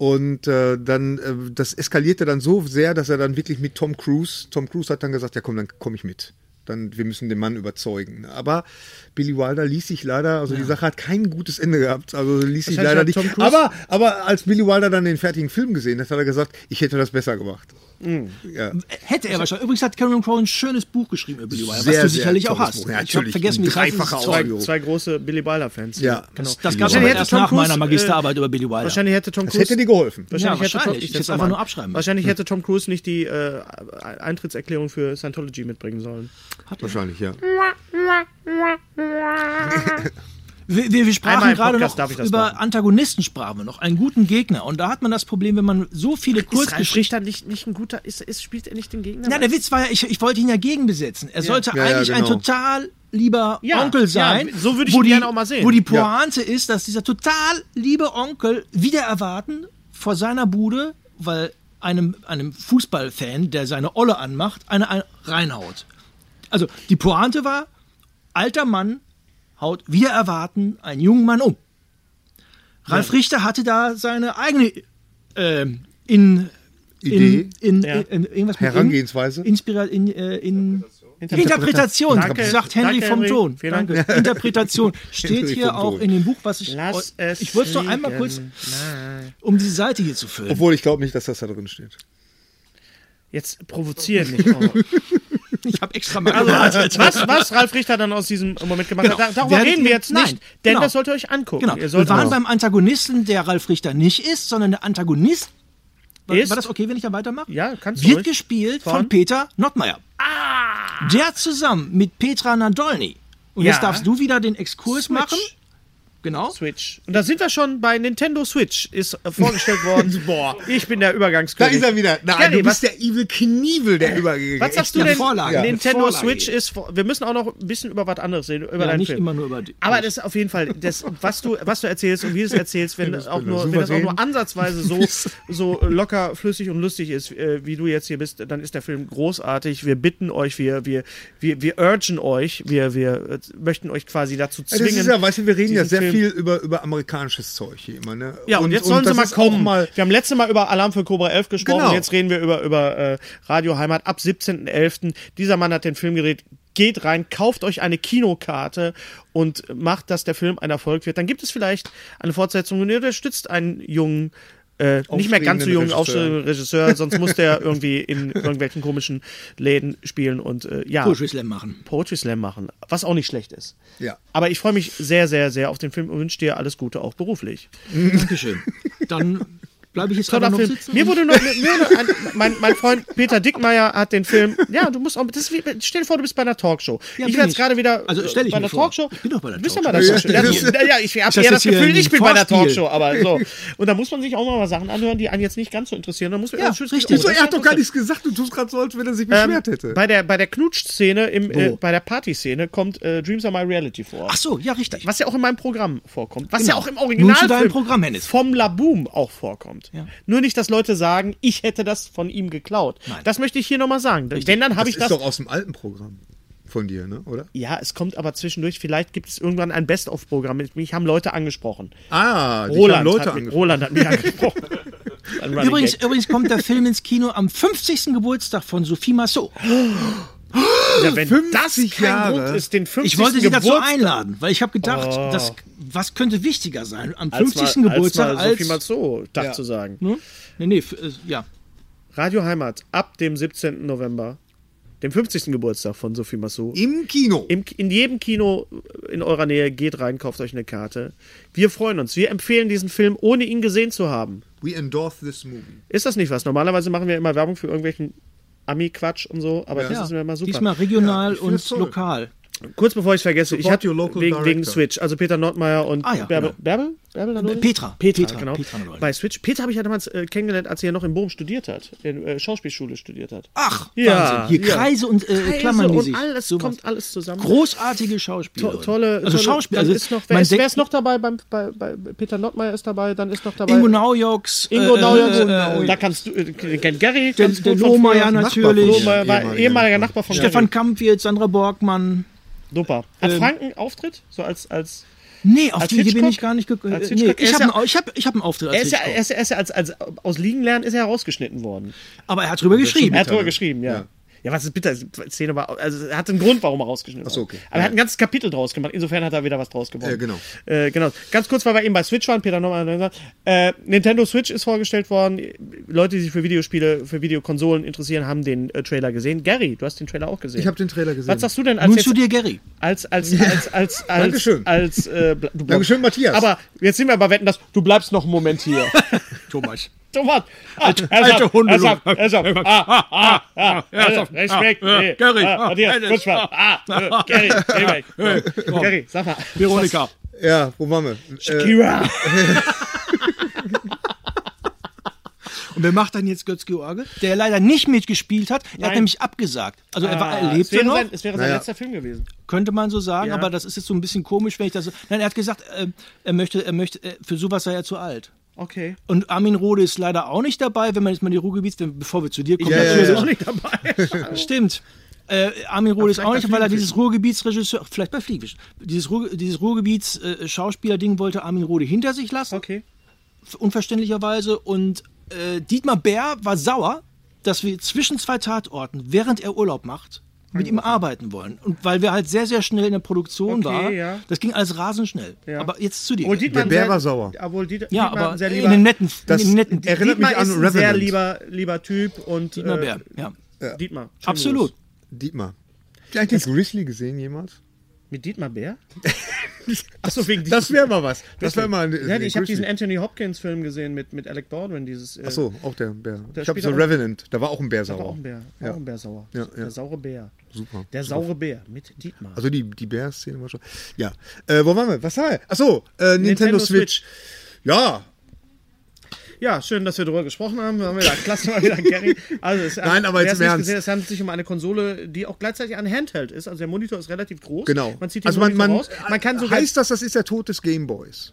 Speaker 1: Und äh, dann, äh, das eskalierte dann so sehr, dass er dann wirklich mit Tom Cruise, Tom Cruise hat dann gesagt, ja komm, dann komme ich mit. Dann, wir müssen den Mann überzeugen. Aber Billy Wilder ließ sich leider, also die Sache hat kein gutes Ende gehabt, also ließ sich
Speaker 3: heißt,
Speaker 1: leider
Speaker 3: hat
Speaker 1: nicht.
Speaker 3: Tom Cruise-
Speaker 1: Aber, aber als Billy Wilder dann den fertigen Film gesehen hat, hat er gesagt, ich hätte das besser gemacht. Ja.
Speaker 4: Hätte er wahrscheinlich. Übrigens hat Cameron Crowe ein schönes Buch geschrieben über Billy Wilder, was
Speaker 1: Sehr, sehr
Speaker 4: du sicherlich auch
Speaker 1: tolles
Speaker 4: hast.
Speaker 1: Buch. Ja,
Speaker 4: ich habe
Speaker 1: natürlich.
Speaker 4: vergessen, wie es heißt.
Speaker 1: Dreifacher
Speaker 4: Das ist
Speaker 1: Autor.
Speaker 4: toll.
Speaker 3: Zwei,
Speaker 1: Audio.
Speaker 3: zwei große Billy Wilder-Fans.
Speaker 1: Ja.
Speaker 3: genau.
Speaker 4: Das gab es
Speaker 3: Wahrscheinlich hätte
Speaker 4: erst
Speaker 3: Tom
Speaker 4: nach
Speaker 3: Cruise,
Speaker 4: meiner Magisterarbeit über Billy Wilder.
Speaker 3: Wahrscheinlich hätte Tom
Speaker 1: Das
Speaker 3: Cruise.
Speaker 1: hätte dir geholfen.
Speaker 3: Wahrscheinlich,
Speaker 4: Ja,
Speaker 3: hätte Tom,
Speaker 4: wahrscheinlich.
Speaker 3: ich
Speaker 4: Ich hätte
Speaker 3: setze
Speaker 4: einfach
Speaker 3: mal
Speaker 4: nur
Speaker 3: an.
Speaker 4: abschreiben müssen. Hm.
Speaker 3: Wahrscheinlich hätte Tom Cruise nicht die äh, Eintrittserklärung für Scientology mitbringen sollen.
Speaker 1: Wahrscheinlich, ja.
Speaker 4: Wir, wir, wir
Speaker 3: Einmal
Speaker 4: sprachen
Speaker 3: im
Speaker 4: gerade
Speaker 3: Podcast
Speaker 4: noch
Speaker 3: darf ich das
Speaker 4: über
Speaker 3: machen.
Speaker 4: Antagonisten sprachen wir noch, einen guten Gegner. Und da hat man das Problem, wenn man so viele
Speaker 3: Ist Ralf
Speaker 4: Kurzgeschichten...
Speaker 3: Richter nicht, nicht ein guter, ist, ist, spielt er nicht den Gegner?
Speaker 4: Na, der Witz war ja, ich, ich wollte ihn ja gegenbesetzen. Er sollte
Speaker 1: Ja, ja,
Speaker 4: eigentlich
Speaker 1: genau.
Speaker 4: ein total lieber
Speaker 3: Ja, ja,
Speaker 4: Onkel sein.
Speaker 3: so würde ich
Speaker 4: wo
Speaker 3: ihn
Speaker 4: die-
Speaker 3: gerne auch mal sehen.
Speaker 4: Wo die Pointe ist, dass dieser total liebe Onkel wieder erwarten vor seiner Bude, weil einem, einem Fußballfan, der seine Olle anmacht, eine ein reinhaut. Also, die Pointe war, alter Mann haut, wir erwarten, einen jungen Mann um. Ralf Richter hatte da seine eigene ähm, in,
Speaker 1: Idee?
Speaker 4: in, in,
Speaker 3: Ja.
Speaker 4: in, irgendwas mit
Speaker 1: Herangehensweise?
Speaker 4: In, Inspira in, äh, in
Speaker 3: Interpretation.
Speaker 4: Interpretation,
Speaker 3: Danke.
Speaker 4: sagt Henry
Speaker 3: Danke,
Speaker 4: vom
Speaker 3: Henry.
Speaker 4: Ton.
Speaker 3: Vielen
Speaker 4: Danke. Interpretation steht
Speaker 1: Henry
Speaker 4: hier
Speaker 1: vom
Speaker 4: auch
Speaker 1: Ton.
Speaker 4: in dem Buch, was ich.
Speaker 3: Lass es
Speaker 4: ich wollte es noch einmal
Speaker 3: liegen.
Speaker 4: kurz, um die Seite hier zu füllen.
Speaker 1: Obwohl ich glaube nicht, dass das da drin steht.
Speaker 3: Jetzt provozieren mich. auch.
Speaker 4: Ich habe extra mal
Speaker 3: Also,
Speaker 4: gewartet.
Speaker 3: was, was Ralf Richter dann aus diesem Moment gemacht
Speaker 4: Genau.
Speaker 3: hat, da- darüber
Speaker 4: Werdet
Speaker 3: reden wir
Speaker 4: ihr-
Speaker 3: jetzt
Speaker 4: Nein.
Speaker 3: nicht, denn
Speaker 4: Genau.
Speaker 3: das sollt ihr euch angucken.
Speaker 4: Genau.
Speaker 3: Ihr
Speaker 4: Wir waren
Speaker 3: sollt auch-
Speaker 4: beim Antagonisten, der Ralf Richter nicht ist, sondern der Antagonist. War,
Speaker 3: Ist-
Speaker 4: war das okay, wenn ich da weitermache?
Speaker 3: Ja, kannst du
Speaker 4: Wird
Speaker 3: ruhig.
Speaker 4: gespielt von,
Speaker 3: Von?
Speaker 4: Peter Nottmeier. Der zusammen mit Petra Nadolny. Und
Speaker 3: Ja.
Speaker 4: jetzt darfst du wieder den Exkurs
Speaker 3: Switch.
Speaker 4: machen. Genau.
Speaker 3: Switch. Und da sind wir schon bei Nintendo Switch, ist äh, vorgestellt worden.
Speaker 1: Boah.
Speaker 3: Ich bin der
Speaker 1: Da
Speaker 3: Übergangskönig.
Speaker 1: ist er wieder. Nein,
Speaker 3: Gary,
Speaker 1: du bist
Speaker 3: was- Äh,
Speaker 1: der Evil Knievel, der übergegangen
Speaker 3: Was sagst du
Speaker 4: Eine
Speaker 3: denn?
Speaker 4: Vorlage. Ja.
Speaker 3: Nintendo
Speaker 4: Eine Vorlage.
Speaker 3: Switch ist. vor- Wir müssen auch noch ein bisschen über was anderes reden, über
Speaker 4: Ja,
Speaker 3: deinen
Speaker 4: nicht
Speaker 3: Film.
Speaker 4: immer nur über die-
Speaker 3: Aber das ist auf jeden Fall, das, was, du, was du erzählst und wie du es erzählst, wenn das auch nur, wenn das auch nur
Speaker 1: souverän.
Speaker 3: ansatzweise so, so locker, flüssig und lustig ist, äh, wie du jetzt hier bist, dann ist der Film großartig. Wir bitten euch, wir, wir, wir, wir urgen euch, wir, wir äh, möchten euch quasi dazu
Speaker 1: Ja,
Speaker 3: zwingen.
Speaker 1: das ist ja, weißt du, wir reden ja
Speaker 3: diesen
Speaker 1: sehr
Speaker 3: Film-
Speaker 1: viel über, über amerikanisches Zeug hier immer, ne?
Speaker 3: Ja, und, jetzt sollen sie
Speaker 1: das
Speaker 3: mal
Speaker 1: ist auch
Speaker 3: kommen.
Speaker 1: mal-
Speaker 3: wir haben letzte Mal über Alarm für Cobra 11 gesprochen,
Speaker 1: Genau.
Speaker 3: jetzt reden wir über, über äh, Radio Heimat ab 17.11. Dieser Mann hat den Film gedreht. Geht rein, kauft euch eine Kinokarte und macht, dass der Film ein Erfolg wird. Dann gibt es vielleicht eine Fortsetzung und ihr unterstützt einen jungen, äh, nicht mehr ganz so jungen
Speaker 1: Regisseur.
Speaker 3: aufstrebenden Regisseur, sonst muss der irgendwie in irgendwelchen komischen Läden spielen und äh, ja.
Speaker 4: Poetry Slam machen.
Speaker 3: Poetry Slam machen, was auch nicht schlecht ist.
Speaker 1: Ja.
Speaker 3: Aber ich freue mich sehr, sehr, sehr auf den Film und wünsche dir alles Gute auch beruflich.
Speaker 4: Dankeschön. Dann bleibe ich jetzt
Speaker 3: Toller
Speaker 4: einfach noch
Speaker 3: Film.
Speaker 4: sitzen.
Speaker 3: Mir wurde noch, mir wurde ein, mein, mein Freund Peter Dickmeier hat den Film. Ja, du musst auch. Das ist wie, stell dir vor, du bist bei einer Talkshow.
Speaker 4: Ja,
Speaker 3: ich
Speaker 4: bin
Speaker 3: war jetzt
Speaker 4: ich.
Speaker 3: gerade wieder
Speaker 4: Also, stell dich
Speaker 3: bei
Speaker 4: mir
Speaker 3: einer
Speaker 4: vor.
Speaker 3: Talkshow.
Speaker 4: Ich bin doch bei einer
Speaker 3: Du bist ja
Speaker 4: Talkshow.
Speaker 3: bei der Talkshow. Ja, ja, ich
Speaker 4: Ist
Speaker 3: habe
Speaker 4: das
Speaker 3: eher das
Speaker 4: jetzt hier
Speaker 3: Gefühl, ich
Speaker 4: ein
Speaker 3: bin bei der
Speaker 4: Vorspiel?
Speaker 3: Talkshow. Aber so. Und da muss man sich auch mal Sachen anhören, die einen jetzt nicht ganz so interessieren. Da muss man
Speaker 4: Ja,
Speaker 3: schön-
Speaker 4: richtig.
Speaker 3: das
Speaker 1: Wieso? Er
Speaker 3: ist Ähm,
Speaker 1: hat doch gar
Speaker 3: interessant.
Speaker 1: nichts gesagt. Du tust gerade so, als wenn er sich beschwert hätte.
Speaker 3: Bei der, bei der Knutsch-Szene, im, äh,
Speaker 4: Wo?
Speaker 3: bei der Party-Szene kommt äh, Dreams Are My Reality vor.
Speaker 4: Ach so, ja, richtig.
Speaker 3: Was ja auch in meinem Programm vorkommt. Was
Speaker 4: Genau.
Speaker 3: ja auch im
Speaker 4: Nun zu
Speaker 3: Original
Speaker 4: deinem Programm, Hennes.
Speaker 3: vom Laboom auch vorkommt.
Speaker 4: Ja.
Speaker 3: Nur nicht, dass Leute sagen, ich hätte das von ihm geklaut.
Speaker 4: Nein.
Speaker 3: Das möchte ich hier nochmal sagen. Denn dann habe ich
Speaker 1: ist
Speaker 3: das.
Speaker 1: doch aus dem alten Programm von dir, ne? Oder?
Speaker 3: ja, es kommt aber zwischendurch. Vielleicht gibt es irgendwann ein Best-of-Programm. Mich haben Leute angesprochen.
Speaker 1: Ah, die haben
Speaker 3: Roland,
Speaker 1: Leute
Speaker 3: hat mich,
Speaker 1: angefangen.
Speaker 3: Roland hat mich angesprochen. Ein Running
Speaker 4: Übrigens,
Speaker 3: Gag.
Speaker 4: übrigens kommt der Film ins Kino am 50. Geburtstag von Sophie Massot.
Speaker 3: ja, wenn das
Speaker 1: 50
Speaker 3: kein
Speaker 1: Jahre.
Speaker 3: Grund ist, den 50.
Speaker 4: Ich wollte sie dazu
Speaker 3: Geburtstag Oh.
Speaker 4: einladen, weil ich habe gedacht, das, was könnte wichtiger sein am
Speaker 3: als
Speaker 4: 50.
Speaker 3: mal,
Speaker 4: Geburtstag
Speaker 3: als mal
Speaker 4: als...
Speaker 3: Sophie Mazzo, Tag zu sagen.
Speaker 4: ne? Nee, nee, f- äh, ja.
Speaker 3: Radio Heimat ab dem 17. November, dem 50. Geburtstag von Sophie Massot.
Speaker 1: Im Kino.
Speaker 3: Im, in jedem Kino in eurer Nähe geht rein, kauft euch eine Karte. Wir freuen uns. Wir empfehlen diesen Film, ohne ihn gesehen zu haben.
Speaker 1: We endorse this movie.
Speaker 3: Ist das nicht was? Normalerweise machen wir immer Werbung für irgendwelchen Ami-Quatsch und so, aber das
Speaker 4: ja.
Speaker 3: ist mir immer super.
Speaker 4: Diesmal regional
Speaker 1: ich find's
Speaker 4: und
Speaker 1: toll.
Speaker 4: lokal.
Speaker 3: Kurz bevor ich es vergesse, ich
Speaker 1: Support
Speaker 3: hatte
Speaker 1: your local
Speaker 3: wegen, wegen
Speaker 1: director.
Speaker 3: Switch, also Peter Nordmeier und
Speaker 4: Ah ja,
Speaker 3: Bärbel,
Speaker 4: genau.
Speaker 3: Bärbel? Bärbel Nadolny?
Speaker 4: Petra.
Speaker 3: Petra,
Speaker 4: Petra,
Speaker 3: genau.
Speaker 4: Petra Nadolny.
Speaker 3: Bei Switch. Peter habe ich ja damals äh, kennengelernt, als er noch in Bochum studiert hat, in äh, Schauspielschule studiert hat.
Speaker 4: Ach,
Speaker 3: Ja,
Speaker 4: Wahnsinn. Hier
Speaker 3: ja.
Speaker 4: Kreise und äh, Klammern die
Speaker 3: und
Speaker 4: sich.
Speaker 3: alles
Speaker 4: Sowas.
Speaker 3: kommt alles zusammen.
Speaker 4: Großartige Schauspieler.
Speaker 3: To tolle,
Speaker 4: also
Speaker 3: tolle,
Speaker 4: Schauspieler.
Speaker 3: dann
Speaker 4: Also
Speaker 3: ist noch, wer,
Speaker 4: man
Speaker 3: ist, wer
Speaker 4: denkt-
Speaker 3: ist noch dabei? Beim, bei, bei Peter Nottmeier ist dabei, dann ist noch dabei.
Speaker 4: Ingo Naujoks.
Speaker 3: Ingo
Speaker 4: äh,
Speaker 3: Naujoks.
Speaker 4: äh, äh,
Speaker 3: da kannst du, äh, den kennt Gary,
Speaker 4: der,
Speaker 3: ganz
Speaker 4: der
Speaker 3: gut von
Speaker 4: Lohmeier
Speaker 3: früher.
Speaker 4: natürlich.
Speaker 3: Lohmeier war eh ehemaliger,
Speaker 1: Ehemaliger
Speaker 4: genau.
Speaker 3: Nachbar von
Speaker 4: Stefan Ähm,
Speaker 3: Gary.
Speaker 4: Kamp wird, Sandra Borgmann.
Speaker 3: Super. Hat Frank einen Auftritt? So als, als,
Speaker 4: Nee, auf
Speaker 3: Als
Speaker 4: die Idee bin
Speaker 3: Hitchcock?
Speaker 4: ich gar nicht gekommen.
Speaker 3: Als
Speaker 4: Nee,
Speaker 3: Hitchcock? Er
Speaker 4: ich
Speaker 3: ist
Speaker 4: habe
Speaker 3: ja-
Speaker 4: einen, Au- ich hab, ich hab einen Auftritt
Speaker 3: er
Speaker 4: als
Speaker 3: ist ja,
Speaker 4: Hitchcock.
Speaker 3: er ist, er ist ja als, als, aus Liegen lernen ist er herausgeschnitten worden.
Speaker 4: Aber er hat drüber geschrieben.
Speaker 3: Er hat drüber geschrieben, ja. ja. was ist bitter? Die Szene war, also er hat einen Grund, warum er rausgeschnitten
Speaker 1: Ach so, okay.
Speaker 3: wurde. Aber er hat ein ganzes Kapitel draus gemacht. Insofern hat er wieder was draus gewonnen.
Speaker 1: Ja, genau.
Speaker 3: Äh, genau. Ganz kurz, weil wir eben bei Switch waren, Peter nochmal. Äh, Nintendo Switch ist vorgestellt worden. Leute, die sich für Videospiele, für Videokonsolen interessieren, haben den äh, Trailer gesehen. Gary, du hast den Trailer auch gesehen.
Speaker 1: Ich habe den Trailer gesehen.
Speaker 3: Was sagst du denn als
Speaker 4: Nun
Speaker 3: jetzt,
Speaker 4: zu dir, Gary.
Speaker 3: als als als als als
Speaker 1: Dankeschön.
Speaker 3: als äh, ble- du bleibst-
Speaker 1: Dankeschön, Matthias.
Speaker 3: Aber jetzt sind wir bei Wetten, dass du bleibst noch einen Moment hier.
Speaker 4: Thomas.
Speaker 3: Thomas. Alte,
Speaker 4: alte Hunde,
Speaker 3: Er sagt,
Speaker 4: du.
Speaker 3: er sagt, ah, ah, ah, ah, Respekt.
Speaker 4: ah,
Speaker 3: nee,
Speaker 4: Gary,
Speaker 3: ah,
Speaker 4: ah,
Speaker 3: Matthias,
Speaker 4: Dennis,
Speaker 3: kurz mal. Ah, äh, Gary, geh weg. So, Gary, sag mal.
Speaker 1: Äh,
Speaker 4: Veronika.
Speaker 1: Ja, wo waren wir? Äh,
Speaker 3: Kira.
Speaker 4: Und wer macht dann jetzt Götz-George? Der leider nicht mitgespielt hat. Er hat
Speaker 3: Nein.
Speaker 4: nämlich abgesagt. Also er, war, er
Speaker 3: Ah, es wäre
Speaker 4: lebte noch,
Speaker 3: sein, es wäre sein
Speaker 1: Naja.
Speaker 3: letzter Film gewesen.
Speaker 4: könnte man so sagen.
Speaker 3: Ja.
Speaker 4: Aber das ist jetzt so ein bisschen komisch, wenn ich das so... Nein, er hat gesagt, ähm, er möchte, er möchte, äh, für sowas sei er zu alt.
Speaker 3: Okay.
Speaker 4: Und Armin Rohde ist leider auch nicht dabei, wenn man jetzt mal die Ruhrgebiets, wenn- bevor wir zu dir kommen,
Speaker 1: Ja, ja,
Speaker 4: natürlich.
Speaker 1: ja.
Speaker 3: nicht dabei.
Speaker 4: Stimmt. Äh, Armin Rohde ist
Speaker 7: vielleicht
Speaker 4: auch
Speaker 7: bei
Speaker 4: nicht, weil er
Speaker 7: Fliegenfisch.
Speaker 4: dieses Ruhrgebietsregisseur, vielleicht bei Fliegenfisch, dieses, Ruhr, dieses Ruhrgebiets-Schauspieler-Ding wollte Armin Rohde hinter sich lassen,
Speaker 7: Okay.
Speaker 4: unverständlicherweise. Und äh, Dietmar Bär war sauer, dass wir zwischen zwei Tatorten, während er Urlaub macht, mit ihm arbeiten wollen. Und weil wir halt sehr, sehr schnell in der Produktion
Speaker 3: Mhm. Okay,
Speaker 4: waren.
Speaker 3: ja.
Speaker 4: Das ging alles rasend schnell.
Speaker 3: Ja.
Speaker 4: Aber jetzt zu dir.
Speaker 3: Obwohl Dietmar
Speaker 1: Der Bär
Speaker 3: sehr-
Speaker 1: war sauer.
Speaker 3: Obwohl Dietmar,
Speaker 4: ja,
Speaker 3: Dietmar
Speaker 4: aber
Speaker 3: ein sehr
Speaker 4: in
Speaker 3: lieber, äh,
Speaker 4: einem netten,
Speaker 1: Das-
Speaker 4: in einem netten
Speaker 1: er- Erinnert
Speaker 3: Dietmar
Speaker 1: mich an
Speaker 3: ist ein sehr
Speaker 1: Revenant.
Speaker 3: lieber, lieber Typ und
Speaker 4: Dietmar
Speaker 3: äh,
Speaker 4: Bär. Ja.
Speaker 3: Dietmar. schön
Speaker 4: Absolut.
Speaker 3: groß.
Speaker 1: Dietmar. Habt ihr eigentlich den Grizzly gesehen jemals?
Speaker 3: Mit Dietmar Bär? Achso, wegen
Speaker 1: Das wäre mal was. Das
Speaker 3: Grizzly.
Speaker 1: wäre mal ein.
Speaker 3: Ja, ich habe diesen
Speaker 1: Grizzly.
Speaker 3: Anthony Hopkins Film gesehen mit, mit Alec Baldwin, dieses äh,
Speaker 1: Ach so, auch der Bär.
Speaker 3: Da
Speaker 1: ich habe
Speaker 3: spielt
Speaker 1: so
Speaker 3: auch-
Speaker 1: Revenant. Da war auch ein Bär
Speaker 3: war
Speaker 1: sauer.
Speaker 3: auch ein Bär, auch
Speaker 1: Ja.
Speaker 3: ein Bär sauer.
Speaker 1: Ja, ja.
Speaker 3: Der saure Bär.
Speaker 1: Super.
Speaker 3: Der saure Bär mit Dietmar.
Speaker 1: Also die, die Bär-Szene war schon. Ja. Äh, wo waren wir? Was war? Achso, äh, Nintendo,
Speaker 3: Nintendo
Speaker 1: Switch. Ja.
Speaker 3: ja, schön, dass wir darüber gesprochen haben. Wir haben wieder klasse mal wieder Gary. Also es,
Speaker 1: Nein, aber
Speaker 3: wer
Speaker 1: jetzt
Speaker 3: es
Speaker 1: im
Speaker 3: nicht
Speaker 1: Ernst.
Speaker 3: Gesehen, hat, es handelt sich um eine Konsole, die auch gleichzeitig ein Handheld ist. Also der Monitor ist relativ groß.
Speaker 1: Genau.
Speaker 3: Man zieht den
Speaker 1: also man, man,
Speaker 3: Monitor raus. Man kann sogar
Speaker 1: heißt das, das ist der Tod des Gameboys.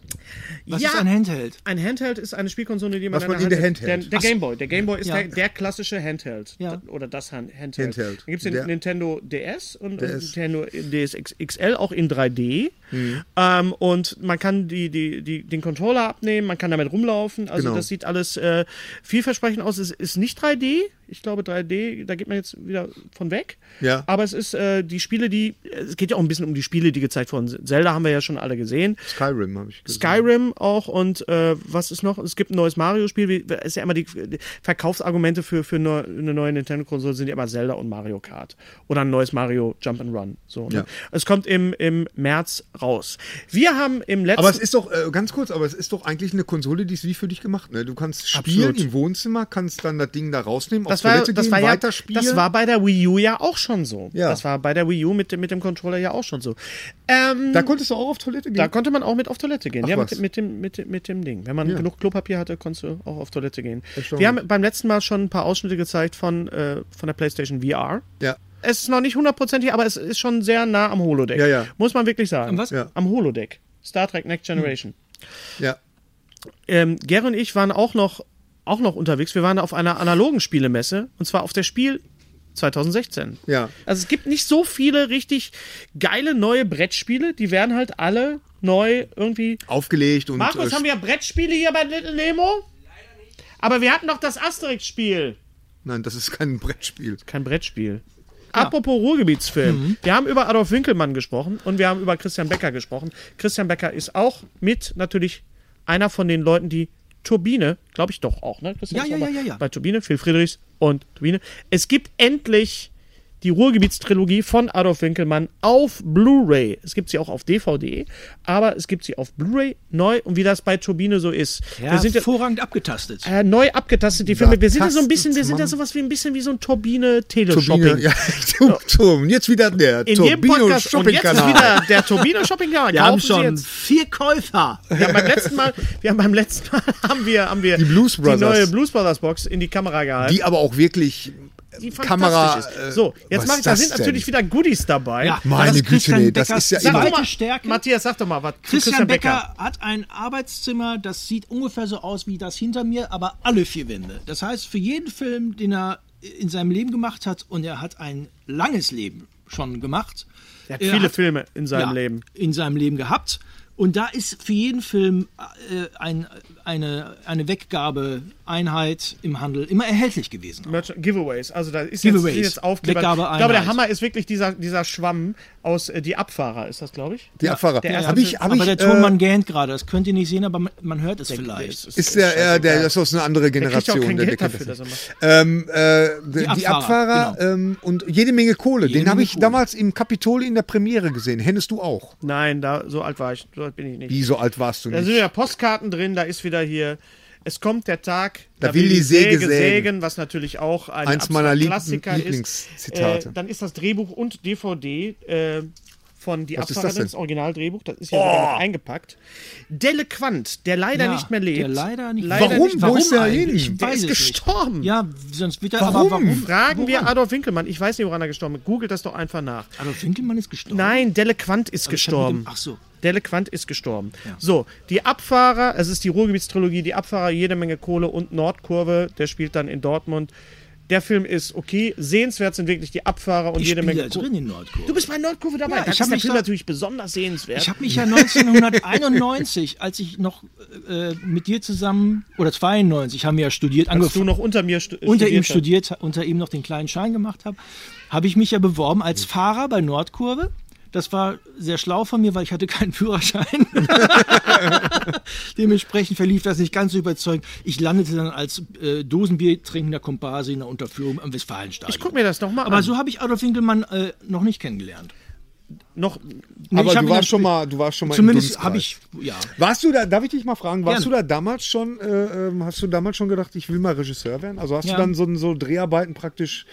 Speaker 4: Was
Speaker 3: Ja.
Speaker 4: ist ein Handheld?
Speaker 3: Ein Handheld ist eine Spielkonsole, die man,
Speaker 1: Was man in
Speaker 3: Hand
Speaker 1: der Hand
Speaker 3: Der,
Speaker 1: hält.
Speaker 3: der Gameboy. Der Gameboy ist
Speaker 4: Ja.
Speaker 3: der, der klassische Handheld.
Speaker 4: Ja.
Speaker 3: D- Oder das Han- Handheld.
Speaker 1: Handheld.
Speaker 3: Dann gibt es den
Speaker 1: Der-
Speaker 3: Nintendo DS und, und
Speaker 1: DS.
Speaker 3: Nintendo DS XL, auch in 3D.
Speaker 1: Hm.
Speaker 3: Ähm, und man kann die, die, die, den Controller abnehmen, man kann damit rumlaufen. Also
Speaker 1: Genau.
Speaker 3: das sieht alles äh, vielversprechend aus. Es ist nicht 3D. Ich glaube, 3D, da geht man jetzt wieder von weg.
Speaker 1: Ja.
Speaker 3: Aber es ist äh, die Spiele, die. Es geht ja auch ein bisschen um die Spiele, die gezeigt wurden. Zelda haben wir ja schon alle gesehen.
Speaker 1: Skyrim habe ich gesehen.
Speaker 3: Skyrim auch und äh, was ist noch? Es gibt ein neues Mario-Spiel. wie- Ist ja immer die die Verkaufsargumente für, für neu, eine neue Nintendo-Konsole sind ja immer Zelda und Mario Kart oder ein neues Mario Jump and Run. So, ne?
Speaker 1: Ja.
Speaker 3: Es kommt im, im März raus. Wir haben im letzten
Speaker 1: Aber es ist doch, äh, ganz kurz, aber es ist doch eigentlich eine Konsole, die ist wie für dich gemacht. Ne? Du kannst spielen
Speaker 3: Absolut.
Speaker 1: im Wohnzimmer, kannst dann das Ding da rausnehmen,
Speaker 3: das
Speaker 1: auf
Speaker 3: war,
Speaker 1: Toilette
Speaker 3: das
Speaker 1: gehen,
Speaker 3: war ja,
Speaker 1: weiterspielen.
Speaker 3: das war bei der Wii U ja auch schon so.
Speaker 1: Ja.
Speaker 3: Das war bei der Wii U mit, dem- mit dem Controller ja auch schon so. Ähm,
Speaker 1: da konntest du auch auf Toilette gehen.
Speaker 3: Da konnte man auch mit auf Toilette gehen.
Speaker 1: Hm. Ach
Speaker 3: ja,
Speaker 1: was.
Speaker 3: mit, mit, dem, mit, dem- mit dem Ding. Wenn man genug Klopapier hatte, konntest du auch auf Toilette gehen. Wir
Speaker 1: Erstaunlich.
Speaker 3: haben beim letzten Mal schon ein paar Ausschnitte gezeigt von, äh, von der PlayStation VR.
Speaker 1: ja.
Speaker 3: Es ist noch nicht hundertprozentig, aber es ist schon sehr nah am Holodeck.
Speaker 1: Ja, ja.
Speaker 3: Muss man wirklich sagen.
Speaker 4: Am was?
Speaker 1: Ja. Hm.
Speaker 3: Am Holodeck. Star Trek Next Generation.
Speaker 1: ja.
Speaker 3: Ähm, Gary und ich waren auch noch, auch noch unterwegs. Wir waren auf einer analogen Spielemesse und zwar auf der Spiel 2016.
Speaker 1: Ja.
Speaker 3: Also es gibt nicht so viele richtig geile neue Brettspiele. Die werden halt alle neu irgendwie
Speaker 1: Aufgelegt und.
Speaker 3: Markus,
Speaker 1: äh,
Speaker 3: haben wir Brettspiele hier bei Little Nemo? Aber wir hatten noch das Asterix-Spiel.
Speaker 1: Nein, das ist kein Brettspiel.
Speaker 3: Kein Brettspiel. Apropos Ruhrgebietsfilm.
Speaker 4: Mhm.
Speaker 3: Wir haben über Adolf Winkelmann gesprochen und wir haben über Christian Becker gesprochen. Christian Becker ist auch mit natürlich einer von den Leuten, die Turbine, glaube ich doch auch, ne? Christian
Speaker 4: Ja,
Speaker 3: ist
Speaker 4: ja,
Speaker 3: auch
Speaker 4: ja,
Speaker 3: bei-
Speaker 4: ja, ja.
Speaker 3: Bei Turbine, Phil Friedrichs und Turbine. Es gibt endlich die Ruhrgebietstrilogie von Adolf Winkelmann auf Blu-ray. Es gibt sie auch auf DVD, aber es gibt sie auf Blu-ray neu und wie das bei Turbine so ist. wir sind ja,
Speaker 4: hervorragend abgetastet.
Speaker 3: äh, neu abgetastet, die Filme. Wir sind ja so ein bisschen, wir
Speaker 1: tastet's
Speaker 3: sind ja
Speaker 1: man.
Speaker 3: sowas wie ein bisschen wie so ein Turbine-Teleshopping.
Speaker 1: Turbine, ja, Turm, Turm. Jetzt wieder der
Speaker 3: In jedem
Speaker 1: Turbino
Speaker 3: Podcast und
Speaker 1: Shopping
Speaker 3: jetzt ist
Speaker 1: Kanal.
Speaker 3: wieder der Turbine-Shopping-Kanal.
Speaker 4: Wir haben
Speaker 3: Kaufen Sie
Speaker 4: schon
Speaker 3: jetzt.
Speaker 4: vier Käufer.
Speaker 3: Wir haben beim letzten Mal, wir haben beim letzten Mal haben wir, haben wir
Speaker 1: Die Blues Brothers.
Speaker 3: die neue Blues Brothers Box in die Kamera gehalten.
Speaker 1: Die aber auch wirklich
Speaker 3: Die,
Speaker 1: Kamera.
Speaker 3: fantastisch
Speaker 1: äh,
Speaker 3: ist. So, jetzt
Speaker 1: was
Speaker 3: mach ich,
Speaker 1: ist
Speaker 3: da
Speaker 1: das
Speaker 3: sind
Speaker 1: denn?
Speaker 3: natürlich wieder Goodies dabei.
Speaker 1: Meine Güte, nee, das ist ja
Speaker 3: Sag
Speaker 1: immer-
Speaker 3: doch
Speaker 4: immer
Speaker 3: mal,
Speaker 4: Stärke.
Speaker 3: Matthias, sag doch mal was. zu
Speaker 4: Christian, Becker hat ein Arbeitszimmer, das sieht ungefähr so aus wie das hinter mir, aber alle vier Wände. Das heißt, für jeden Film, den er in seinem Leben gemacht hat, und er hat ein langes Leben schon gemacht.
Speaker 3: Der hat
Speaker 4: er
Speaker 3: viele
Speaker 4: hat-
Speaker 3: Filme in seinem
Speaker 4: ja,
Speaker 3: Leben.
Speaker 4: In seinem Leben gehabt. Und da ist für jeden Film äh, ein, eine, eine Weggabeeinheit im Handel immer erhältlich gewesen.
Speaker 3: Merchant- Giveaways, also da ist jetzt,
Speaker 4: Giveaways.
Speaker 3: sind jetzt Aufkleber.
Speaker 4: Weggabe
Speaker 3: ich glaube, der
Speaker 4: Einheit.
Speaker 3: Hammer ist wirklich dieser, dieser Schwamm aus äh, Die Abfahrer, ist das, glaube ich?
Speaker 1: Die Abfahrer.
Speaker 3: der erste
Speaker 1: Hab ich, hab
Speaker 4: aber
Speaker 1: ich,
Speaker 4: der Tonmann gähnt gerade, das könnt ihr nicht sehen, aber man, man hört es vielleicht.
Speaker 3: äh, ist,
Speaker 1: äh, ist der, äh, der, das ist aus einer anderen
Speaker 3: kriegt ja auch
Speaker 1: Generation.
Speaker 3: kein
Speaker 1: der-
Speaker 3: Geld
Speaker 1: der
Speaker 3: dafür,
Speaker 1: kennt
Speaker 3: dass er
Speaker 1: das
Speaker 3: macht.
Speaker 1: Ähm, äh, die, die
Speaker 4: Abfahrer,
Speaker 1: Abfahrer
Speaker 3: genau.
Speaker 1: ähm, und jede Menge Kohle. Den habe ich damals im Kapitol in der Premiere gesehen. Hättest du auch.
Speaker 3: Nein, da, so alt war ich, so alt bin ich nicht.
Speaker 1: Wie, so alt warst du
Speaker 3: Da sind wieder
Speaker 1: nicht?
Speaker 3: Postkarten drin, da ist wieder hier. Es kommt der Tag,
Speaker 1: Da will die Säge sägen.
Speaker 3: was natürlich auch ein
Speaker 1: Eins
Speaker 3: absoluter
Speaker 1: meiner Lieb-
Speaker 3: Klassiker ist.
Speaker 1: Lieblingszitate.
Speaker 3: Äh, dann ist das Drehbuch und DVD äh, von Die
Speaker 1: Was ist
Speaker 3: Abfahrer,
Speaker 1: das denn?
Speaker 3: das Originaldrehbuch, das ist ja sogar noch eingepackt. Delle Quant, der leider
Speaker 4: Oh! Ja,
Speaker 3: nicht mehr lebt.
Speaker 4: der leider nicht-
Speaker 3: leider
Speaker 1: Warum?
Speaker 3: Nicht,
Speaker 1: Wo ist er
Speaker 4: eigentlich?
Speaker 1: hin?
Speaker 4: Ich
Speaker 3: der
Speaker 4: weiß
Speaker 3: ist
Speaker 4: es nicht.
Speaker 3: gestorben.
Speaker 4: Ja, sonst wird er
Speaker 1: Warum?
Speaker 4: aber warum?
Speaker 3: Fragen wir
Speaker 4: Woran?
Speaker 3: Adolf Winkelmann. Ich weiß nicht, woran er gestorben ist. Googelt das doch einfach nach.
Speaker 4: Adolf Winkelmann Also ist gestorben.
Speaker 3: Nein, Delle Quant ist
Speaker 4: Also ich hab mit
Speaker 3: gestorben.
Speaker 4: dem- ach so.
Speaker 3: Delle Quant ist gestorben. So, die Abfahrer, es ist die Ruhrgebietstrilogie, die Abfahrer, jede Menge Kohle und Nordkurve, der spielt dann in Dortmund. der Film ist okay, sehenswert sind wirklich die Abfahrer und
Speaker 4: Ich
Speaker 3: jede
Speaker 4: bin
Speaker 3: Menge.
Speaker 4: ja drin in Nordkorea.
Speaker 3: Du bist bei Nordkurve dabei.
Speaker 4: Ja,
Speaker 3: Dann
Speaker 4: ich
Speaker 3: ist
Speaker 4: hab
Speaker 3: der
Speaker 4: mich
Speaker 3: Film
Speaker 4: da-
Speaker 3: natürlich besonders sehenswert.
Speaker 4: Ich habe mich ja 1991, als ich noch äh, mit dir zusammen, oder 92, haben wir ja studiert,
Speaker 3: Als du
Speaker 4: angefangen,
Speaker 3: noch unter mir stu
Speaker 4: unter ihm
Speaker 3: hast.
Speaker 4: studiert, unter ihm noch den kleinen Schein gemacht habe, habe ich mich ja beworben als Fahrer bei Nordkurve. Das war sehr schlau von mir, weil ich hatte keinen Führerschein. Dementsprechend verlief das nicht ganz so überzeugend. Ich landete dann als äh, Dosenbier trinkender Komparse in der Unterführung am Westfalenstadion.
Speaker 3: Ich guck mir das nochmal
Speaker 4: Aber
Speaker 3: an.
Speaker 4: so habe ich Adolf Winkelmann äh, noch nicht kennengelernt.
Speaker 3: noch,
Speaker 4: Nee,
Speaker 1: Aber
Speaker 4: ich hab
Speaker 1: du
Speaker 4: ihn dann
Speaker 1: warst schon
Speaker 4: spä-
Speaker 1: mal, du warst schon mal im
Speaker 4: Zumindest
Speaker 1: Dunstkreis.
Speaker 4: habe ich, ja.
Speaker 1: Warst du da, darf ich dich mal fragen, warst
Speaker 4: Gerne.
Speaker 1: du da damals schon, äh, ähm, hast du damals schon gedacht, ich will mal Regisseur werden? Also hast
Speaker 4: Ja.
Speaker 1: du dann so, ein- so Dreharbeiten praktisch,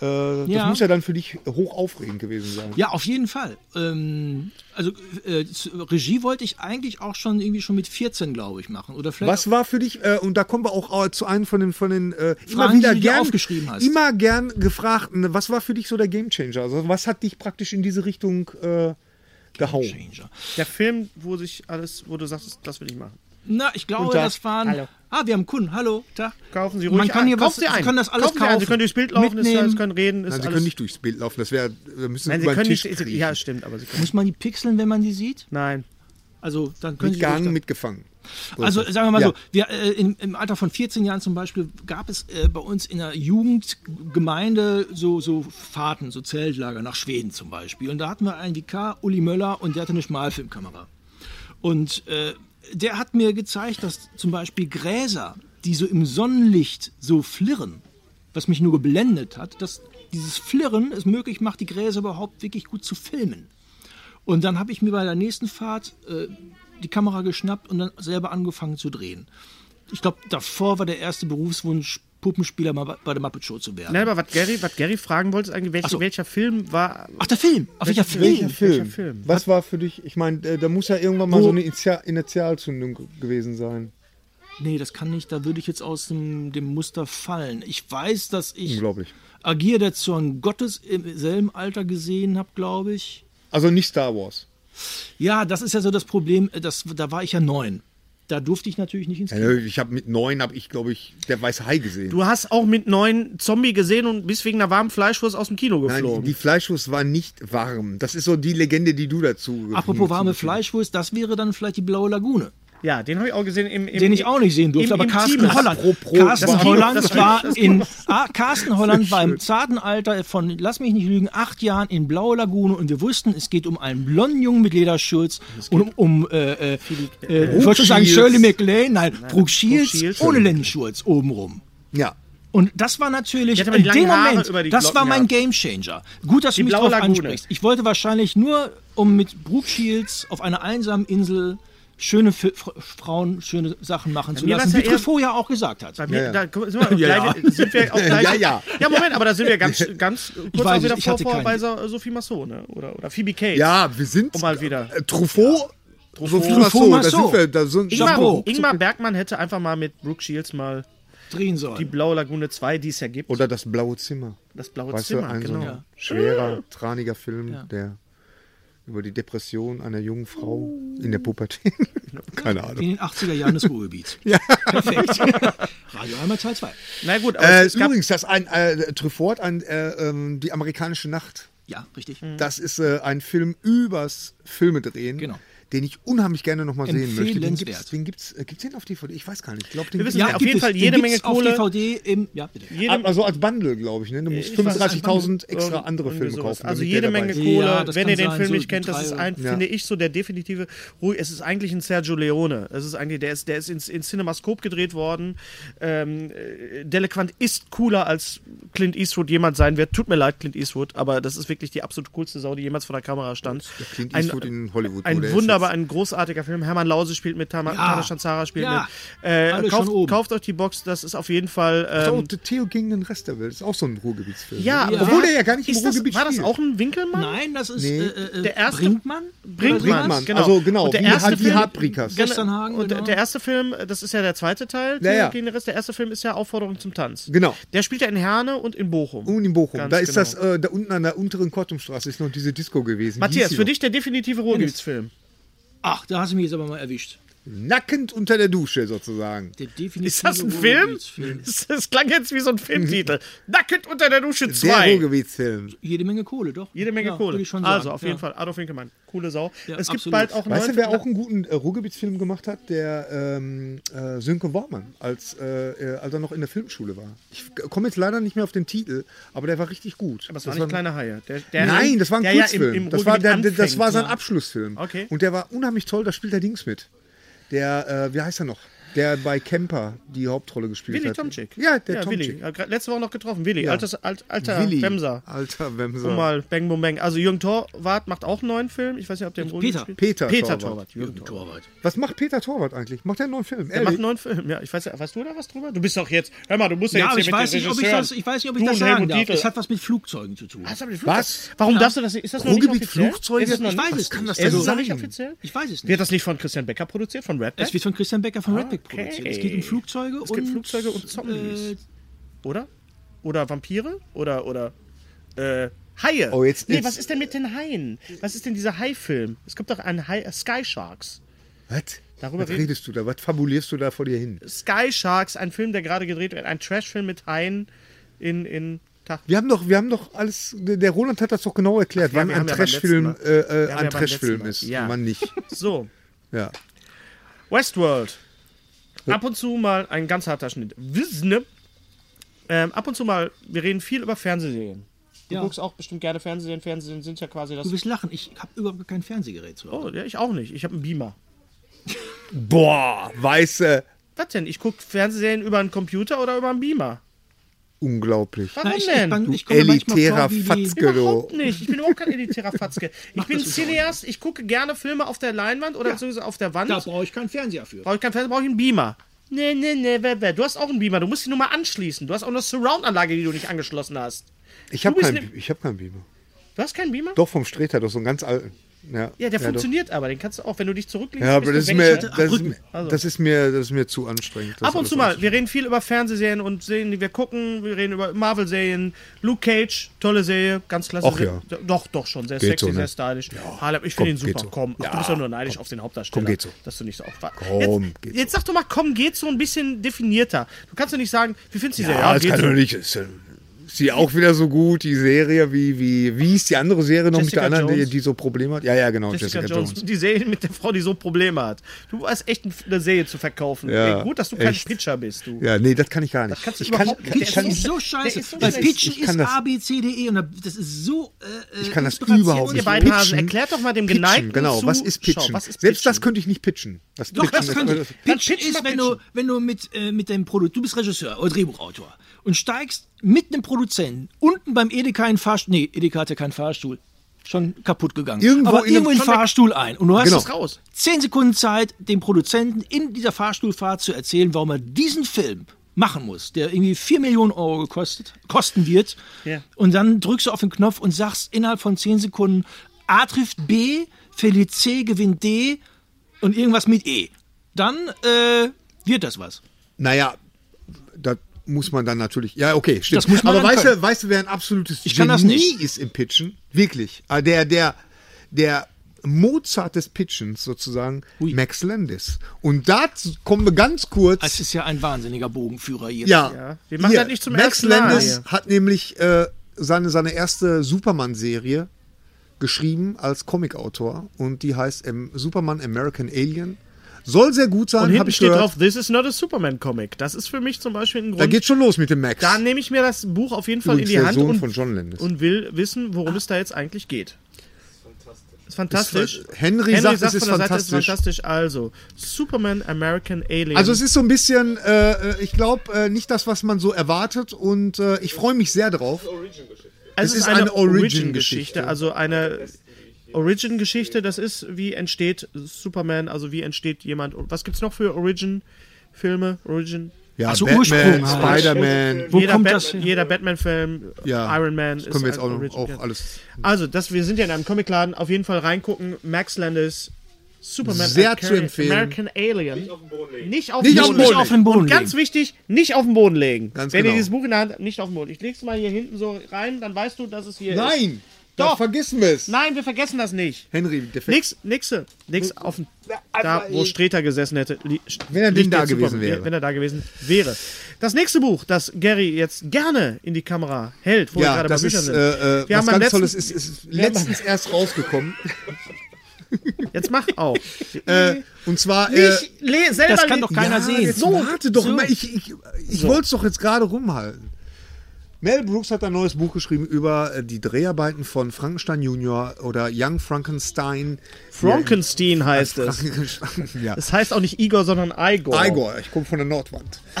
Speaker 1: äh, das
Speaker 4: Ja.
Speaker 1: muss ja dann für dich hoch aufregend gewesen sein.
Speaker 4: Ja, auf jeden Fall. Ähm, also äh, zu- Regie wollte ich eigentlich auch schon irgendwie schon mit 14, glaube ich, machen. Oder vielleicht
Speaker 1: Was war für dich, äh, und da kommen wir auch äh, zu einem von den, von den äh, immer
Speaker 4: die
Speaker 1: wieder
Speaker 4: du dir
Speaker 1: gern,
Speaker 4: aufgeschrieben hast.
Speaker 1: immer gern gefragten, was war für dich so der Gamechanger? Also was hat dich praktisch in diese Richtung äh, gehauen?
Speaker 4: Changer.
Speaker 3: der Film, wo sich alles, wo du sagst, das will ich machen.
Speaker 4: Na, ich glaube,
Speaker 1: Tag.
Speaker 4: das waren.
Speaker 3: Hallo.
Speaker 4: Ah, wir haben Kunden. Hallo, Tag.
Speaker 3: Kaufen Sie ruhig
Speaker 4: Man kann
Speaker 3: ein.
Speaker 4: hier was,
Speaker 3: Kaufen Sie
Speaker 4: Sie
Speaker 3: ein.
Speaker 4: können das alles
Speaker 3: Kaufen Sie ein.
Speaker 4: kaufen.
Speaker 3: Sie können durchs Bild laufen, ist
Speaker 4: Mitnehmen.
Speaker 3: alles, können reden, ist
Speaker 1: Nein, Also sie
Speaker 3: alles.
Speaker 1: können nicht durchs Bild laufen, das wäre, wir müssen
Speaker 3: Nein, Sie
Speaker 1: über den
Speaker 3: können
Speaker 1: Tisch
Speaker 3: nicht.
Speaker 1: kriechen.
Speaker 3: Ja, stimmt, aber Sie können.
Speaker 4: Muss man die pixeln, wenn man die sieht?
Speaker 3: Nein.
Speaker 4: Also, dann können Sie
Speaker 1: Mitgehangen,
Speaker 4: durch-
Speaker 1: mitgefangen.
Speaker 4: Also sagen wir mal
Speaker 1: Ja.
Speaker 4: so, wir, äh, im, im Alter von 14 Jahren zum Beispiel gab es äh, bei uns in der Jugendgemeinde so, so Fahrten, so Zeltlager nach Schweden zum Beispiel. Und da hatten wir einen Vikar, Uli Möller, und der hatte eine Schmalfilmkamera. Und äh, der hat mir gezeigt, dass zum Beispiel Gräser, die so im Sonnenlicht so flirren, was mich nur geblendet hat, dass dieses Flirren es möglich macht, die Gräser überhaupt wirklich gut zu filmen. Und dann habe ich mir bei der nächsten Fahrt äh, die Kamera geschnappt und dann selber angefangen zu drehen. Ich glaube, davor war der erste Berufswunsch, Puppenspieler mal bei- bei der Muppet Show zu werden.
Speaker 1: Ne?
Speaker 3: Nein, aber was Gary, was Gary fragen wollte, ist eigentlich, welch,
Speaker 4: Ach so.
Speaker 3: welcher Film war.
Speaker 4: Ach, der Film! Auf welcher
Speaker 1: Welcher
Speaker 4: Film?
Speaker 1: Film?
Speaker 3: Welcher Film?
Speaker 1: Was war für dich? Ich meine, äh, da muss ja irgendwann mal so eine Initial Initialzündung ge- gewesen sein.
Speaker 4: Nee, das kann nicht, da würde ich jetzt aus dem, dem Muster fallen. Ich weiß, dass ich
Speaker 1: Unglaublich.
Speaker 4: Agier der Zorn Gottes im selben Alter gesehen habe, glaube ich.
Speaker 1: Also nicht Star Wars.
Speaker 4: Ja, das ist ja so das Problem, äh, das, da war ich ja neun. Da durfte ich natürlich nicht ins Kino.
Speaker 1: Also, Ich habe mit neun habe ich glaube ich der weiße Hai gesehen.
Speaker 3: Du hast auch mit neuen Zombie gesehen und bist wegen einer warmen Fleischwurst aus dem Kino
Speaker 1: Nein,
Speaker 3: geflogen.
Speaker 1: die Fleischwurst war nicht warm. Das ist so die Legende, die du dazu.
Speaker 4: Apropos warme Fleischwurst, das wäre dann vielleicht die Blaue Lagune.
Speaker 3: ja, den habe ich auch gesehen im, im
Speaker 4: den ich auch nicht sehen durfte,
Speaker 3: im-
Speaker 4: aber
Speaker 3: im
Speaker 4: Carsten
Speaker 3: Team.
Speaker 4: Holland.
Speaker 1: Pro- pro-
Speaker 4: Carsten
Speaker 1: das-
Speaker 4: Holland
Speaker 3: das-
Speaker 4: war in ah, Carsten Holland war im zarten Alter von, lass mich nicht lügen, acht Jahren in Blaue Lagune und wir wussten, es geht um einen blonden Jungen mit Lederschürz und um, um äh, äh, äh, ich wollte schon sagen
Speaker 1: Shields.
Speaker 4: Shirley McLean, nein, Brooke Shields,
Speaker 3: Shields.
Speaker 4: ohne Lendenschurz obenrum.
Speaker 1: Ja.
Speaker 4: Und das war natürlich
Speaker 3: Die
Speaker 4: in
Speaker 3: hat aber die
Speaker 4: dem
Speaker 3: langen Haare
Speaker 4: Moment,
Speaker 3: über die
Speaker 4: das
Speaker 3: Glocken
Speaker 4: war mein
Speaker 3: gehabt.
Speaker 4: Gamechanger. Gut, dass
Speaker 3: Die
Speaker 4: du mich
Speaker 3: blaue
Speaker 4: darauf
Speaker 3: Lagune.
Speaker 4: ansprichst. Ich wollte wahrscheinlich nur, um mit Brooke Shields auf einer einsamen Insel schöne Fi- Fra- Frauen, schöne Sachen machen zu
Speaker 3: mir
Speaker 4: lassen,
Speaker 3: war's ja
Speaker 4: wie
Speaker 3: eher-
Speaker 4: Truffaut ja auch gesagt hat.
Speaker 3: Bei mir,
Speaker 1: ja.
Speaker 3: da guck- sind wir, auch
Speaker 1: Ja, ja.
Speaker 3: gleich, Sind wir auch gleich,
Speaker 1: Ja, ja.
Speaker 3: Ja, Moment, aber da sind wir ganz, ganz kurz
Speaker 4: weiß
Speaker 3: auch wieder
Speaker 4: es, ich hatte
Speaker 3: vor, vor
Speaker 4: keinen.
Speaker 3: bei so- Sophie Massot, ne? Oder, oder Phoebe Cates.
Speaker 1: Ja, wir sind
Speaker 3: Um mal wieder.
Speaker 1: Äh, Truffaut. Sophie
Speaker 4: Truffaut
Speaker 1: Massot, da
Speaker 4: Massot.
Speaker 1: sind wir, da sind,
Speaker 4: Chapeau.
Speaker 3: Ingmar, Ingmar Bergmann hätte einfach mal mit Brooke Shields mal
Speaker 4: Drehen
Speaker 3: die
Speaker 4: sollen.
Speaker 3: Blaue Lagune 2, die es ja gibt.
Speaker 1: Oder das blaue Zimmer.
Speaker 3: das blaue
Speaker 1: Weißt
Speaker 3: Zimmer,
Speaker 1: du, ein
Speaker 3: genau.
Speaker 1: so ein schwerer, traniger Film, der über die Depression einer jungen Frau in der Pubertät. Keine Ahnung.
Speaker 4: In den 80er Jahren des Ruhrgebiets. ja. Perfekt. Radio Heimat Teil 2.
Speaker 3: Na gut, aber
Speaker 1: Äh,
Speaker 3: Also, es gab
Speaker 1: übrigens, das ein äh, Truffaut, ein, äh, ähm, die amerikanische Nacht.
Speaker 4: Ja, richtig.
Speaker 3: Hm. Mhm.
Speaker 1: Das ist äh, ein Film übers Filme drehen.
Speaker 4: Genau.
Speaker 1: Den ich unheimlich gerne nochmal sehen möchte. Den
Speaker 4: Empfehlenswert.
Speaker 1: gibt's, den gibt's, äh, gibt's den auf DVD? Ich weiß gar nicht. Ich glaube, den
Speaker 3: Wir wissen
Speaker 1: gibt's-
Speaker 3: auf jeden
Speaker 4: gibt es.
Speaker 3: Fall
Speaker 4: Den
Speaker 3: jede
Speaker 4: gibt's
Speaker 3: Menge
Speaker 4: auf
Speaker 3: Kohle.
Speaker 4: DVD im, ja, bitte.
Speaker 3: jede,
Speaker 1: Also als Bundle, glaube ich. Ne? Du musst
Speaker 3: Ich weiß,
Speaker 1: 35.000 extra
Speaker 3: Irgend-
Speaker 1: andere Filme
Speaker 3: irgendwie sowas.
Speaker 1: kaufen.
Speaker 3: Also
Speaker 1: damit
Speaker 3: jede
Speaker 1: der dabei
Speaker 3: Menge
Speaker 1: ist.
Speaker 3: Kohle.
Speaker 4: Ja, das
Speaker 3: Wenn
Speaker 4: kann
Speaker 3: ihr den
Speaker 4: sein,
Speaker 3: Film
Speaker 4: so
Speaker 3: nicht kennt, das ist
Speaker 4: drei-
Speaker 3: ein,
Speaker 1: Ja.
Speaker 3: finde ich, so der definitive Ruhe. Es ist eigentlich ein Sergio Leone. Es ist eigentlich, der ist, der ist ins, ins Cinemascope gedreht worden. Ähm, äh, Delequant ist cooler als Clint Eastwood jemand sein wird. Tut mir leid, Clint Eastwood, aber das ist wirklich die absolut coolste Sau, die jemals vor der Kamera stand.
Speaker 1: Clint
Speaker 3: Ein-
Speaker 1: Eastwood in Hollywood.
Speaker 3: ein
Speaker 1: oder?
Speaker 3: wunderbar,
Speaker 1: Ist
Speaker 3: ein großartiger Film. Hermann Lause spielt mit, Tama,
Speaker 4: Ja.
Speaker 3: Tana Schanzara spielt
Speaker 4: Ja.
Speaker 3: mit. Äh,
Speaker 4: Alle schon
Speaker 3: kauft,
Speaker 4: oben.
Speaker 3: kauft euch die Box, das ist auf jeden Fall.
Speaker 1: jetzt-
Speaker 3: Ähm,
Speaker 1: Oh, Theo gegen den Rest der Welt. Ist auch so ein Ruhrgebietsfilm.
Speaker 3: ja,
Speaker 1: ne?
Speaker 3: aber
Speaker 1: obwohl
Speaker 3: war-
Speaker 1: er ja gar nicht im
Speaker 3: ist das,
Speaker 1: Ruhrgebiet
Speaker 3: War das
Speaker 1: spielt.
Speaker 3: auch ein Winkelmann?
Speaker 4: Nein, das ist
Speaker 1: Nee.
Speaker 4: äh, äh,
Speaker 3: Der erste-
Speaker 4: Brinkmann?
Speaker 3: Brinkmann,
Speaker 1: Brinkmann,
Speaker 3: genau.
Speaker 1: also genau,
Speaker 3: Und der
Speaker 1: wie
Speaker 3: erste
Speaker 1: Hab- wie
Speaker 3: Film-
Speaker 1: Habrikas.
Speaker 3: Genau.
Speaker 4: Gesternhagen,
Speaker 3: Und
Speaker 4: genau.
Speaker 3: der erste Film, äh, das ist ja der zweite Teil,
Speaker 1: Ja, ja.
Speaker 3: gegen den Rest. Der erste Film ist ja Aufforderung zum Tanz.
Speaker 1: Genau.
Speaker 3: Der spielt ja in Herne und in Bochum.
Speaker 1: Und in Bochum.
Speaker 3: Ganz
Speaker 1: da ist
Speaker 3: genau.
Speaker 1: das, äh, da unten an der unteren Kortumstraße ist noch diese Disco gewesen. Hieß
Speaker 3: Matthias,
Speaker 1: sie
Speaker 3: für
Speaker 1: noch.
Speaker 4: Genau.
Speaker 3: dich der definitive Ruhrgebietsfilm.
Speaker 4: Ach, da hast du mich jetzt aber mal erwischt.
Speaker 1: Nackend unter der Dusche sozusagen.
Speaker 4: Der
Speaker 3: Ist das ein Film? Das, das klang jetzt wie so
Speaker 1: Mhm.
Speaker 3: ein Filmtitel. Nackend unter der Dusche 2.
Speaker 1: Der Ruhrgebietsfilm.
Speaker 4: Jede Menge Kohle, doch.
Speaker 3: Jede Menge
Speaker 4: ja,
Speaker 3: Kohle.
Speaker 4: Würde ich schon sagen.
Speaker 3: also, auf
Speaker 4: ja.
Speaker 3: jeden Fall. Adolf Winkelmann. Coole Sau.
Speaker 4: Ja,
Speaker 3: es gibt
Speaker 4: absolut.
Speaker 3: bald auch einen
Speaker 1: Weißt du,
Speaker 3: neuen
Speaker 1: wer
Speaker 3: Film-
Speaker 1: auch einen guten äh, Ruhrgebietsfilm gemacht hat? Der ähm, äh, Sönke Wormann, als, äh, äh, als er noch in der Filmschule war. Ich komme jetzt leider nicht mehr auf den Titel, aber der war richtig gut.
Speaker 3: Aber es war nicht kleine Haie. Der, der
Speaker 1: Nein, das war ein
Speaker 3: der
Speaker 1: Kurzfilm.
Speaker 3: Ja im, im
Speaker 1: das, war
Speaker 3: Ruhrgebiet
Speaker 1: der, der- das
Speaker 3: anfängt.
Speaker 1: war sein
Speaker 3: Ja.
Speaker 1: Abschlussfilm.
Speaker 3: Okay.
Speaker 1: Und der war unheimlich toll, da spielt der Dings mit. Der, äh, wie heißt er noch? Der bei Camper die Hauptrolle gespielt
Speaker 3: Willi
Speaker 1: hat.
Speaker 3: Tomczyk.
Speaker 1: Ja, der
Speaker 3: Willi.
Speaker 1: Tomczyk.
Speaker 3: Ja, gra- Letzte Woche noch getroffen. Willi,
Speaker 1: Ja.
Speaker 3: altes, alt, alter Bremser.
Speaker 1: Alter Wemser.
Speaker 3: So. mal, bang, boom, bang. Also Jürgen Torwart macht auch einen neuen Film. Ich weiß nicht, ob der im Ruhrgebiet
Speaker 4: Peter.
Speaker 3: spielt.
Speaker 1: Peter
Speaker 3: Peter
Speaker 1: Torwart.
Speaker 3: Torwart. Jürgen Torwart.
Speaker 4: Torwart.
Speaker 1: Was macht Peter Torwart eigentlich? Macht er einen neuen Film?
Speaker 3: Der macht einen neuen Film. Ja, ich weiß ja, weißt du da was drüber? Du bist doch jetzt, hör mal, du musst ja,
Speaker 4: Ja, aber
Speaker 3: jetzt
Speaker 4: ich
Speaker 3: hier
Speaker 4: weiß,
Speaker 3: mit
Speaker 4: nicht,
Speaker 3: den
Speaker 4: ob ich das,
Speaker 3: Regisseuren.
Speaker 4: ich weiß nicht, ob
Speaker 3: Du
Speaker 4: ich das
Speaker 3: und
Speaker 4: sagen
Speaker 3: Helmut
Speaker 4: darf.
Speaker 3: Dietl.
Speaker 4: Es hat was mit Flugzeugen zu tun.
Speaker 3: Was hab ich
Speaker 1: Was?
Speaker 3: Warum darfst du das nicht? Ist das noch nicht
Speaker 1: Ruhrgebiet
Speaker 3: offiziell?
Speaker 1: Flugzeuge?
Speaker 3: Ist das noch
Speaker 4: Ich
Speaker 3: nicht offiziell?
Speaker 4: weiß es
Speaker 3: Ist
Speaker 4: nicht.
Speaker 3: das
Speaker 4: Also-
Speaker 3: noch nicht offiziell?
Speaker 4: Ich weiß es nicht.
Speaker 3: Wird das nicht von Christian Becker produziert, von Red
Speaker 4: Es
Speaker 3: Dead?
Speaker 4: wird von Christian Becker von Red Redback produziert. Es geht um Flugzeuge
Speaker 3: Es
Speaker 4: und.
Speaker 3: gibt Flugzeuge und Zombies.
Speaker 4: Äh,
Speaker 3: Oder? Oder Vampire? Oder, oder, äh, Haie.
Speaker 1: Oh, jetzt-
Speaker 3: nee,
Speaker 1: jetzt-
Speaker 3: was ist denn mit den Haien? Was ist denn dieser Hai-Film? Es gibt doch einen Hai, äh, Sky Sharks.
Speaker 1: Was?
Speaker 3: Darüber
Speaker 1: was
Speaker 3: reden-
Speaker 1: redest du da? Was fabulierst du da vor dir hin?
Speaker 3: Sky Sharks, ein Film, der gerade gedreht wird, ein Trash-Film mit Haien in, in Tach.
Speaker 1: Wir haben doch, wir haben doch alles. Der der Roland hat das doch genau erklärt,
Speaker 3: ja,
Speaker 1: wann
Speaker 3: wir
Speaker 1: ein
Speaker 3: haben ja beim
Speaker 1: Trashfilm
Speaker 3: letzten Mal-
Speaker 1: äh, äh,
Speaker 3: Wir haben
Speaker 1: ein
Speaker 3: ja beim
Speaker 1: Trashfilm ist,
Speaker 3: letzten Mal- ja.
Speaker 1: und wann nicht.
Speaker 3: So,
Speaker 1: Ja.
Speaker 3: Westworld. Ab und zu mal ein ganz harter Schnitt. Wissen, ähm, ab und zu mal, wir reden viel über Fernsehserien. Du
Speaker 4: Ja.
Speaker 3: guckst auch bestimmt gerne Fernsehserien. Fernsehserien sind ja quasi das.
Speaker 4: Du wirst lachen. Ich habe überhaupt kein Fernsehgerät zu Hause.
Speaker 3: Oh, ja, ich auch nicht. Ich habe einen Beamer.
Speaker 1: Boah, weiße.
Speaker 3: Was denn? Ich gucke Fernsehserien über einen Computer oder über einen Beamer.
Speaker 1: Unglaublich.
Speaker 3: Warum
Speaker 4: Na, ich, ich,
Speaker 3: denn?
Speaker 4: kann- ich
Speaker 1: Du
Speaker 4: komme manchmal
Speaker 1: elitärer
Speaker 4: vor, wie die,
Speaker 1: Fatzke, du.
Speaker 3: Überhaupt nicht. Ich bin überhaupt kein elitärer Fatzke. Ich bin
Speaker 4: das
Speaker 3: Cineast. Ich gucke gerne Filme auf der Leinwand oder beziehungsweise auf der Wand.
Speaker 4: Da brauche ich keinen Fernseher für.
Speaker 3: Brauche ich keinen Fernseher, brauche ich einen Beamer. Nee, nee, nee, wer, wer. Du hast auch einen Beamer. Du musst die nur mal anschließen. Du hast auch eine Surround-Anlage, die du nicht angeschlossen hast.
Speaker 1: Ich habe
Speaker 3: Du bist
Speaker 1: keinen
Speaker 3: ne-
Speaker 1: ich hab keinen Beamer.
Speaker 3: Du hast keinen Beamer?
Speaker 1: Doch vom Streter, doch so einen ganz alten. Ja,
Speaker 3: Ja, der
Speaker 1: doch.
Speaker 3: funktioniert aber. Den kannst du auch, wenn du dich zurücklegst.
Speaker 1: Ja, aber das ist,
Speaker 3: bist du
Speaker 1: mir,
Speaker 3: weg.
Speaker 1: das, ist,
Speaker 4: Rücken.
Speaker 1: mir- das, ist mir, das ist mir zu anstrengend. das
Speaker 3: also. Ab und
Speaker 1: alles
Speaker 3: zu mal.
Speaker 1: anzuschauen.
Speaker 3: Wir reden viel über Fernsehserien und Serien, die wir gucken. Wir reden über Marvel-Serien. Luke Cage, tolle Serie, ganz klasse.
Speaker 1: Ach
Speaker 3: Serie. Doch, doch schon. Sehr
Speaker 1: Geht
Speaker 3: sexy,
Speaker 1: so, ne?
Speaker 3: sehr stylisch. Harlem, ich
Speaker 1: Komm,
Speaker 3: finde ihn super.
Speaker 1: geht so.
Speaker 3: Komm, Ach, du bist doch nur neidisch auf den Hauptdarsteller.
Speaker 1: Komm, geht so.
Speaker 3: Dass du nicht so aufwachst.
Speaker 1: Komm,
Speaker 3: jetzt,
Speaker 1: geht
Speaker 3: jetzt sag doch mal, komm, geht so ein bisschen definierter. Du kannst doch nicht sagen, wie findest du die Serie?
Speaker 1: Ja, das
Speaker 3: geht
Speaker 1: kann
Speaker 3: so.
Speaker 1: doch nicht. Ist, äh, ist die auch wieder so gut, die Serie, wie, wie, wie ist die andere Serie noch
Speaker 3: Jessica
Speaker 1: mit der anderen, die,
Speaker 3: Jones.
Speaker 1: die so Probleme hat? Ja, ja, genau,
Speaker 3: Jessica, Jones. Die Serie mit der Frau, die so Probleme hat. Du hast echt eine Serie zu verkaufen.
Speaker 1: Ja,
Speaker 3: Ey, gut, dass du kein
Speaker 1: echt.
Speaker 3: Pitcher bist, du.
Speaker 1: Ja, nee, das kann ich gar nicht.
Speaker 3: kannst du
Speaker 1: ich kann,
Speaker 3: überhaupt nicht.
Speaker 1: ich kann,
Speaker 3: Der
Speaker 4: ist so scheiße.
Speaker 3: der ist so
Speaker 4: Weil
Speaker 3: schlecht.
Speaker 4: Pitchen
Speaker 1: Ich kann
Speaker 4: ist
Speaker 1: das-
Speaker 4: A, B, C, D, E und da- das ist so. Äh,
Speaker 1: Ich kann das
Speaker 4: Inspiration.
Speaker 1: überhaupt
Speaker 3: Ihr
Speaker 1: nicht.
Speaker 3: beiden
Speaker 1: Pitchen.
Speaker 3: Hasen, erklärt doch mal dem
Speaker 1: pitchen,
Speaker 3: geneigten
Speaker 1: Genau, was ist
Speaker 3: Zuschauer,
Speaker 1: pitchen?
Speaker 3: was ist
Speaker 1: Selbst das
Speaker 3: pitchen?
Speaker 1: könnte ich nicht pitchen. Das
Speaker 4: Doch,
Speaker 1: pitchen
Speaker 4: das könnte ich.
Speaker 3: Dann
Speaker 4: Pitchen
Speaker 3: pitch mal
Speaker 4: ist, wenn du,
Speaker 3: pitchen.
Speaker 4: wenn du mit, äh, mit deinem Produkt, du bist Regisseur oder Drehbuchautor und steigst mit einem Produzenten unten beim Edeka in Fahrstuhl, nee, Edeka hatte keinen Fahrstuhl, schon kaputt gegangen,
Speaker 1: Irgendwo
Speaker 4: aber
Speaker 1: in
Speaker 4: irgendwo in
Speaker 1: einem-
Speaker 4: den Fahrstuhl ein und du hast
Speaker 1: Genau.
Speaker 4: es raus. Zehn Sekunden Zeit, dem Produzenten in dieser Fahrstuhlfahrt zu erzählen, warum er diesen Film machen muss, der irgendwie 4 Millionen Euro gekostet, kosten wird.
Speaker 3: Ja.
Speaker 4: Und dann drückst du auf den Knopf und sagst innerhalb von 10 Sekunden, A trifft B, verliert C, gewinnt D und irgendwas mit E. Dann äh, wird das was.
Speaker 1: Naja, das muss man dann natürlich. Ja, okay, stimmt.
Speaker 4: Das muss man
Speaker 1: Aber
Speaker 4: dann
Speaker 1: weißt
Speaker 4: können.
Speaker 1: du, weißt du, wer ein absolutes
Speaker 4: Ich kann das nicht.
Speaker 1: ist im Pitchen? Wirklich. Ah, Der, der, der Mozart des Pitchens sozusagen, Max Landis. Und da kommen wir ganz kurz.
Speaker 4: Es ist ja ein wahnsinniger Bogenführer jetzt.
Speaker 1: ja,
Speaker 3: Ja, wir machen
Speaker 1: hier,
Speaker 3: das nicht zum
Speaker 1: Max
Speaker 3: ersten Mal
Speaker 1: Landis
Speaker 3: hier.
Speaker 1: hat nämlich äh, seine, seine erste Superman-Serie geschrieben als Comicautor und die heißt ähm, Superman American Alien. Soll sehr gut
Speaker 3: Und
Speaker 1: sein, habe
Speaker 3: hinten
Speaker 1: ich
Speaker 3: steht
Speaker 1: gehört.
Speaker 3: drauf, this is not a Superman-Comic. Das ist für mich zum Beispiel ein Grund.
Speaker 1: Da geht schon los mit dem Max.
Speaker 3: dann nehme ich mir das Buch auf jeden Fall
Speaker 1: Übrigens
Speaker 3: in die
Speaker 1: der
Speaker 3: Hand
Speaker 1: Sohn
Speaker 3: und,
Speaker 1: von John Landis.
Speaker 3: und will wissen, worum es da jetzt eigentlich geht. Ist fantastisch.
Speaker 1: Ist- Henry sagt, es ist
Speaker 3: von der Seite, es
Speaker 1: fantastisch.
Speaker 3: fantastisch. Also, Superman American Alien.
Speaker 1: Also es ist so ein bisschen, äh, äh, ich glaube, äh, nicht das, was man so erwartet und äh, ich freue mich sehr drauf.
Speaker 3: Also
Speaker 1: Es ist eine Origin-Geschichte.
Speaker 3: also eine Origin-Geschichte. Das ist, wie entsteht Superman, also wie entsteht jemand. Was gibt's noch für Origin-Filme? Origin.
Speaker 1: Ja,
Speaker 4: Also
Speaker 1: Batman,
Speaker 4: Ursprung halt.
Speaker 1: Spider-Man,
Speaker 4: Wo
Speaker 3: jeder
Speaker 4: kommt
Speaker 3: Bat-
Speaker 4: das her?
Speaker 3: Jeder Batman-Film,
Speaker 1: ja,
Speaker 3: Iron Man.
Speaker 1: das können wir jetzt
Speaker 3: ein
Speaker 1: auch, noch,
Speaker 3: Origin-
Speaker 1: auch
Speaker 3: ja.
Speaker 1: alles.
Speaker 3: Also, das, wir sind ja in einem Comicladen. Auf jeden Fall reingucken. Max Landis, Superman.
Speaker 1: Sehr
Speaker 3: American-
Speaker 1: zu empfehlen.
Speaker 3: American Alien. Nicht auf den Boden legen. Nicht auf
Speaker 1: Nicht
Speaker 3: den
Speaker 1: auf den
Speaker 3: Boden legen.
Speaker 1: Boden
Speaker 4: auf den Boden
Speaker 3: Und ganz
Speaker 4: legen.
Speaker 3: wichtig, nicht auf den Boden legen.
Speaker 1: Ganz
Speaker 3: Wenn
Speaker 1: genau.
Speaker 3: ihr dieses Buch in der Hand habt, nicht auf den Boden. Ich leg's mal hier hinten so rein, dann weißt du, dass es hier ist.
Speaker 1: Nein, Doch. vergessen wir es.
Speaker 3: Nein, wir vergessen das nicht.
Speaker 1: Henry, defekt.
Speaker 3: Nix, nixe, nix auf dem, da, wo Streter gesessen hätte. li-
Speaker 1: Wenn er
Speaker 3: liegt
Speaker 1: denn da
Speaker 3: jetzt
Speaker 1: gewesen wäre.
Speaker 3: Wenn er da gewesen wäre. Das nächste Buch, das Gary jetzt gerne in die Kamera hält, wo wir
Speaker 1: Ja,
Speaker 3: gerade bei
Speaker 1: das
Speaker 3: Büchern
Speaker 1: ist
Speaker 3: sind.
Speaker 1: äh, äh,
Speaker 3: wir
Speaker 1: was
Speaker 3: haben beim
Speaker 1: ganz
Speaker 3: letzten,
Speaker 1: Tolles. Ist, ist letztens erst rausgekommen.
Speaker 3: Jetzt mach auf.
Speaker 1: äh, und zwar. Äh,
Speaker 3: ich le selber
Speaker 4: das kann
Speaker 3: le-
Speaker 4: doch keiner
Speaker 1: ja,
Speaker 4: sehen.
Speaker 1: Jetzt warte doch
Speaker 4: so.
Speaker 1: mal. Ich, ich, ich wollte es doch jetzt gerade rumhalten. Mel Brooks hat ein neues Buch geschrieben über äh, die Dreharbeiten von Frankenstein Junior oder Young Frankenstein.
Speaker 3: Frankenstein heißt es.
Speaker 1: Frankenstein, ja.
Speaker 3: Es heißt auch nicht Igor, sondern Igor.
Speaker 1: Igor, ich komme von der Nordwand. Äh,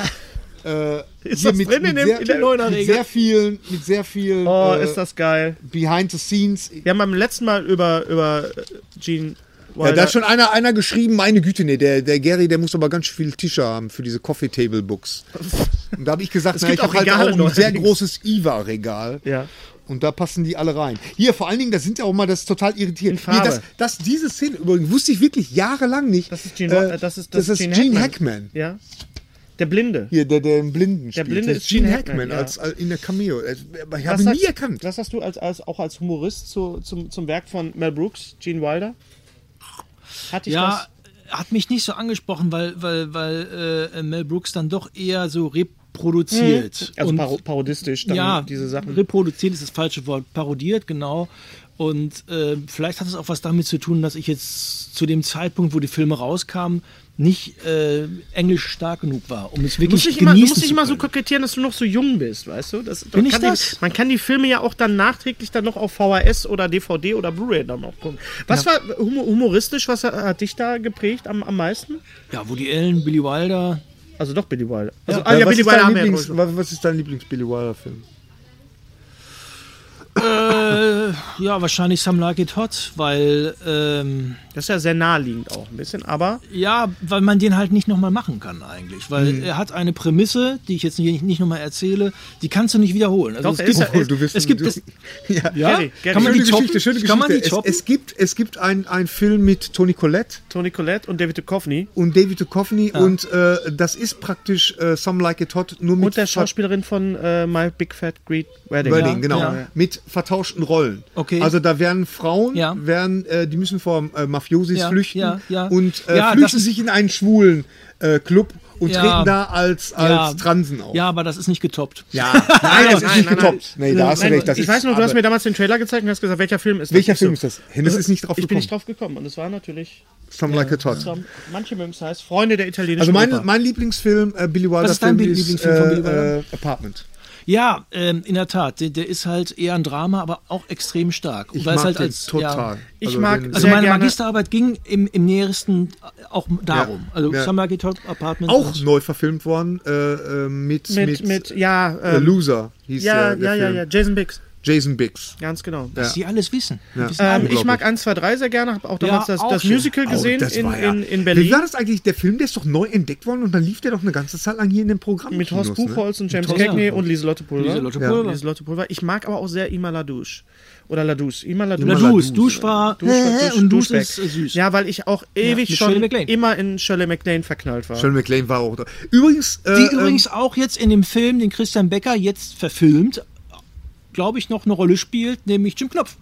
Speaker 3: Ah. Ist
Speaker 1: hier
Speaker 3: das drin in dem-
Speaker 1: sehr,
Speaker 3: in der neuen
Speaker 1: mit
Speaker 3: Regel?
Speaker 1: sehr vielen, mit sehr vielen
Speaker 3: Oh,
Speaker 1: äh,
Speaker 3: ist das geil.
Speaker 1: Behind the Scenes.
Speaker 3: Wir haben beim letzten Mal über, über äh, Gene
Speaker 1: Ja,
Speaker 3: Wilder.
Speaker 1: da hat schon einer, einer geschrieben, meine Güte, nee, der, der Gary, der muss aber ganz schön viele Tische haben für diese Coffee Table Books. Und da habe ich gesagt,
Speaker 3: Es
Speaker 1: na,
Speaker 3: gibt
Speaker 1: ich habe
Speaker 3: auch
Speaker 1: halt
Speaker 3: Regale
Speaker 1: auch ein
Speaker 3: neuerdings.
Speaker 1: sehr großes IVA-Regal.
Speaker 3: Ja.
Speaker 1: Und da passen die alle rein. Hier, vor allen Dingen, da sind ja auch mal, das ist total irritierend.
Speaker 3: In Farbe.
Speaker 1: das, das, diese Szene übrigens wusste ich wirklich jahrelang nicht.
Speaker 3: Das ist Gene- äh, das ist- das ist
Speaker 1: Gene,
Speaker 3: Gene
Speaker 1: Hackman.
Speaker 3: Hackman. Ja. Der Blinde.
Speaker 1: Hier, der, der im Blinden
Speaker 3: Der
Speaker 1: spielt.
Speaker 3: Blinde
Speaker 1: Das
Speaker 3: ist Gene Hackman, ja.
Speaker 1: als, als in der Cameo. Also, Aber ich
Speaker 3: Was
Speaker 1: habe ihn nie
Speaker 3: sagst-
Speaker 1: erkannt.
Speaker 3: Was hast du als, als, auch als Humorist zu, zum, zum Werk von Mel Brooks, Gene Wilder? Hatte ich
Speaker 4: Ja, hat mich nicht so angesprochen, weil, weil, weil äh, Mel Brooks dann doch eher so reproduziert.
Speaker 3: das? Also
Speaker 4: und,
Speaker 3: paro parodistisch dann
Speaker 4: ja,
Speaker 3: diese Sachen.
Speaker 4: Reproduziert ist das falsche Wort, parodiert, genau. Und äh, vielleicht hat es auch was damit zu tun, dass ich jetzt zu dem Zeitpunkt, wo die Filme rauskamen, nicht äh, englisch stark genug war, um es
Speaker 3: Du musst
Speaker 4: wirklich
Speaker 3: dich
Speaker 4: genießen
Speaker 3: immer, du musst dich
Speaker 4: zu
Speaker 3: immer so
Speaker 4: können.
Speaker 3: kokettieren, dass du noch so jung bist, weißt du? Das,
Speaker 4: Bin
Speaker 3: man
Speaker 4: ich
Speaker 3: kann
Speaker 4: das?
Speaker 3: Die, man kann die Filme ja auch dann nachträglich dann noch auf VHS oder DVD oder Blu-ray dann noch gucken. Was war humo- humoristisch, was hat, hat dich da geprägt am, am meisten?
Speaker 4: Ja, Woody Allen, Billy Wilder.
Speaker 3: Also doch Billy Wilder. Also,
Speaker 1: Äh,
Speaker 3: ah, ja,
Speaker 1: was,
Speaker 3: Billy
Speaker 1: ist
Speaker 3: Wilder
Speaker 1: dein
Speaker 3: haben wir ja
Speaker 1: Lieblings,
Speaker 3: schon.
Speaker 1: wa- was ist dein Lieblings-Billy Wilder-Film?
Speaker 4: Äh, ja, wahrscheinlich Some Like It Hot, weil, ähm,
Speaker 3: Das ist ja sehr naheliegend auch ein bisschen, aber
Speaker 4: ja, weil man den halt nicht nochmal machen kann eigentlich. Weil
Speaker 3: Mhm.
Speaker 4: er hat eine Prämisse, die ich jetzt hier nicht, nicht nochmal erzähle, die kannst du nicht wiederholen. Also
Speaker 3: Doch,
Speaker 4: es
Speaker 3: er
Speaker 4: gibt,
Speaker 3: ist ja-
Speaker 1: Obwohl, du wirst-
Speaker 4: es gibt
Speaker 1: du-
Speaker 4: es,
Speaker 1: Ja.
Speaker 4: ja,
Speaker 3: Gary, Gary.
Speaker 4: kann man die
Speaker 1: Schöne
Speaker 4: choppen?
Speaker 1: Geschichte, schöne
Speaker 4: Kann man die
Speaker 1: Geschichte.
Speaker 4: choppen?
Speaker 1: Es, es gibt, es gibt einen Film mit Toni Collette
Speaker 3: Tony Collette und David Duchovny
Speaker 1: und David Duchovny
Speaker 4: Ah.
Speaker 1: und äh, das ist praktisch äh, Some Like It Hot nur mit
Speaker 3: und der
Speaker 1: ver-
Speaker 3: Schauspielerin von äh, My Big Fat Great Wedding.
Speaker 1: Wedding,
Speaker 4: Ja,
Speaker 1: genau.
Speaker 4: ja.
Speaker 1: Mit vertauschten Rollen.
Speaker 4: Okay.
Speaker 1: Also da werden Frauen,
Speaker 4: Ja.
Speaker 1: werden, äh, die müssen vor äh, Mafiosis
Speaker 4: Ja,
Speaker 1: flüchten
Speaker 4: ja, ja.
Speaker 1: und äh,
Speaker 4: Ja, das
Speaker 1: flüchten
Speaker 4: ist-
Speaker 1: sich in einen schwulen äh, Club und
Speaker 4: Ja.
Speaker 1: treten da als, als Transen auf.
Speaker 4: Ja, aber das ist nicht getoppt.
Speaker 1: Ja. nein, das ist nicht getoppt. Nee, da hast du
Speaker 3: Nein,
Speaker 1: recht. Das
Speaker 3: ich
Speaker 1: ist,
Speaker 3: weiß noch, du
Speaker 1: aber-
Speaker 3: hast mir damals den Trailer gezeigt und hast gesagt, welcher Film ist das?
Speaker 1: Welcher
Speaker 3: Ich so, Also,
Speaker 1: Film ist das? Hennes ist nicht drauf
Speaker 3: Ich bin
Speaker 1: gekommen.
Speaker 3: nicht drauf gekommen und es war natürlich,
Speaker 1: Some Like It Hot.
Speaker 3: so, manche mögen es heißt, Freunde der italienischen
Speaker 1: Also mein,
Speaker 3: Oper.
Speaker 1: mein Lieblingsfilm, äh, Billy Wilder
Speaker 4: ist dein
Speaker 1: Film
Speaker 4: Lieblingsfilm von Billy Wilder?
Speaker 1: Äh, Apartment.
Speaker 4: Ja, ähm, in der Tat. Der, der ist halt eher ein Drama, aber auch extrem stark. Und
Speaker 1: Ich
Speaker 4: weil es
Speaker 1: mag
Speaker 4: halt
Speaker 1: den
Speaker 4: als- ja.
Speaker 1: total.
Speaker 3: Ich mag-
Speaker 1: den,
Speaker 4: Also
Speaker 3: Sehr
Speaker 4: meine
Speaker 3: gerne.
Speaker 4: Magisterarbeit ging im, im nähesten auch darum.
Speaker 1: Ja.
Speaker 4: Also
Speaker 1: Ja.
Speaker 4: Some Like It Hot Apartment.
Speaker 1: auch neu verfilmt worden äh, äh, mit, mit,
Speaker 3: mit, mit, ja,
Speaker 1: äh,
Speaker 3: ähm,
Speaker 1: Loser hieß
Speaker 3: ja,
Speaker 1: der, der
Speaker 3: ja, ja,
Speaker 1: Film.
Speaker 3: ja, Jason Biggs,
Speaker 1: Jason Biggs.
Speaker 3: ganz genau.
Speaker 4: dass sie alles wissen. Die wissen
Speaker 3: Ähm,
Speaker 4: alles.
Speaker 3: ich mag 1, 2, 3 sehr gerne, habe auch damals das,
Speaker 4: auch
Speaker 3: das
Speaker 4: schön.
Speaker 3: Musical gesehen
Speaker 1: Oh, das
Speaker 3: in,
Speaker 1: war ja-
Speaker 3: in, in
Speaker 1: Wie war
Speaker 3: Berlin
Speaker 1: das eigentlich? Der Film, der ist doch neu entdeckt worden und dann lief der doch eine ganze Zeit lang hier in ne? dem Programm.
Speaker 3: mit Horst Buchholz und James
Speaker 4: Horst
Speaker 3: Cagney
Speaker 4: Buchholz.
Speaker 3: und Lieselotte Pulver.
Speaker 4: Lieselotte Ja. Pulver.
Speaker 3: Lieselotte Pulver. Ich mag aber auch sehr Ima Ladouche. Oder Ladouche. Ima Ladouche.
Speaker 4: La Douce. Douche war
Speaker 3: Duschback,
Speaker 4: und Douche
Speaker 3: Duschback.
Speaker 4: ist äh, süß.
Speaker 3: Ja, weil ich auch ewig
Speaker 4: mit Shirley
Speaker 3: schon
Speaker 4: MacLaine.
Speaker 3: immer in Shirley MacLaine verknallt war.
Speaker 1: Sean McLean war auch da. Übrigens, äh,
Speaker 4: Die übrigens auch jetzt in dem Film, den Christian Becker jetzt verfilmt, glaube ich, noch eine Rolle spielt, nämlich Jim Knopf.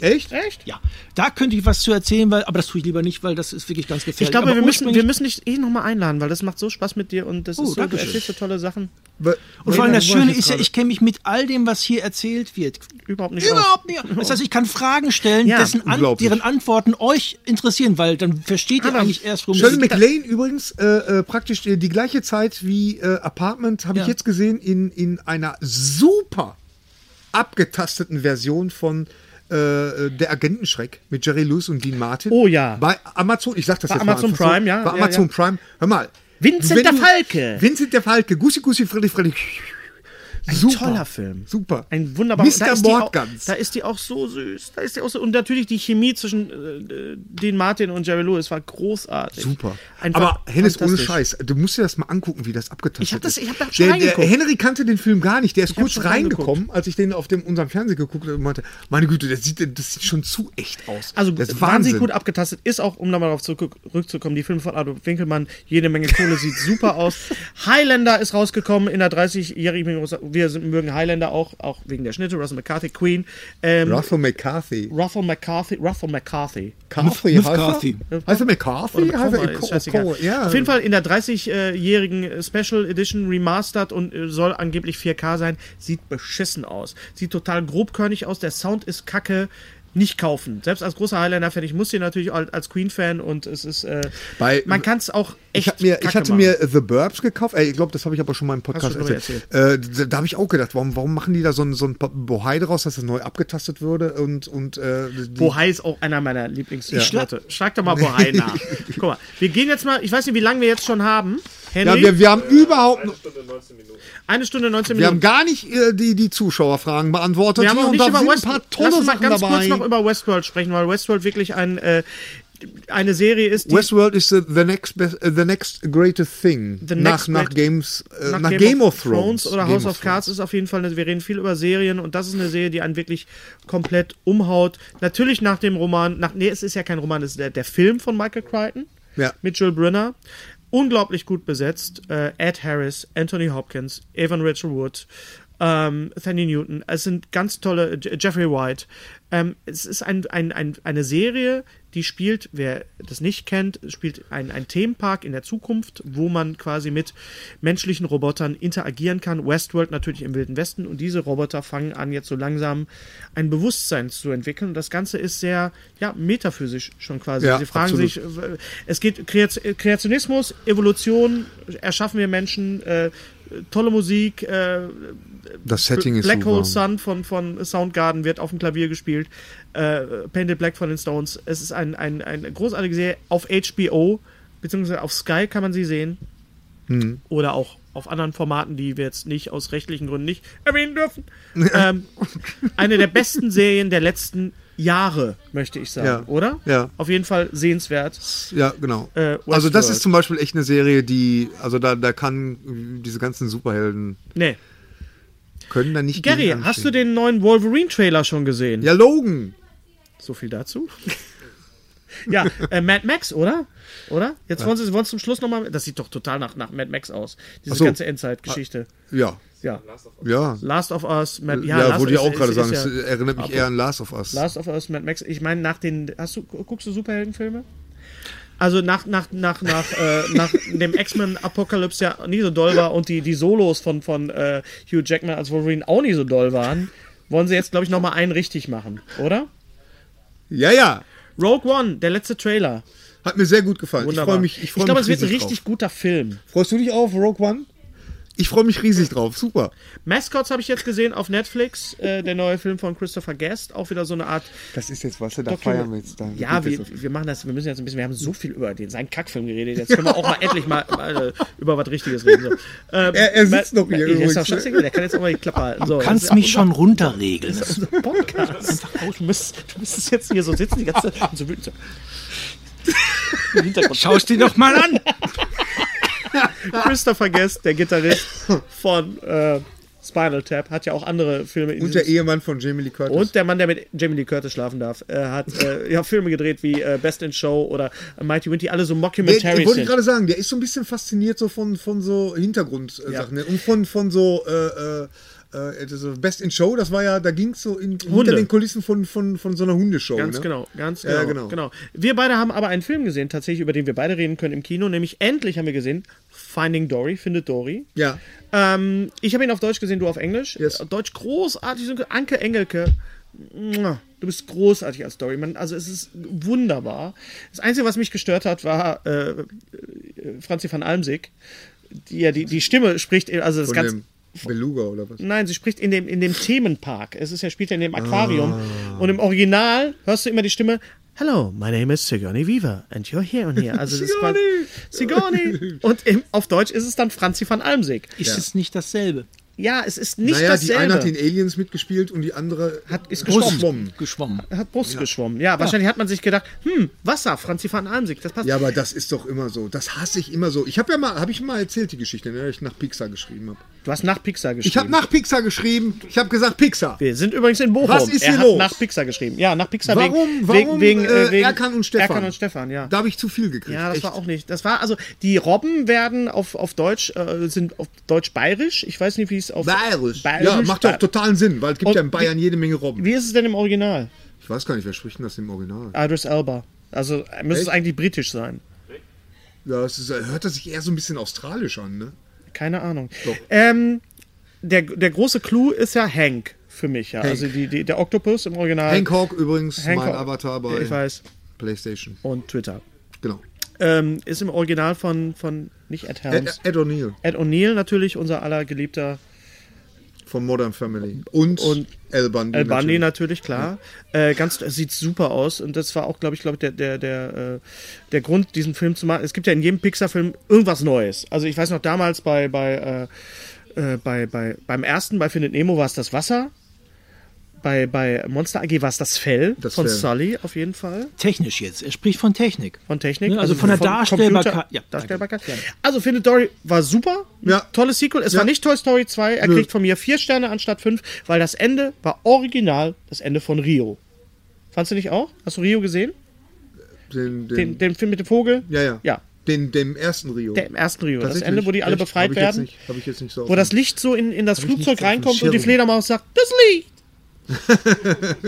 Speaker 1: ähm, echt?
Speaker 3: Echt?
Speaker 4: Ja, da könnte ich was zu erzählen, weil, aber das tue ich lieber nicht, weil das ist wirklich ganz gefährlich.
Speaker 3: Ich glaube,
Speaker 4: aber
Speaker 3: wir müssen,
Speaker 4: ursprünglich- Oh,
Speaker 3: wir müssen dich eh nochmal einladen, weil das macht so Spaß mit dir und das ist so, du
Speaker 4: Dankeschön.
Speaker 3: erzählst so tolle Sachen.
Speaker 4: Und vor allem das Schöne ist ja, ich kenne mich mit all dem, was hier erzählt wird,
Speaker 3: Überhaupt
Speaker 1: Genau.
Speaker 3: nicht. aus.
Speaker 4: überhaupt nicht. Das heißt, ich kann Fragen stellen,
Speaker 3: Ja,
Speaker 4: dessen an,
Speaker 1: unglaublich.
Speaker 4: deren Antworten euch interessieren, weil dann versteht ihr eigentlich erst, worum
Speaker 1: Shirley
Speaker 4: es geht.
Speaker 1: MacLaine übrigens äh, äh, praktisch äh, die gleiche Zeit wie äh, Apartment habe ich
Speaker 4: Ja.
Speaker 1: jetzt gesehen in, in einer super abgetasteten Version von äh, äh, der Agentenschreck mit Jerry Lewis und Dean Martin.
Speaker 3: Oh ja.
Speaker 1: Bei Amazon, ich sag das
Speaker 3: Bei
Speaker 1: jetzt
Speaker 3: Amazon
Speaker 1: mal einfach
Speaker 3: Prime,
Speaker 1: so,
Speaker 3: ja,
Speaker 1: Bei
Speaker 3: ja,
Speaker 1: Amazon
Speaker 3: ja.
Speaker 1: Prime. Hör mal.
Speaker 3: Vincent
Speaker 1: Wenn
Speaker 3: der
Speaker 1: du-
Speaker 3: Falke.
Speaker 1: Vincent der Falke. Gussi, Gussi, Freddy, Freddy. Ein
Speaker 3: toller Film.
Speaker 1: Super.
Speaker 3: Ein wunderbarer und da
Speaker 1: Mr.
Speaker 3: ist die auch-
Speaker 1: Mordgans.
Speaker 3: Da ist die auch so süß. Da ist die auch so, und natürlich die Chemie zwischen äh, den Martin und Jerry Lewis war großartig.
Speaker 1: Super.
Speaker 3: Einfach
Speaker 1: Aber Hennes, ohne
Speaker 3: fantastisch.
Speaker 1: Scheiß, du musst dir das mal angucken, wie das abgetastet
Speaker 3: Ich hab das-
Speaker 1: ist.
Speaker 3: ich hab da schon
Speaker 1: der, der
Speaker 3: reingeguckt.
Speaker 1: Henry kannte den Film gar nicht. Der ist kurz
Speaker 3: schon
Speaker 1: reingekommen, als ich den auf dem, unserem Fernseher geguckt habe und meinte, meine Güte, das sieht, das sieht schon zu echt aus.
Speaker 3: Also
Speaker 1: das ist
Speaker 3: wahnsinnig
Speaker 1: Wahnsinn.
Speaker 3: gut abgetastet. Ist auch, um nochmal darauf zurück- zurückzukommen, die Filme von Adolf Winkelmann, jede Menge Kohle, sieht super aus. Highlander ist rausgekommen in der 30-jährigen wir sind, mögen Highlander auch, auch wegen der Schnitte, Russell McCarthy, Queen. Ähm,
Speaker 1: Russell McCarthy.
Speaker 3: Russell McCarthy, Russell McCarthy.
Speaker 1: McCarthy
Speaker 4: Mif-
Speaker 1: heißt er?
Speaker 4: McCarthy.
Speaker 1: Heißt er McCarthy?
Speaker 3: Oder
Speaker 1: Heißt er- Oh,
Speaker 3: McCormack, ist scheißegal.
Speaker 1: Ja.
Speaker 3: Auf jeden Fall in der 30-jährigen Special Edition remastered und äh, soll angeblich 4K sein. Sieht beschissen aus. Sieht total grobkörnig aus. Der Sound ist kacke. Nicht kaufen. Selbst als großer Highlander-Fan, ich muss den natürlich al- als Queen-Fan und es ist. Äh,
Speaker 1: Bei-
Speaker 3: man kann es auch
Speaker 1: Ich,
Speaker 3: echt.
Speaker 1: hab mir, ich
Speaker 3: kacke
Speaker 1: hatte
Speaker 3: machen.
Speaker 1: mir The Burbs gekauft. Ey, ich glaube, das habe ich aber schon mal im Podcast
Speaker 3: Hast du schon mal
Speaker 1: erzählt. Äh, da da habe ich auch gedacht, warum, warum machen die da so ein, so ein Pa- Bohai draus, dass das neu abgetastet würde? Und, und äh, die,
Speaker 3: Bohai ist auch einer meiner lieblings
Speaker 1: Ja.
Speaker 3: Leute. Schlag doch mal Bohai nach. Guck mal, wir gehen jetzt mal, ich weiß nicht, wie lange wir jetzt schon haben.
Speaker 1: ja,
Speaker 3: Henry,
Speaker 1: wir, wir haben überhaupt noch-
Speaker 3: eine Stunde 19
Speaker 1: wir
Speaker 3: Minuten.
Speaker 1: haben gar nicht äh, die, die Zuschauerfragen beantwortet.
Speaker 3: Hm. Wir haben auch
Speaker 1: und
Speaker 3: nicht
Speaker 1: da
Speaker 3: über
Speaker 1: sind ein
Speaker 3: West
Speaker 1: paar tolle
Speaker 3: Lass uns mal
Speaker 1: Sachen
Speaker 3: ganz
Speaker 1: dabei.
Speaker 3: kurz noch über Westworld sprechen, weil Westworld wirklich ein, äh, eine Serie ist, die
Speaker 1: Westworld is the, the next best, uh, the next greatest thing
Speaker 3: The
Speaker 1: nach
Speaker 3: next
Speaker 1: nach
Speaker 3: great-
Speaker 1: Games äh, nach, Game, of Thrones,
Speaker 3: oder
Speaker 1: Game
Speaker 3: House
Speaker 1: of
Speaker 3: of Cards ist auf jeden Fall, eine, wir reden viel über Serien und das ist eine Serie, die einen wirklich komplett umhaut. Natürlich nach dem Roman, nach, nee, es ist ja kein Roman, es ist der, der Film von Michael Crichton
Speaker 1: Ja.
Speaker 3: mit Jill Brynner. Unglaublich gut besetzt. Äh, Ed Harris, Anthony Hopkins, Evan Rachel Wood, ähm, Thandie Newton. Es sind ganz tolle, J- Jeffrey White. Ähm, es ist ein, ein, ein, eine Serie, die spielt, wer das nicht kennt, es spielt ein, ein Themenpark in der Zukunft, wo man quasi mit menschlichen Robotern interagieren kann. Westworld natürlich im Wilden Westen und diese Roboter fangen an, jetzt so langsam ein Bewusstsein zu entwickeln. Und das Ganze ist sehr, ja, metaphysisch schon quasi.
Speaker 1: Ja,
Speaker 3: Sie fragen
Speaker 1: absolut.
Speaker 3: sich, äh, es geht Kreat- Kreationismus, Evolution, erschaffen wir Menschen, äh, tolle Musik, äh,
Speaker 1: Das Setting ist
Speaker 3: Black
Speaker 1: super.
Speaker 3: Hole Sun von, von Soundgarden wird auf dem Klavier gespielt. Äh, Painted Black von den Stones. Es ist ein, ein, eine großartige Serie auf HBO, beziehungsweise auf Sky kann man sie sehen.
Speaker 1: Hm.
Speaker 3: Oder auch auf anderen Formaten, die wir jetzt nicht aus rechtlichen Gründen nicht erwähnen dürfen. ähm, eine der besten Serien der letzten Jahre, möchte ich sagen,
Speaker 1: Ja.
Speaker 3: oder?
Speaker 1: Ja.
Speaker 3: Auf jeden Fall sehenswert.
Speaker 1: Ja, genau.
Speaker 3: Äh,
Speaker 1: also das
Speaker 3: Westworld.
Speaker 1: ist zum Beispiel echt eine Serie, die, also da, da kann äh, diese ganzen Superhelden
Speaker 3: Nee.
Speaker 1: können da nicht
Speaker 3: Gary,
Speaker 1: gegen
Speaker 3: hast du
Speaker 1: anstehen.
Speaker 3: den neuen Wolverine-Trailer schon gesehen?
Speaker 1: Ja, Logan.
Speaker 3: So viel dazu. ja, äh, Mad Max, oder? Oder? Jetzt wollen sie wollen sie zum Schluss nochmal. Das sieht doch total nach, nach Mad Max aus. Diese
Speaker 1: Ach so. Ah.
Speaker 3: ganze Endzeit-Geschichte.
Speaker 1: Ja,
Speaker 3: Ja.
Speaker 1: ja.
Speaker 3: Last of Us, Mad
Speaker 1: Ja,
Speaker 3: Last
Speaker 1: würde ich
Speaker 3: of-
Speaker 1: auch
Speaker 3: ist-
Speaker 1: gerade
Speaker 3: ist
Speaker 1: sagen.
Speaker 3: ja-
Speaker 1: Es erinnert mich eher an Last of Us.
Speaker 3: Last of Us, Mad Max. Ich meine, nach den. Hast du, guckst du Superheldenfilme? Also nach, nach, nach, nach, äh, nach dem X-Men-Apokalypse ja nie so doll war und die, die Solos von, von äh, Hugh Jackman als Wolverine auch nie so doll waren, wollen sie jetzt, glaube ich, nochmal einen richtig machen, oder?
Speaker 1: Ja, ja.
Speaker 3: Rogue One, der letzte Trailer.
Speaker 1: Hat mir sehr gut gefallen. Ich
Speaker 3: Wunderbar.
Speaker 1: freue mich. Ich, freu
Speaker 3: glaube,
Speaker 1: mich
Speaker 3: es wird ein
Speaker 1: riesig
Speaker 3: richtig guter Film.
Speaker 1: Drauf. Freust du dich auf Rogue One? Ich freue mich riesig drauf. Super.
Speaker 3: Mascots habe ich jetzt gesehen auf Netflix, äh, der neue Film von Christopher Guest, auch wieder so eine Art.
Speaker 1: Das ist jetzt, was du da
Speaker 3: Docu-
Speaker 1: feiern willst. Da
Speaker 3: ja,
Speaker 1: geht
Speaker 3: wir,
Speaker 1: das auf.
Speaker 3: wir machen das, wir müssen jetzt ein bisschen, wir haben so viel über den, seinen Kackfilm geredet, jetzt können wir auch mal endlich mal, mal äh, über was Richtiges reden. So.
Speaker 1: Er-
Speaker 3: Ähm,
Speaker 1: er sitzt
Speaker 3: Ma-
Speaker 1: noch hier
Speaker 3: Ma- Ist
Speaker 1: übrigens,
Speaker 3: doch
Speaker 1: ne?
Speaker 3: scheißegal, der kann jetzt auch mal die Klappe halten. So,
Speaker 4: Du
Speaker 3: das
Speaker 4: kannst
Speaker 3: ist
Speaker 4: mich
Speaker 3: auch
Speaker 4: schon runterregeln.
Speaker 3: unser Podcast. Du müsstest, du müsstest jetzt hier so sitzen die ganze Zeit und so wütend. sein.
Speaker 4: Schau es dir doch mal an.
Speaker 3: Christopher Guest, der Gitarrist von äh, Spinal Tap, hat ja auch andere Filme in
Speaker 1: Und
Speaker 3: diesem
Speaker 1: der Ehemann von Jamie Lee Curtis.
Speaker 3: Und der Mann, der mit Jamie Lee Curtis schlafen darf, äh, hat äh, ja, Filme gedreht wie äh, Best in Show oder Mighty Wind, die alle so
Speaker 1: Der,
Speaker 3: Mockumentaries
Speaker 1: wollte ich
Speaker 3: sind.
Speaker 1: gerade sagen, der ist so ein bisschen fasziniert so von, von so Hintergrundsachen
Speaker 3: Ja.
Speaker 1: ne? und von, von so äh, äh, äh, das so Best in Show, das war ja, da ging es so in, hinter den Kulissen von, von, von so einer Hundeshow.
Speaker 3: Ganz
Speaker 1: ne?
Speaker 3: genau, ganz genau,
Speaker 1: Ja, genau.
Speaker 3: genau. Wir beide haben aber einen Film gesehen, tatsächlich, über den wir beide reden können im Kino, nämlich endlich haben wir gesehen Finding Dory, findet Dory.
Speaker 1: Ja,
Speaker 3: Ähm, ich habe ihn auf Deutsch gesehen, du auf Englisch.
Speaker 1: Yes.
Speaker 3: Auf Deutsch großartig. Anke Engelke. Mua, Du bist großartig als Doryman. Also es ist wunderbar. Das Einzige, was mich gestört hat, war äh, äh, Franzi van Almsig, die ja die, die Stimme spricht, also das
Speaker 1: von
Speaker 3: ganz.
Speaker 1: dem Beluga oder was.
Speaker 3: Nein, sie spricht in dem, in dem Themenpark. Es ist ja später in
Speaker 1: Ah.
Speaker 3: dem Aquarium. Und im Original hörst du immer die Stimme. Hello, my name is Sigourney Weaver and you're here and here. Also das ist quasi- Sigourney! Und im, auf Deutsch ist es dann Franzi van Almsig.
Speaker 4: Ist es nicht dasselbe?
Speaker 3: Ja, es ist nicht
Speaker 1: naja, die
Speaker 3: dasselbe.
Speaker 1: eine hat den Aliens mitgespielt und die andere
Speaker 3: Hat- ist
Speaker 1: geschwommen.
Speaker 4: Geschwommen.
Speaker 3: hat Brust geschwommen. Ja, wahrscheinlich hat man sich gedacht, hm, Wasser, Franzi van Almsig, das passt.
Speaker 1: Ja, aber das ist doch immer so. Das hasse ich immer so. Ich habe ja mal, habe ich mal erzählt die Geschichte, ne, dass ich nach Pixar geschrieben habe.
Speaker 3: Du hast nach Pixar geschrieben.
Speaker 1: Ich habe nach Pixar geschrieben. Ich habe gesagt Pixar.
Speaker 3: Wir sind übrigens in Bochum.
Speaker 1: Was ist
Speaker 3: er
Speaker 1: hier
Speaker 3: hat
Speaker 1: los?
Speaker 3: nach Pixar geschrieben. Ja, nach Pixar
Speaker 1: Warum?
Speaker 3: wegen,
Speaker 1: warum?
Speaker 3: wegen, wegen,
Speaker 1: äh,
Speaker 3: äh, wegen
Speaker 1: Erkan und Stefan.
Speaker 3: Erkan und Stefan, ja.
Speaker 1: Da habe ich zu viel gekriegt.
Speaker 3: ja, das
Speaker 1: echt.
Speaker 3: war auch nicht. Das war also die Robben werden auf, auf Deutsch äh, sind auf Deutsch bayerisch. Ich weiß nicht, wie es es auf
Speaker 1: Bayerisch. Ja, macht doch
Speaker 3: statt.
Speaker 1: totalen Sinn, weil es gibt
Speaker 3: Und
Speaker 1: ja in Bayern jede Menge Robben.
Speaker 3: Wie ist es denn im Original?
Speaker 1: Ich weiß gar nicht, wer spricht denn das im Original?
Speaker 3: Idris Elba. Also äh, müsste es
Speaker 1: Echt?
Speaker 3: eigentlich britisch sein.
Speaker 1: Ja, es ist, hört das sich eher so ein bisschen australisch an, ne?
Speaker 3: Keine Ahnung.
Speaker 1: Doch.
Speaker 3: Ähm, der, der große Clou ist ja Hank für mich. Ja.
Speaker 1: Hank.
Speaker 3: Also die, die, der Octopus im Original.
Speaker 1: Hank Hawk übrigens,
Speaker 3: Äh, Hank
Speaker 1: mein
Speaker 3: Hawk.
Speaker 1: Avatar
Speaker 3: Ich
Speaker 1: bei
Speaker 3: weiß.
Speaker 1: PlayStation.
Speaker 3: Und Twitter.
Speaker 1: Genau.
Speaker 3: Ähm, ist im Original von, von nicht Ed
Speaker 1: Ed,
Speaker 3: Helms.
Speaker 1: Ed O'Neill
Speaker 3: Ed O'Neill natürlich, unser aller geliebter
Speaker 1: von Modern Family. Und,
Speaker 3: Und
Speaker 1: El Bundy.
Speaker 3: Al
Speaker 1: natürlich.
Speaker 3: Bundy Äh, natürlich, klar. Äh, ganz es sieht super aus und das war auch, glaube ich, glaube ich, der der der äh, der Grund, diesen Film zu machen. Es gibt ja in jedem Pixar-Film irgendwas Neues. Also ich weiß noch damals bei bei äh, äh, bei, bei beim ersten bei Findet Nemo war es das Wasser. Bei, bei Monster AG war es das Fell
Speaker 1: Das
Speaker 3: von
Speaker 1: Fell.
Speaker 3: Sully auf jeden Fall,
Speaker 4: Technisch jetzt. Er spricht von Technik.
Speaker 3: von Technik.
Speaker 4: Ja, also von der
Speaker 3: vom
Speaker 4: Darstellbarkeit-
Speaker 3: Computer-
Speaker 4: ja, danke.
Speaker 3: Darstellbarkeit. Also Findet Dory war super,
Speaker 1: Ja.
Speaker 3: tolles Sequel. Es
Speaker 1: Ja.
Speaker 3: war nicht Toy Story 2, er
Speaker 1: Nö.
Speaker 3: kriegt von mir vier Sterne anstatt fünf, weil das Ende war original das Ende von Rio. Fandst du nicht auch? Hast du Rio gesehen?
Speaker 1: Den, den,
Speaker 3: Den, den Film mit dem Vogel?
Speaker 1: ja, ja.
Speaker 3: Ja,
Speaker 1: Den, dem ersten Rio.
Speaker 3: der im ersten Rio. Das
Speaker 1: Tatsächlich.
Speaker 3: Ende, wo die alle
Speaker 1: Echt?
Speaker 3: befreit
Speaker 1: Hab ich jetzt
Speaker 3: werden,
Speaker 1: nicht- Hab ich jetzt nicht so.
Speaker 3: wo das Licht so in, in das
Speaker 1: ich nicht
Speaker 3: Flugzeug
Speaker 1: so auf dem
Speaker 3: reinkommt und die
Speaker 1: Schirm.
Speaker 3: Fledermaus sagt, das Licht!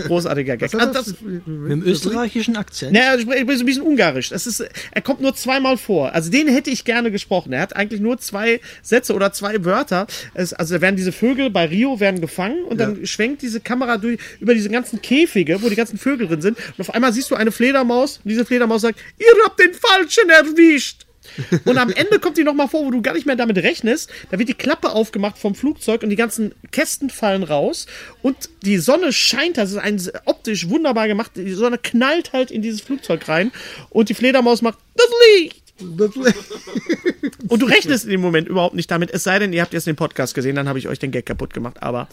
Speaker 3: Großartiger Gag. Ah, das,
Speaker 1: Hm.
Speaker 4: Mit dem österreichischen Akzent.
Speaker 3: naja, also ich bin so ein bisschen ungarisch. Das ist, äh, er kommt nur zweimal vor. Also den hätte ich gerne gesprochen. Er hat eigentlich nur zwei Sätze oder zwei Wörter. Es, also da werden diese Vögel bei Rio werden gefangen und dann schwenkt diese Kamera durch über diese ganzen Käfige, wo die ganzen Vögel drin sind. Und auf einmal siehst du eine Fledermaus und diese Fledermaus sagt, ihr habt den Falschen erwischt. Und am Ende kommt die nochmal vor, wo du gar nicht mehr damit rechnest. Da wird die Klappe aufgemacht vom Flugzeug und die ganzen Kästen fallen raus. Und die Sonne scheint, das ist ein optisch wunderbar gemacht. Die Sonne knallt halt in dieses Flugzeug rein und die Fledermaus macht das Licht. Und du rechnest in dem Moment überhaupt nicht damit, es sei denn, ihr habt jetzt den Podcast gesehen, dann habe ich euch den Gag kaputt gemacht. Aber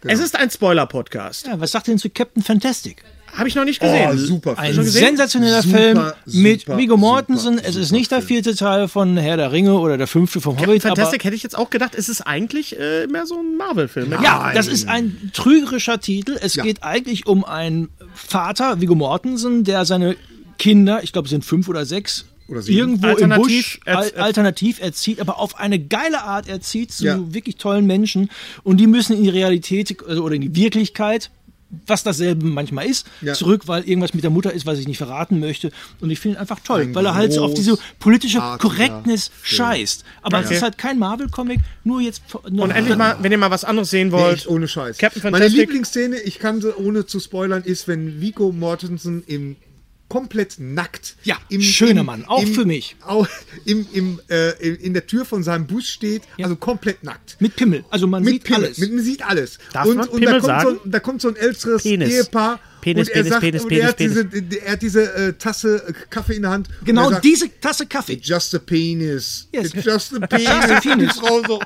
Speaker 1: Genau.
Speaker 3: es ist ein Spoiler-Podcast.
Speaker 4: Ja, was sagt ihr denn zu Captain Fantastic?
Speaker 3: Habe ich noch nicht gesehen.
Speaker 1: Oh, super.
Speaker 4: Ein
Speaker 1: Film.
Speaker 3: gesehen?
Speaker 4: sensationeller
Speaker 1: Super,
Speaker 4: Film
Speaker 1: super,
Speaker 4: mit Viggo Mortensen.
Speaker 1: super,
Speaker 4: es ist
Speaker 1: super
Speaker 4: nicht der
Speaker 1: Film.
Speaker 4: vierte Teil von Herr der Ringe oder der fünfte vom Hobbit. aber
Speaker 3: Fantastic hätte ich jetzt auch gedacht, es ist eigentlich äh, mehr so ein Marvel-Film.
Speaker 4: Ja, das ist ein trügerischer Titel. Es
Speaker 1: Ja.
Speaker 4: geht eigentlich um einen Vater, Viggo Mortensen, der seine Kinder, ich glaube, es sind fünf oder sechs,
Speaker 1: Oder sieben.
Speaker 4: irgendwo im
Speaker 3: Alternativ
Speaker 4: Busch al
Speaker 3: erz-
Speaker 4: alternativ erzieht, aber auf eine geile Art erzieht zu
Speaker 1: Ja.
Speaker 4: wirklich tollen Menschen. Und die müssen in die Realität also, oder in die Wirklichkeit was dasselbe manchmal ist,
Speaker 1: Ja.
Speaker 4: zurück, weil irgendwas mit der Mutter ist, was ich nicht verraten möchte. Und ich finde ihn einfach toll,
Speaker 1: Ein
Speaker 4: weil er halt so auf diese politische
Speaker 1: großartiger
Speaker 4: Correctness
Speaker 1: Film.
Speaker 4: scheißt. Aber es
Speaker 3: Okay.
Speaker 4: ist halt kein Marvel-Comic, nur jetzt...
Speaker 3: Und endlich mal, wenn ihr mal was anderes sehen
Speaker 1: Nee,
Speaker 3: wollt.
Speaker 1: echt, ohne Scheiß.
Speaker 3: Captain
Speaker 1: Meine
Speaker 3: Fantastic.
Speaker 1: Lieblingsszene, ich kann sie ohne zu spoilern, ist, wenn Vico Mortensen im komplett nackt.
Speaker 4: Ja,
Speaker 1: im,
Speaker 4: schöner Mann, auch für mich.
Speaker 1: Auch, im, im, äh, in der Tür von seinem Bus steht, also komplett nackt.
Speaker 4: Mit Pimmel. Also man
Speaker 1: Mit
Speaker 4: sieht
Speaker 1: Pimmel,
Speaker 4: alles.
Speaker 1: Mit, man sieht alles.
Speaker 3: Darf
Speaker 1: und
Speaker 3: man
Speaker 1: und da,
Speaker 3: Pimmel
Speaker 1: kommt
Speaker 3: sagen?
Speaker 1: So, ein- da kommt so ein älteres
Speaker 3: Penis.
Speaker 1: Ehepaar. und
Speaker 3: Penis,
Speaker 1: er
Speaker 3: Penis,
Speaker 1: sagt,
Speaker 3: Penis,
Speaker 1: und
Speaker 3: Penis,
Speaker 1: er hat
Speaker 3: Penis.
Speaker 1: diese, er hat diese äh, Tasse äh, Kaffee in der Hand. und
Speaker 4: genau
Speaker 1: er sagt,
Speaker 4: diese Tasse Kaffee.
Speaker 1: Just a penis.
Speaker 4: Yes.
Speaker 1: It's just a penis. Also,
Speaker 4: Just a penis.
Speaker 1: Die Frau so.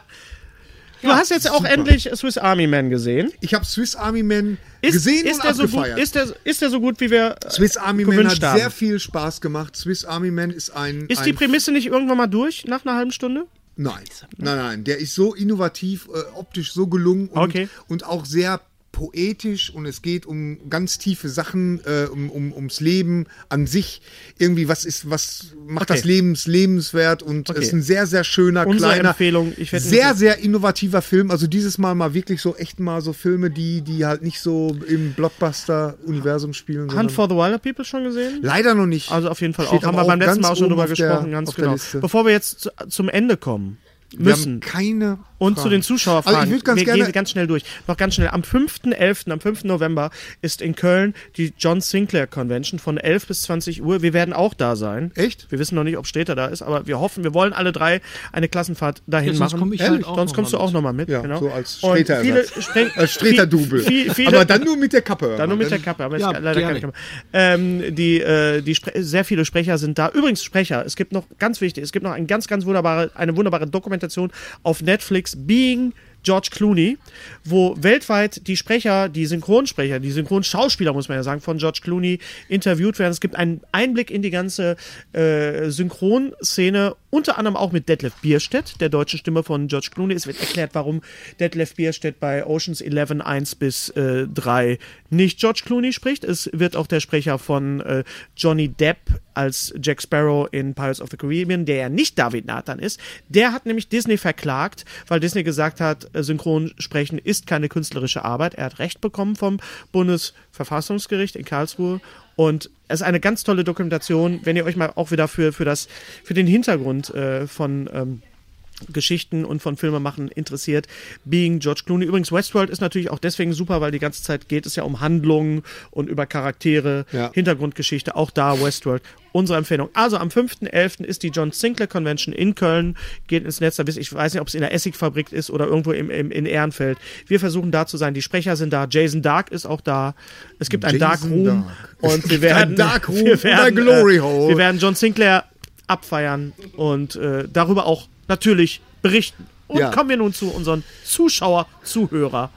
Speaker 3: Du hast jetzt auch endlich Swiss Army Man gesehen.
Speaker 1: Ich habe Swiss Army Man
Speaker 3: Ist,
Speaker 1: gesehen
Speaker 3: ist
Speaker 1: und
Speaker 3: der so gut,
Speaker 1: abgefeiert.
Speaker 3: ist, der, ist der so gut, wie wir äh,
Speaker 1: Swiss Army Man
Speaker 3: gewünscht
Speaker 1: hat
Speaker 3: haben?
Speaker 1: sehr viel Spaß gemacht. Swiss Army Man ist ein.
Speaker 3: ist
Speaker 1: ein
Speaker 3: die Prämisse nicht irgendwann mal durch, nach einer halben Stunde?
Speaker 1: Nein, nein, nein. Der ist so innovativ, äh, optisch so gelungen und,
Speaker 3: Okay.
Speaker 1: und auch sehr poetisch und es geht um ganz tiefe Sachen, äh, um, um, ums Leben an sich. Irgendwie, was ist, was macht
Speaker 3: Okay.
Speaker 1: das Lebens lebenswert und es ist ein sehr, sehr schöner,
Speaker 3: Unsere
Speaker 1: kleiner,
Speaker 3: Empfehlung, ich werd ihn
Speaker 1: sehr,
Speaker 3: nicht-
Speaker 1: sehr innovativer Film. Also dieses Mal mal wirklich so echt mal so Filme, die, die halt nicht so im Blockbuster-Universum spielen.
Speaker 3: Hunt
Speaker 1: sondern-
Speaker 3: for the Wilder People schon gesehen?
Speaker 1: Leider noch nicht.
Speaker 3: Also auf jeden Fall
Speaker 1: Steht
Speaker 3: auch. Haben
Speaker 1: aber
Speaker 3: wir beim
Speaker 1: auch
Speaker 3: letzten Mal auch
Speaker 1: ganz
Speaker 3: schon drüber
Speaker 1: oben auf der-
Speaker 3: gesprochen, ganz
Speaker 1: auf der
Speaker 3: genau.
Speaker 1: Liste.
Speaker 3: Bevor wir jetzt zu, zum Ende kommen müssen.
Speaker 1: Wir haben keine
Speaker 3: Und zu
Speaker 1: Fragen.
Speaker 3: den Zuschauerfragen.
Speaker 1: Also ich würde ganz
Speaker 3: wir
Speaker 1: gerne
Speaker 3: gehen ganz schnell durch. Noch ganz schnell. Am 5.11., am 5. November ist in Köln die John Sinclair Convention von 11 bis 20 Uhr. Wir werden auch da sein.
Speaker 1: Echt?
Speaker 3: Wir wissen noch nicht, ob Städter da ist, aber wir hoffen, wir wollen alle drei eine Klassenfahrt dahin
Speaker 4: Ja, sonst
Speaker 3: machen.
Speaker 4: komm ich halt
Speaker 3: Ehrlich?
Speaker 4: auch
Speaker 3: sonst
Speaker 4: noch
Speaker 3: kommst
Speaker 4: mal
Speaker 3: du auch
Speaker 4: mit.
Speaker 3: nochmal mit.
Speaker 1: Ja,
Speaker 3: genau.
Speaker 1: so als
Speaker 3: Und
Speaker 1: Sträter-
Speaker 3: viele Spreng-
Speaker 1: als Streter-Double.
Speaker 3: Viel- viele-
Speaker 1: Aber dann nur mit der Kappe. hör
Speaker 3: dann nur
Speaker 1: mal.
Speaker 3: mit der Kappe, aber
Speaker 4: Ja,
Speaker 3: es ist leider
Speaker 4: gerne.
Speaker 3: keine Kappe. Ähm, die, äh, die Spre sehr viele Sprecher sind da. Übrigens Sprecher, es gibt noch ganz wichtig, es gibt noch ein ganz, ganz wunderbare, eine wunderbare Dokumentation auf Netflix, Being George Clooney, wo weltweit die Sprecher, die Synchronsprecher, die Synchronschauspieler, muss man ja sagen, von George Clooney interviewt werden. Es gibt einen Einblick in die ganze äh, Synchronszene Unter anderem auch mit Detlef Bierstedt, der deutschen Stimme von George Clooney. Es wird erklärt, warum Detlef Bierstedt bei Oceans 11 1 bis äh, 3 nicht George Clooney spricht. Es wird auch der Sprecher von äh, Johnny Depp als Jack Sparrow in Pirates of the Caribbean, der ja nicht David Nathan ist. Der hat nämlich Disney verklagt, weil Disney gesagt hat, äh, Synchronsprechen ist keine künstlerische Arbeit. Er hat Recht bekommen vom Bundesverfassungsgericht in Karlsruhe und es ist eine ganz tolle Dokumentation, wenn ihr euch mal auch wieder für, für, das, für den Hintergrund äh, von ähm, Geschichten und von Filmemachen interessiert. Being George Clooney. Übrigens, Westworld ist natürlich auch deswegen super, weil die ganze Zeit geht es ja um Handlungen und über Charaktere,
Speaker 1: Ja.
Speaker 3: Hintergrundgeschichte. Auch da Westworld. Unsere Empfehlung. Also am 5.11. ist die John Sinclair Convention in Köln. Geht ins Netz. Da wisst- Ich weiß nicht, ob es in der Essigfabrik ist oder irgendwo im, im, in Ehrenfeld. Wir versuchen da zu sein. Die Sprecher sind da. Jason Dark ist auch da. Es gibt ein
Speaker 1: Jason
Speaker 3: Dark Room.
Speaker 1: Dark.
Speaker 3: Und wir
Speaker 1: Ein
Speaker 3: werden,
Speaker 1: Dark Room
Speaker 3: wir werden,
Speaker 1: und ein Glory Hole.
Speaker 3: Äh, wir werden John Sinclair abfeiern und äh, darüber auch natürlich berichten. Und
Speaker 1: Ja.
Speaker 3: kommen wir nun zu unseren Zuschauer, Zuhörer,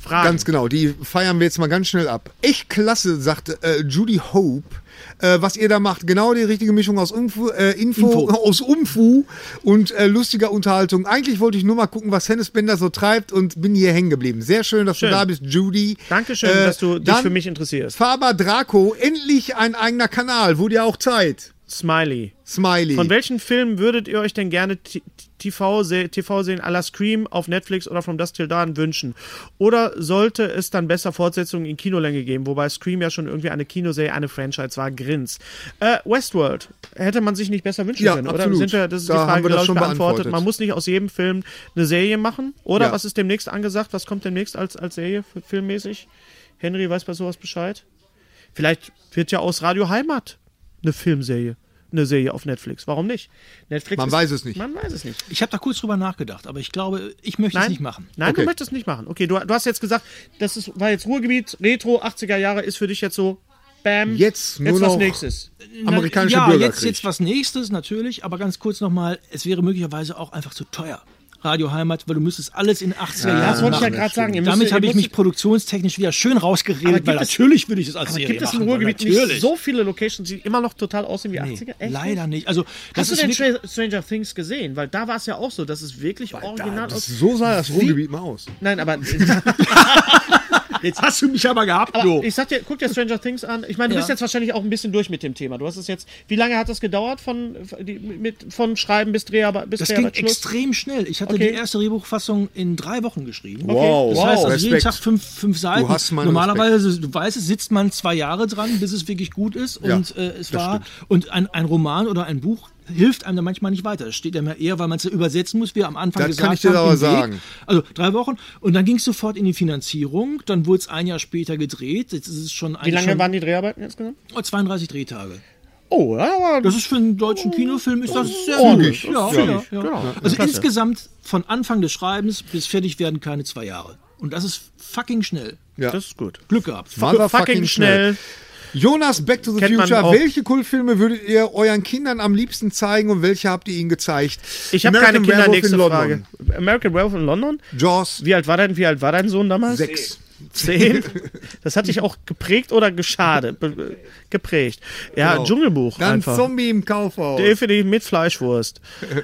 Speaker 3: Fragen.
Speaker 1: Ganz genau, die feiern wir jetzt mal ganz schnell ab. Echt klasse, sagte äh, Judy Hope. Äh, was ihr da macht, genau die richtige Mischung aus Umfu, äh, Info, aus Umfu und äh, lustiger Unterhaltung. Eigentlich wollte ich nur mal gucken, was Hennes Bender so treibt und bin hier hängen geblieben. Sehr schön, dass
Speaker 3: Schön.
Speaker 1: du da bist, Judy.
Speaker 3: Dankeschön,
Speaker 1: Äh,
Speaker 3: dass du dich
Speaker 1: dann
Speaker 3: für mich interessierst.
Speaker 1: Faber Draco, endlich ein eigener Kanal. Wurde ja auch Zeit.
Speaker 3: Smiley.
Speaker 1: Smiley.
Speaker 3: Von welchen Filmen würdet ihr euch denn gerne TV-Serien TV à la Scream auf Netflix oder From Dust Till Dawn wünschen? Oder sollte es dann besser Fortsetzungen in Kinolänge geben, wobei Scream ja schon irgendwie eine Kinoserie, eine Franchise war, Grins. Äh, Westworld, hätte man sich nicht besser wünschen
Speaker 1: Ja,
Speaker 3: können, oder?
Speaker 1: absolut.
Speaker 3: Sind wir, das ist
Speaker 1: Da
Speaker 3: die Frage,
Speaker 1: haben wir das
Speaker 3: glaube ich,
Speaker 1: schon
Speaker 3: beantwortet.
Speaker 1: beantwortet.
Speaker 3: Man muss nicht aus jedem Film eine Serie machen, oder?
Speaker 1: Ja.
Speaker 3: Was ist demnächst angesagt? Was kommt demnächst als, als Serie, f- filmmäßig? Henry weiß bei sowas Bescheid? Vielleicht wird ja aus Radio Heimat eine Filmserie, eine Serie auf Netflix. Warum nicht? Netflix
Speaker 1: Man
Speaker 3: ist,
Speaker 1: weiß es nicht.
Speaker 3: Man weiß es nicht.
Speaker 4: Ich habe da kurz drüber nachgedacht, aber ich glaube, ich möchte es
Speaker 3: Nein,
Speaker 4: nicht machen.
Speaker 3: Nein, du
Speaker 1: Okay.
Speaker 3: möchtest nicht machen. Okay, du, du hast jetzt gesagt, das ist, war jetzt Ruhrgebiet, Retro, 80er Jahre ist für dich jetzt so, bam,
Speaker 1: Jetzt nur
Speaker 3: jetzt was
Speaker 1: noch- Äh,
Speaker 3: nächstes.
Speaker 1: Amerikanische
Speaker 4: ja,
Speaker 1: Bürgerkrieg.
Speaker 4: jetzt, jetzt was nächstes natürlich, aber ganz kurz nochmal, es wäre möglicherweise auch einfach zu teuer. Radio Heimat, weil du müsstest alles in 80er Jahren
Speaker 3: Das wollte ich ja
Speaker 4: machen.
Speaker 3: gerade sagen. Ihr müsst-
Speaker 4: Damit
Speaker 3: ihr
Speaker 4: habe ich
Speaker 3: müsst-
Speaker 4: mich produktionstechnisch wieder schön rausgeredet,
Speaker 3: gibt
Speaker 4: weil
Speaker 3: es-
Speaker 4: natürlich würde ich das als
Speaker 3: Aber
Speaker 4: Serie
Speaker 3: gibt es
Speaker 4: machen.
Speaker 3: im
Speaker 4: wollen,
Speaker 3: Ruhrgebiet nicht
Speaker 4: natürlich.
Speaker 3: so viele Locations, die immer noch total aussehen wie 80er?
Speaker 4: Nee,
Speaker 3: Echt
Speaker 4: leider
Speaker 3: nicht.
Speaker 4: nicht. Also, das
Speaker 3: Hast du
Speaker 4: ist
Speaker 3: denn
Speaker 4: wirklich-
Speaker 3: Stra- Stranger Things gesehen? Weil da war es ja auch so, dass es wirklich original
Speaker 1: Das,
Speaker 3: aus.
Speaker 1: so sah das Ruhrgebiet mal aus.
Speaker 3: Nein, aber
Speaker 4: Jetzt hast du mich aber gehabt,
Speaker 3: Aber
Speaker 4: du.
Speaker 3: ich sag dir, guck dir Stranger Things an. Ich meine, du
Speaker 4: Ja.
Speaker 3: bist jetzt wahrscheinlich auch ein bisschen durch mit dem Thema. Du hast es jetzt. Wie lange hat das gedauert von, die- mit, von Schreiben bis Dreharbeit? Bis
Speaker 4: Das ging
Speaker 3: Dreharbeitsschluss?
Speaker 4: extrem schnell. Ich hatte
Speaker 3: Okay.
Speaker 4: die erste Drehbuchfassung in drei Wochen geschrieben.
Speaker 1: Wow,
Speaker 4: Das heißt, also jeden
Speaker 1: Respekt.
Speaker 4: Tag fünf, fünf Seiten.
Speaker 1: hast meinen
Speaker 4: Normalerweise, du weißt es, sitzt man zwei Jahre dran, bis es wirklich gut ist.
Speaker 1: Ja,
Speaker 4: Und äh, es
Speaker 1: das
Speaker 4: war und ein, ein Roman oder ein Buch hilft einem da manchmal nicht weiter. Das steht einem ja eher, weil man es ja übersetzen muss, wie am Anfang
Speaker 1: Das
Speaker 4: gesagt
Speaker 1: kann ich dir
Speaker 4: haben,
Speaker 1: aber
Speaker 4: im Weg.
Speaker 1: sagen.
Speaker 4: Also drei Wochen. Und dann ging es sofort in die Finanzierung. Dann wurde es ein Jahr später gedreht. Jetzt ist es schon
Speaker 3: Wie lange
Speaker 4: schon
Speaker 3: waren die Dreharbeiten insgesamt?
Speaker 4: Oh, 32 Drehtage.
Speaker 3: Oh, ja, aber
Speaker 4: Das ist für einen deutschen Kinofilm ist das
Speaker 1: Oh,
Speaker 4: sehr
Speaker 3: ordentlich.
Speaker 4: gut. Ja,
Speaker 3: Das ist
Speaker 4: ja,
Speaker 3: zügig,
Speaker 4: ja.
Speaker 3: genau.
Speaker 4: Also insgesamt von Anfang des Schreibens bis fertig werden keine zwei Jahre. Und das ist fucking schnell.
Speaker 1: Ja.
Speaker 3: das ist gut.
Speaker 4: Glück gehabt.
Speaker 3: Fucking schnell.
Speaker 1: Jonas, Back to the
Speaker 3: Kennt man
Speaker 1: Future.
Speaker 3: auch.
Speaker 1: Welche Kultfilme würdet ihr euren Kindern am liebsten zeigen und welche habt ihr ihnen gezeigt?
Speaker 3: Ich habe
Speaker 1: American
Speaker 3: keine Kinder,
Speaker 1: Werewolf
Speaker 3: nächste
Speaker 1: in London.
Speaker 3: Frage. American Werewolf in London?
Speaker 1: Jaws
Speaker 3: Wie alt war dein, wie alt war dein Sohn damals?
Speaker 1: 6.
Speaker 3: Zehn? Das hat dich auch geprägt oder geschadet? Be- äh, Geprägt. Ja,
Speaker 4: Genau.
Speaker 3: Dschungelbuch
Speaker 1: Dann
Speaker 3: einfach.
Speaker 1: Zombie im Kaufhaus.
Speaker 3: Definitiv mit Fleischwurst.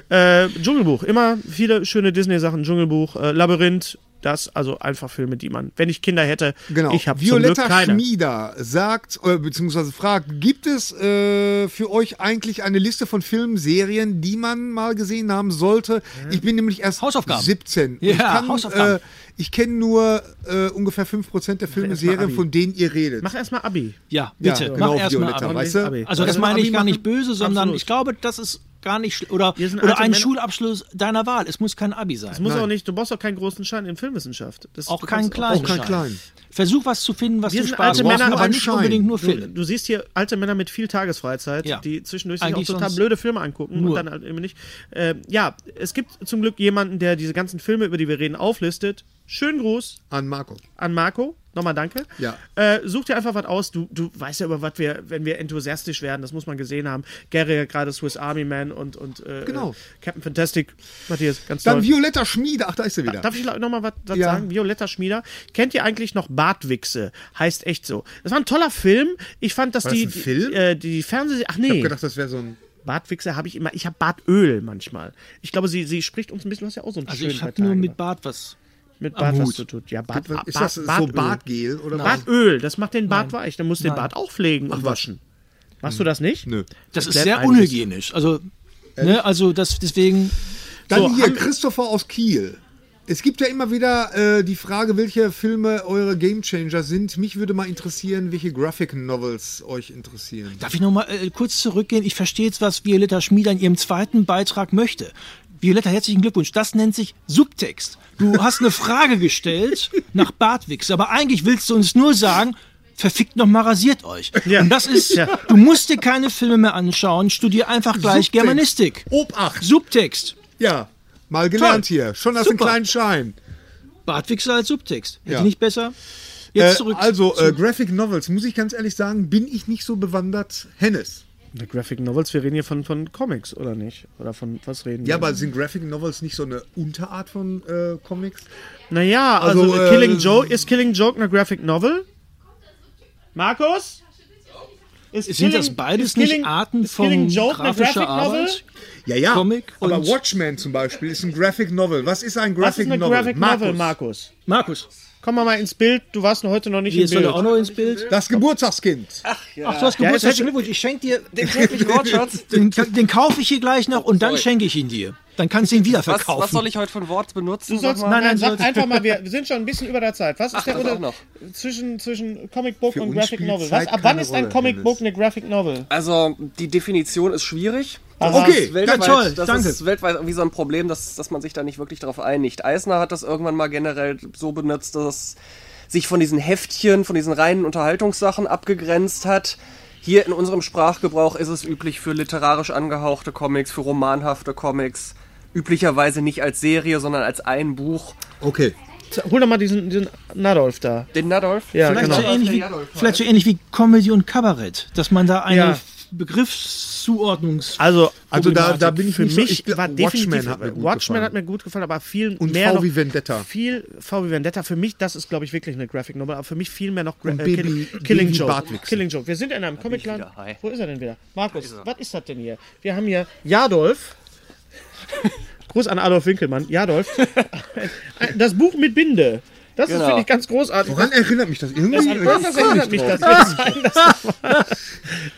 Speaker 3: äh, Dschungelbuch, immer viele schöne Disney-Sachen. Dschungelbuch, äh, Labyrinth, das, also einfach Filme, die man, wenn ich Kinder hätte,
Speaker 1: Genau.
Speaker 3: ich habe zum Glück
Speaker 1: Violetta
Speaker 3: keine.
Speaker 1: Schmieder sagt, äh, beziehungsweise fragt, gibt es äh, für euch eigentlich eine Liste von Filmen, Serien, die man mal gesehen haben sollte? Ich bin nämlich erst
Speaker 4: Hausaufgaben.
Speaker 1: 17. ich
Speaker 4: Ja,
Speaker 1: kann,
Speaker 4: Hausaufgaben.
Speaker 1: äh, ich kenne nur äh, ungefähr 5% der Filme,
Speaker 3: erst mal
Speaker 1: Serien,
Speaker 3: Abi.
Speaker 1: von denen ihr redet.
Speaker 3: Mach erstmal Abi.
Speaker 4: Ja, bitte,
Speaker 1: ja,
Speaker 4: mach
Speaker 1: genau,
Speaker 4: erstmal
Speaker 1: Violetta,
Speaker 4: ab.
Speaker 1: weißt du?
Speaker 3: Abi.
Speaker 4: Also das
Speaker 1: Also
Speaker 4: meine ich
Speaker 1: Abi
Speaker 4: gar nicht
Speaker 1: machen?
Speaker 4: böse, sondern
Speaker 3: Absolut.
Speaker 4: ich glaube, das ist gar nicht schl- oder
Speaker 3: Wir sind
Speaker 4: oder
Speaker 3: alte
Speaker 4: ein
Speaker 3: Männer.
Speaker 4: Schulabschluss deiner Wahl. Es muss kein Abi sein.
Speaker 3: Es muss auch nicht, du brauchst auch keinen großen Schein in Filmwissenschaft. Das,
Speaker 4: auch
Speaker 3: du
Speaker 4: kein
Speaker 3: kannst
Speaker 4: kleinen.
Speaker 1: Auch kein
Speaker 4: Schein.
Speaker 1: kleinen.
Speaker 4: Versuch was zu finden, was
Speaker 3: Wir
Speaker 4: dir
Speaker 3: sind
Speaker 4: Spaß
Speaker 3: alte
Speaker 4: macht,
Speaker 3: Männer,
Speaker 4: aber
Speaker 3: aber
Speaker 4: nicht
Speaker 1: Schein.
Speaker 4: unbedingt nur
Speaker 3: Du,
Speaker 4: Film.
Speaker 3: du siehst hier alte Männer mit viel Tagesfreizeit,
Speaker 4: Ja.
Speaker 3: die zwischendurch sich auch
Speaker 4: Eigentlich
Speaker 3: total
Speaker 4: sonst
Speaker 3: blöde Filme angucken
Speaker 4: nur.
Speaker 3: und dann halt eben nicht. Ähm, ja, es gibt zum Glück jemanden, der diese ganzen Filme, über die wir reden, auflistet. Schönen Gruß
Speaker 1: An Marco.
Speaker 3: an Marco. Nochmal danke.
Speaker 1: Ja.
Speaker 3: Äh, such dir einfach was aus. Du, du weißt ja, über was wir, wenn wir enthusiastisch werden, das muss man gesehen haben. Gary hat gerade Swiss Army Man und, und äh,
Speaker 1: Genau.
Speaker 3: äh, Captain Fantastic. Matthias, ganz
Speaker 1: Dann
Speaker 3: toll.
Speaker 1: Violetta Schmiede. Ach, da ist sie wieder.
Speaker 3: Darf ich nochmal was was
Speaker 1: Ja.
Speaker 3: sagen? Violetta Schmieder. Kennt ihr eigentlich noch Bartwichse? Heißt echt so. Das war ein toller Film. Ich fand, dass
Speaker 1: War das
Speaker 3: die,
Speaker 1: ein Film?
Speaker 3: die, äh, die Fernseh... Ach nee.
Speaker 1: Ich hab gedacht, das wäre so ein
Speaker 3: Bartwichse habe ich immer, ich habe Bartöl manchmal. Ich glaube, sie, sie spricht uns ein bisschen, was ja auch so ein
Speaker 4: Also ich habe nur mit Bart was.
Speaker 3: mit
Speaker 4: am
Speaker 3: Bart was
Speaker 4: Hut.
Speaker 3: zu tun. Ja, Bart, Bart,
Speaker 1: Ist das so
Speaker 3: Bartöl.
Speaker 1: Bartgel oder was?
Speaker 3: Bartöl, das macht den Bart
Speaker 4: Nein.
Speaker 3: weich. Dann musst du den
Speaker 4: Nein.
Speaker 3: Bart auflegen und waschen. Machst du das nicht?
Speaker 1: Nö.
Speaker 4: Das ist
Speaker 3: Erklärt
Speaker 4: sehr
Speaker 3: einiges.
Speaker 4: unhygienisch. Also, ne, also das, deswegen,
Speaker 1: Dann
Speaker 3: So,
Speaker 1: hier,
Speaker 3: haben-
Speaker 1: Christopher aus Kiel. Es gibt ja immer wieder äh, die Frage, welche Filme eure Gamechanger sind. Mich würde mal interessieren, welche Graphic Novels euch interessieren.
Speaker 4: darf ich nochmal äh, kurz zurückgehen? Ich verstehe jetzt, was Violetta Schmieder in ihrem zweiten Beitrag möchte. Violetta, herzlichen Glückwunsch. Das nennt sich Subtext. Du hast eine Frage gestellt nach Bartwichs, aber eigentlich willst du uns nur sagen, verfickt noch mal rasiert euch.
Speaker 3: Ja.
Speaker 4: Und das ist,
Speaker 3: Ja.
Speaker 4: du musst dir keine Filme mehr anschauen, studier einfach gleich
Speaker 1: Subtext.
Speaker 4: Germanistik.
Speaker 1: Obacht!
Speaker 4: Subtext.
Speaker 1: Ja, mal gelernt hier. Schon hast du einen
Speaker 4: Super.
Speaker 1: kleinen Schein.
Speaker 4: Bartwichser als Subtext. Hätte
Speaker 1: Ja.
Speaker 4: nicht besser? Jetzt
Speaker 1: Äh,
Speaker 4: zurück.
Speaker 1: also,
Speaker 4: zu-
Speaker 1: äh, Graphic Novels, muss ich ganz ehrlich sagen, bin ich nicht so bewandert. Hennes.
Speaker 3: Na, Graphic Novels, wir reden hier von, von Comics, oder nicht? Oder von was reden
Speaker 1: Ja,
Speaker 3: wir?
Speaker 1: aber sind Graphic Novels nicht so eine Unterart von äh, Comics?
Speaker 3: Naja, also,
Speaker 1: Also, äh,
Speaker 3: Killing Joke, ist Killing Joke eine Graphic Novel? Markus? Ist
Speaker 4: Sind das beides
Speaker 3: ist
Speaker 4: nicht
Speaker 3: Killing-
Speaker 4: Arten
Speaker 3: ist Killing
Speaker 4: von
Speaker 3: Joke eine
Speaker 4: grafischer
Speaker 3: Graphic Novel?
Speaker 4: Arbeit?
Speaker 1: Ja, ja.
Speaker 4: Comic
Speaker 1: aber
Speaker 4: und-
Speaker 1: Watchmen zum Beispiel ist ein Graphic Novel. Was ist ein Graphic
Speaker 3: Was ist eine
Speaker 1: Novel?
Speaker 3: Graphic Novel,
Speaker 1: Markus.
Speaker 3: Markus?
Speaker 4: Markus,
Speaker 3: Komm mal, mal ins Bild, du warst noch heute noch nicht
Speaker 4: jetzt
Speaker 3: im
Speaker 4: soll
Speaker 3: Bild.
Speaker 4: er auch noch ins Bild.
Speaker 1: Das Geburtstagskind.
Speaker 4: Ach, du hast
Speaker 3: Ja, jetzt
Speaker 4: Geburtstag.
Speaker 3: hast du-
Speaker 4: Herzlichen Glückwunsch. Ich schenke dir,
Speaker 8: Den täglichen Wortschatz.
Speaker 4: den, den kaufe ich hier gleich noch und dann schenke ich ihn dir. Dann kannst du ihn wieder
Speaker 8: Was,
Speaker 4: verkaufen.
Speaker 8: was soll ich heute für ein Wort benutzen?
Speaker 3: Du sollst,
Speaker 8: Sag mal.
Speaker 3: nein, nein, sag einfach mal, wir, wir sind schon ein bisschen über der Zeit. Was ist der
Speaker 8: das auch
Speaker 3: Unterschied
Speaker 8: noch.
Speaker 3: zwischen, zwischen Comic Book
Speaker 1: Für
Speaker 3: und
Speaker 1: uns
Speaker 3: Graphic
Speaker 1: spielt
Speaker 3: Novel? Was,
Speaker 1: Zeit
Speaker 3: ab wann
Speaker 1: keine
Speaker 3: ist ein
Speaker 1: Rolle,
Speaker 3: Comic
Speaker 1: Dennis.
Speaker 3: Book eine Graphic Novel?
Speaker 8: Also, die Definition ist schwierig. Das
Speaker 3: Aha.
Speaker 1: Okay,
Speaker 8: ist weltweit,
Speaker 4: ganz toll,
Speaker 8: Das
Speaker 4: danke.
Speaker 8: ist weltweit irgendwie so ein Problem, dass, dass man sich da nicht wirklich darauf einigt. Eisner hat das irgendwann mal generell so benutzt, dass es sich von diesen Heftchen, von diesen reinen Unterhaltungssachen abgegrenzt hat. Hier in unserem Sprachgebrauch ist es üblich für literarisch angehauchte Comics, für romanhafte Comics. Üblicherweise nicht als Serie, sondern als ein Buch.
Speaker 1: Okay.
Speaker 3: Hol doch mal diesen, diesen Nadolf da.
Speaker 8: Den Nadolf?
Speaker 3: Ja,
Speaker 4: Vielleicht,
Speaker 3: genau.
Speaker 4: so ähnlich wie,
Speaker 8: Adolf,
Speaker 4: vielleicht so ähnlich wie Comedy und Kabarett, dass man da eine
Speaker 3: Ja.
Speaker 4: Begriffszuordnung.
Speaker 3: Also,
Speaker 1: Also da- da bin ich
Speaker 3: für
Speaker 1: nicht so-
Speaker 3: mich
Speaker 1: ich glaub,
Speaker 3: war
Speaker 1: Watchmen
Speaker 3: definitiv
Speaker 1: hat mir gut
Speaker 3: Watchmen
Speaker 1: gefallen.
Speaker 3: hat mir gut gefallen, aber viel
Speaker 1: Und
Speaker 3: mehr
Speaker 1: V
Speaker 3: noch,
Speaker 1: wie Vendetta.
Speaker 3: Viel V wie Vendetta für mich, das ist glaube ich wirklich eine Graphic Novel, aber für mich viel mehr noch Gra
Speaker 1: Und
Speaker 3: äh,
Speaker 1: Baby-
Speaker 3: Kill-
Speaker 1: Baby
Speaker 3: Killing Joke.
Speaker 1: Bartwichse.
Speaker 3: Killing Joke. Wir sind in einem Comicland.
Speaker 8: wieder, hi.
Speaker 3: Wo ist er denn wieder? Markus, was ist das denn hier? Wir haben hier Jadolf. Gruß an Adolf Winkelmann. Jadolf. das Buch mit Binde. Das ist
Speaker 8: Genau.
Speaker 3: finde ich ganz großartig.
Speaker 1: Woran erinnert mich das? Irgendwie
Speaker 3: Das, an das erinnert mich das. Kann sein, dass das, war.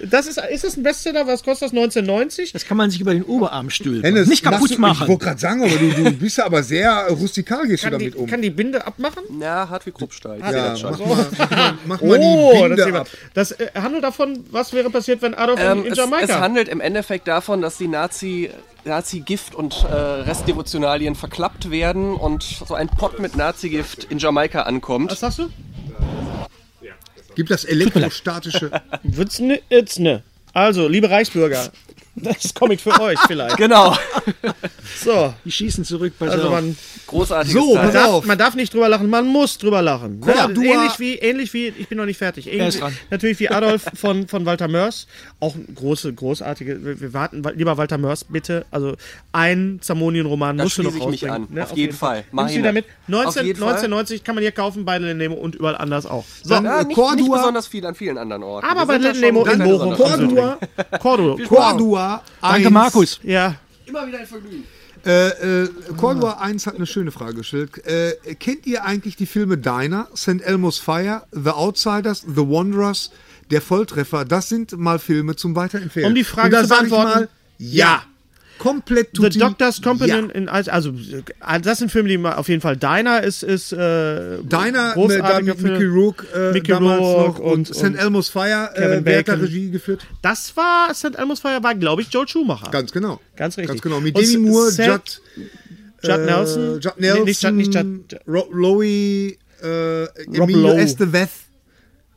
Speaker 3: das ist, ist das ein Bestseller? Was kostet das? 1990?
Speaker 4: Das kann man sich über den Oberarm stülpen.
Speaker 1: Hennes,
Speaker 4: nicht
Speaker 1: lass
Speaker 4: kaputt
Speaker 1: du- Ich
Speaker 4: machen.
Speaker 1: wollte gerade sagen, aber du, du bist ja aber sehr rustikal gehst du
Speaker 3: Kann die,
Speaker 1: damit um.
Speaker 3: kann die Binde abmachen?
Speaker 8: Ja, Hartwig Kruppstahl. Ich sehe
Speaker 1: ja,
Speaker 8: das schon.
Speaker 1: mach mal, mach mal, mach mal die
Speaker 3: Oh, das, ist
Speaker 1: Binde
Speaker 3: jemand-
Speaker 1: ab.
Speaker 3: das äh, handelt davon, was wäre passiert, wenn Adolf
Speaker 8: Ähm,
Speaker 3: in, in
Speaker 8: es,
Speaker 3: Jamaika.
Speaker 8: es handelt im Endeffekt davon, dass die Nazi, Nazi-Gift und äh, Restdevotionalien verklappt werden und so ein Pott mit Nazi-Gift in Jamaika ankommt.
Speaker 3: was sagst du?
Speaker 1: Gib das elektrostatische.
Speaker 3: Witzne, itzne. ne, Also, liebe Reichsbürger, das ist Comic für euch vielleicht.
Speaker 8: Genau.
Speaker 3: So,
Speaker 4: Die schießen zurück bei
Speaker 3: also man
Speaker 8: Großartiges
Speaker 1: So,
Speaker 8: Teil.
Speaker 1: pass
Speaker 3: darf,
Speaker 1: auf.
Speaker 3: man darf nicht drüber lachen, man muss drüber lachen.
Speaker 1: Guck
Speaker 3: Ja,
Speaker 1: mal, du
Speaker 3: ähnlich
Speaker 1: war-
Speaker 3: wie, ähnlich wie, ich bin noch nicht fertig. Ähnlich,
Speaker 4: ist dran.
Speaker 3: Natürlich wie Adolf von, von Walter Mörs. Auch eine große, großartige. Wir, wir warten, wa- lieber Walter Mörs, bitte. Also ein Zamonien-Roman
Speaker 8: Da
Speaker 3: musst du noch
Speaker 8: schließe ich mich
Speaker 3: rausbringen, Ne,
Speaker 8: an. Auf jeden Fall. Mach
Speaker 3: Nimmst
Speaker 8: ihn
Speaker 3: du damit.
Speaker 8: mit.
Speaker 3: 19,
Speaker 8: Auf jeden Fall.
Speaker 3: 1990 kann man hier kaufen bei Lennemo und überall anders auch. So,
Speaker 1: Dann,
Speaker 8: Ja,
Speaker 1: äh,
Speaker 8: nicht, nicht
Speaker 1: Cordua,
Speaker 8: besonders viel an vielen anderen Orten.
Speaker 3: aber
Speaker 8: Wir
Speaker 3: bei
Speaker 8: sind da schon
Speaker 3: Lennemo in
Speaker 8: ganz
Speaker 3: Bochum.
Speaker 8: besonders.
Speaker 1: Cordua,
Speaker 3: Cordua.
Speaker 1: Cordua 1.
Speaker 4: Danke, Markus.
Speaker 3: Ja.
Speaker 8: Immer wieder ein Vergnügen.
Speaker 1: Äh, äh, Cordua 1 hat eine schöne Frage gestellt. Äh, kennt ihr eigentlich die Filme Diner, St. Elmo's Fire, The Outsiders, The Wanderers, Der Volltreffer? Das sind mal Filme zum Weiterempfehlen.
Speaker 3: Um die Frage
Speaker 1: Und da
Speaker 3: zu
Speaker 1: sag ich
Speaker 3: beantworten,
Speaker 1: mal, ja. Komplett
Speaker 3: The
Speaker 1: tutti,
Speaker 3: Doctor's Company
Speaker 1: ja.
Speaker 3: in also, also das sind Filme, die man auf jeden Fall Diner ist ist äh,
Speaker 1: Deiner äh, da
Speaker 3: großartiger
Speaker 1: mit
Speaker 3: Film.
Speaker 1: Mickey Rourke, äh,
Speaker 3: Mickey
Speaker 1: damals
Speaker 3: Rourke
Speaker 1: noch und,
Speaker 3: und-
Speaker 1: St. Elmo's Fire, äh,
Speaker 3: Kevin
Speaker 1: wer hat da
Speaker 3: Bacon.
Speaker 1: Regie geführt?
Speaker 3: Das war St. Elmo's Feuer war glaube ich Joe Schumacher.
Speaker 1: Ganz genau.
Speaker 3: Ganz richtig.
Speaker 1: Ganz genau. Mit
Speaker 3: Und
Speaker 1: Demi
Speaker 3: S-
Speaker 1: Moore,
Speaker 3: Seth-
Speaker 1: Judd,
Speaker 3: Judd
Speaker 1: äh,
Speaker 3: Nelson.
Speaker 1: Judd
Speaker 3: Nee,
Speaker 1: Nelson,
Speaker 3: nicht Judd, nicht Judd.
Speaker 1: Ro Lowy, äh, Emilio
Speaker 3: Lowe.
Speaker 1: Estevez.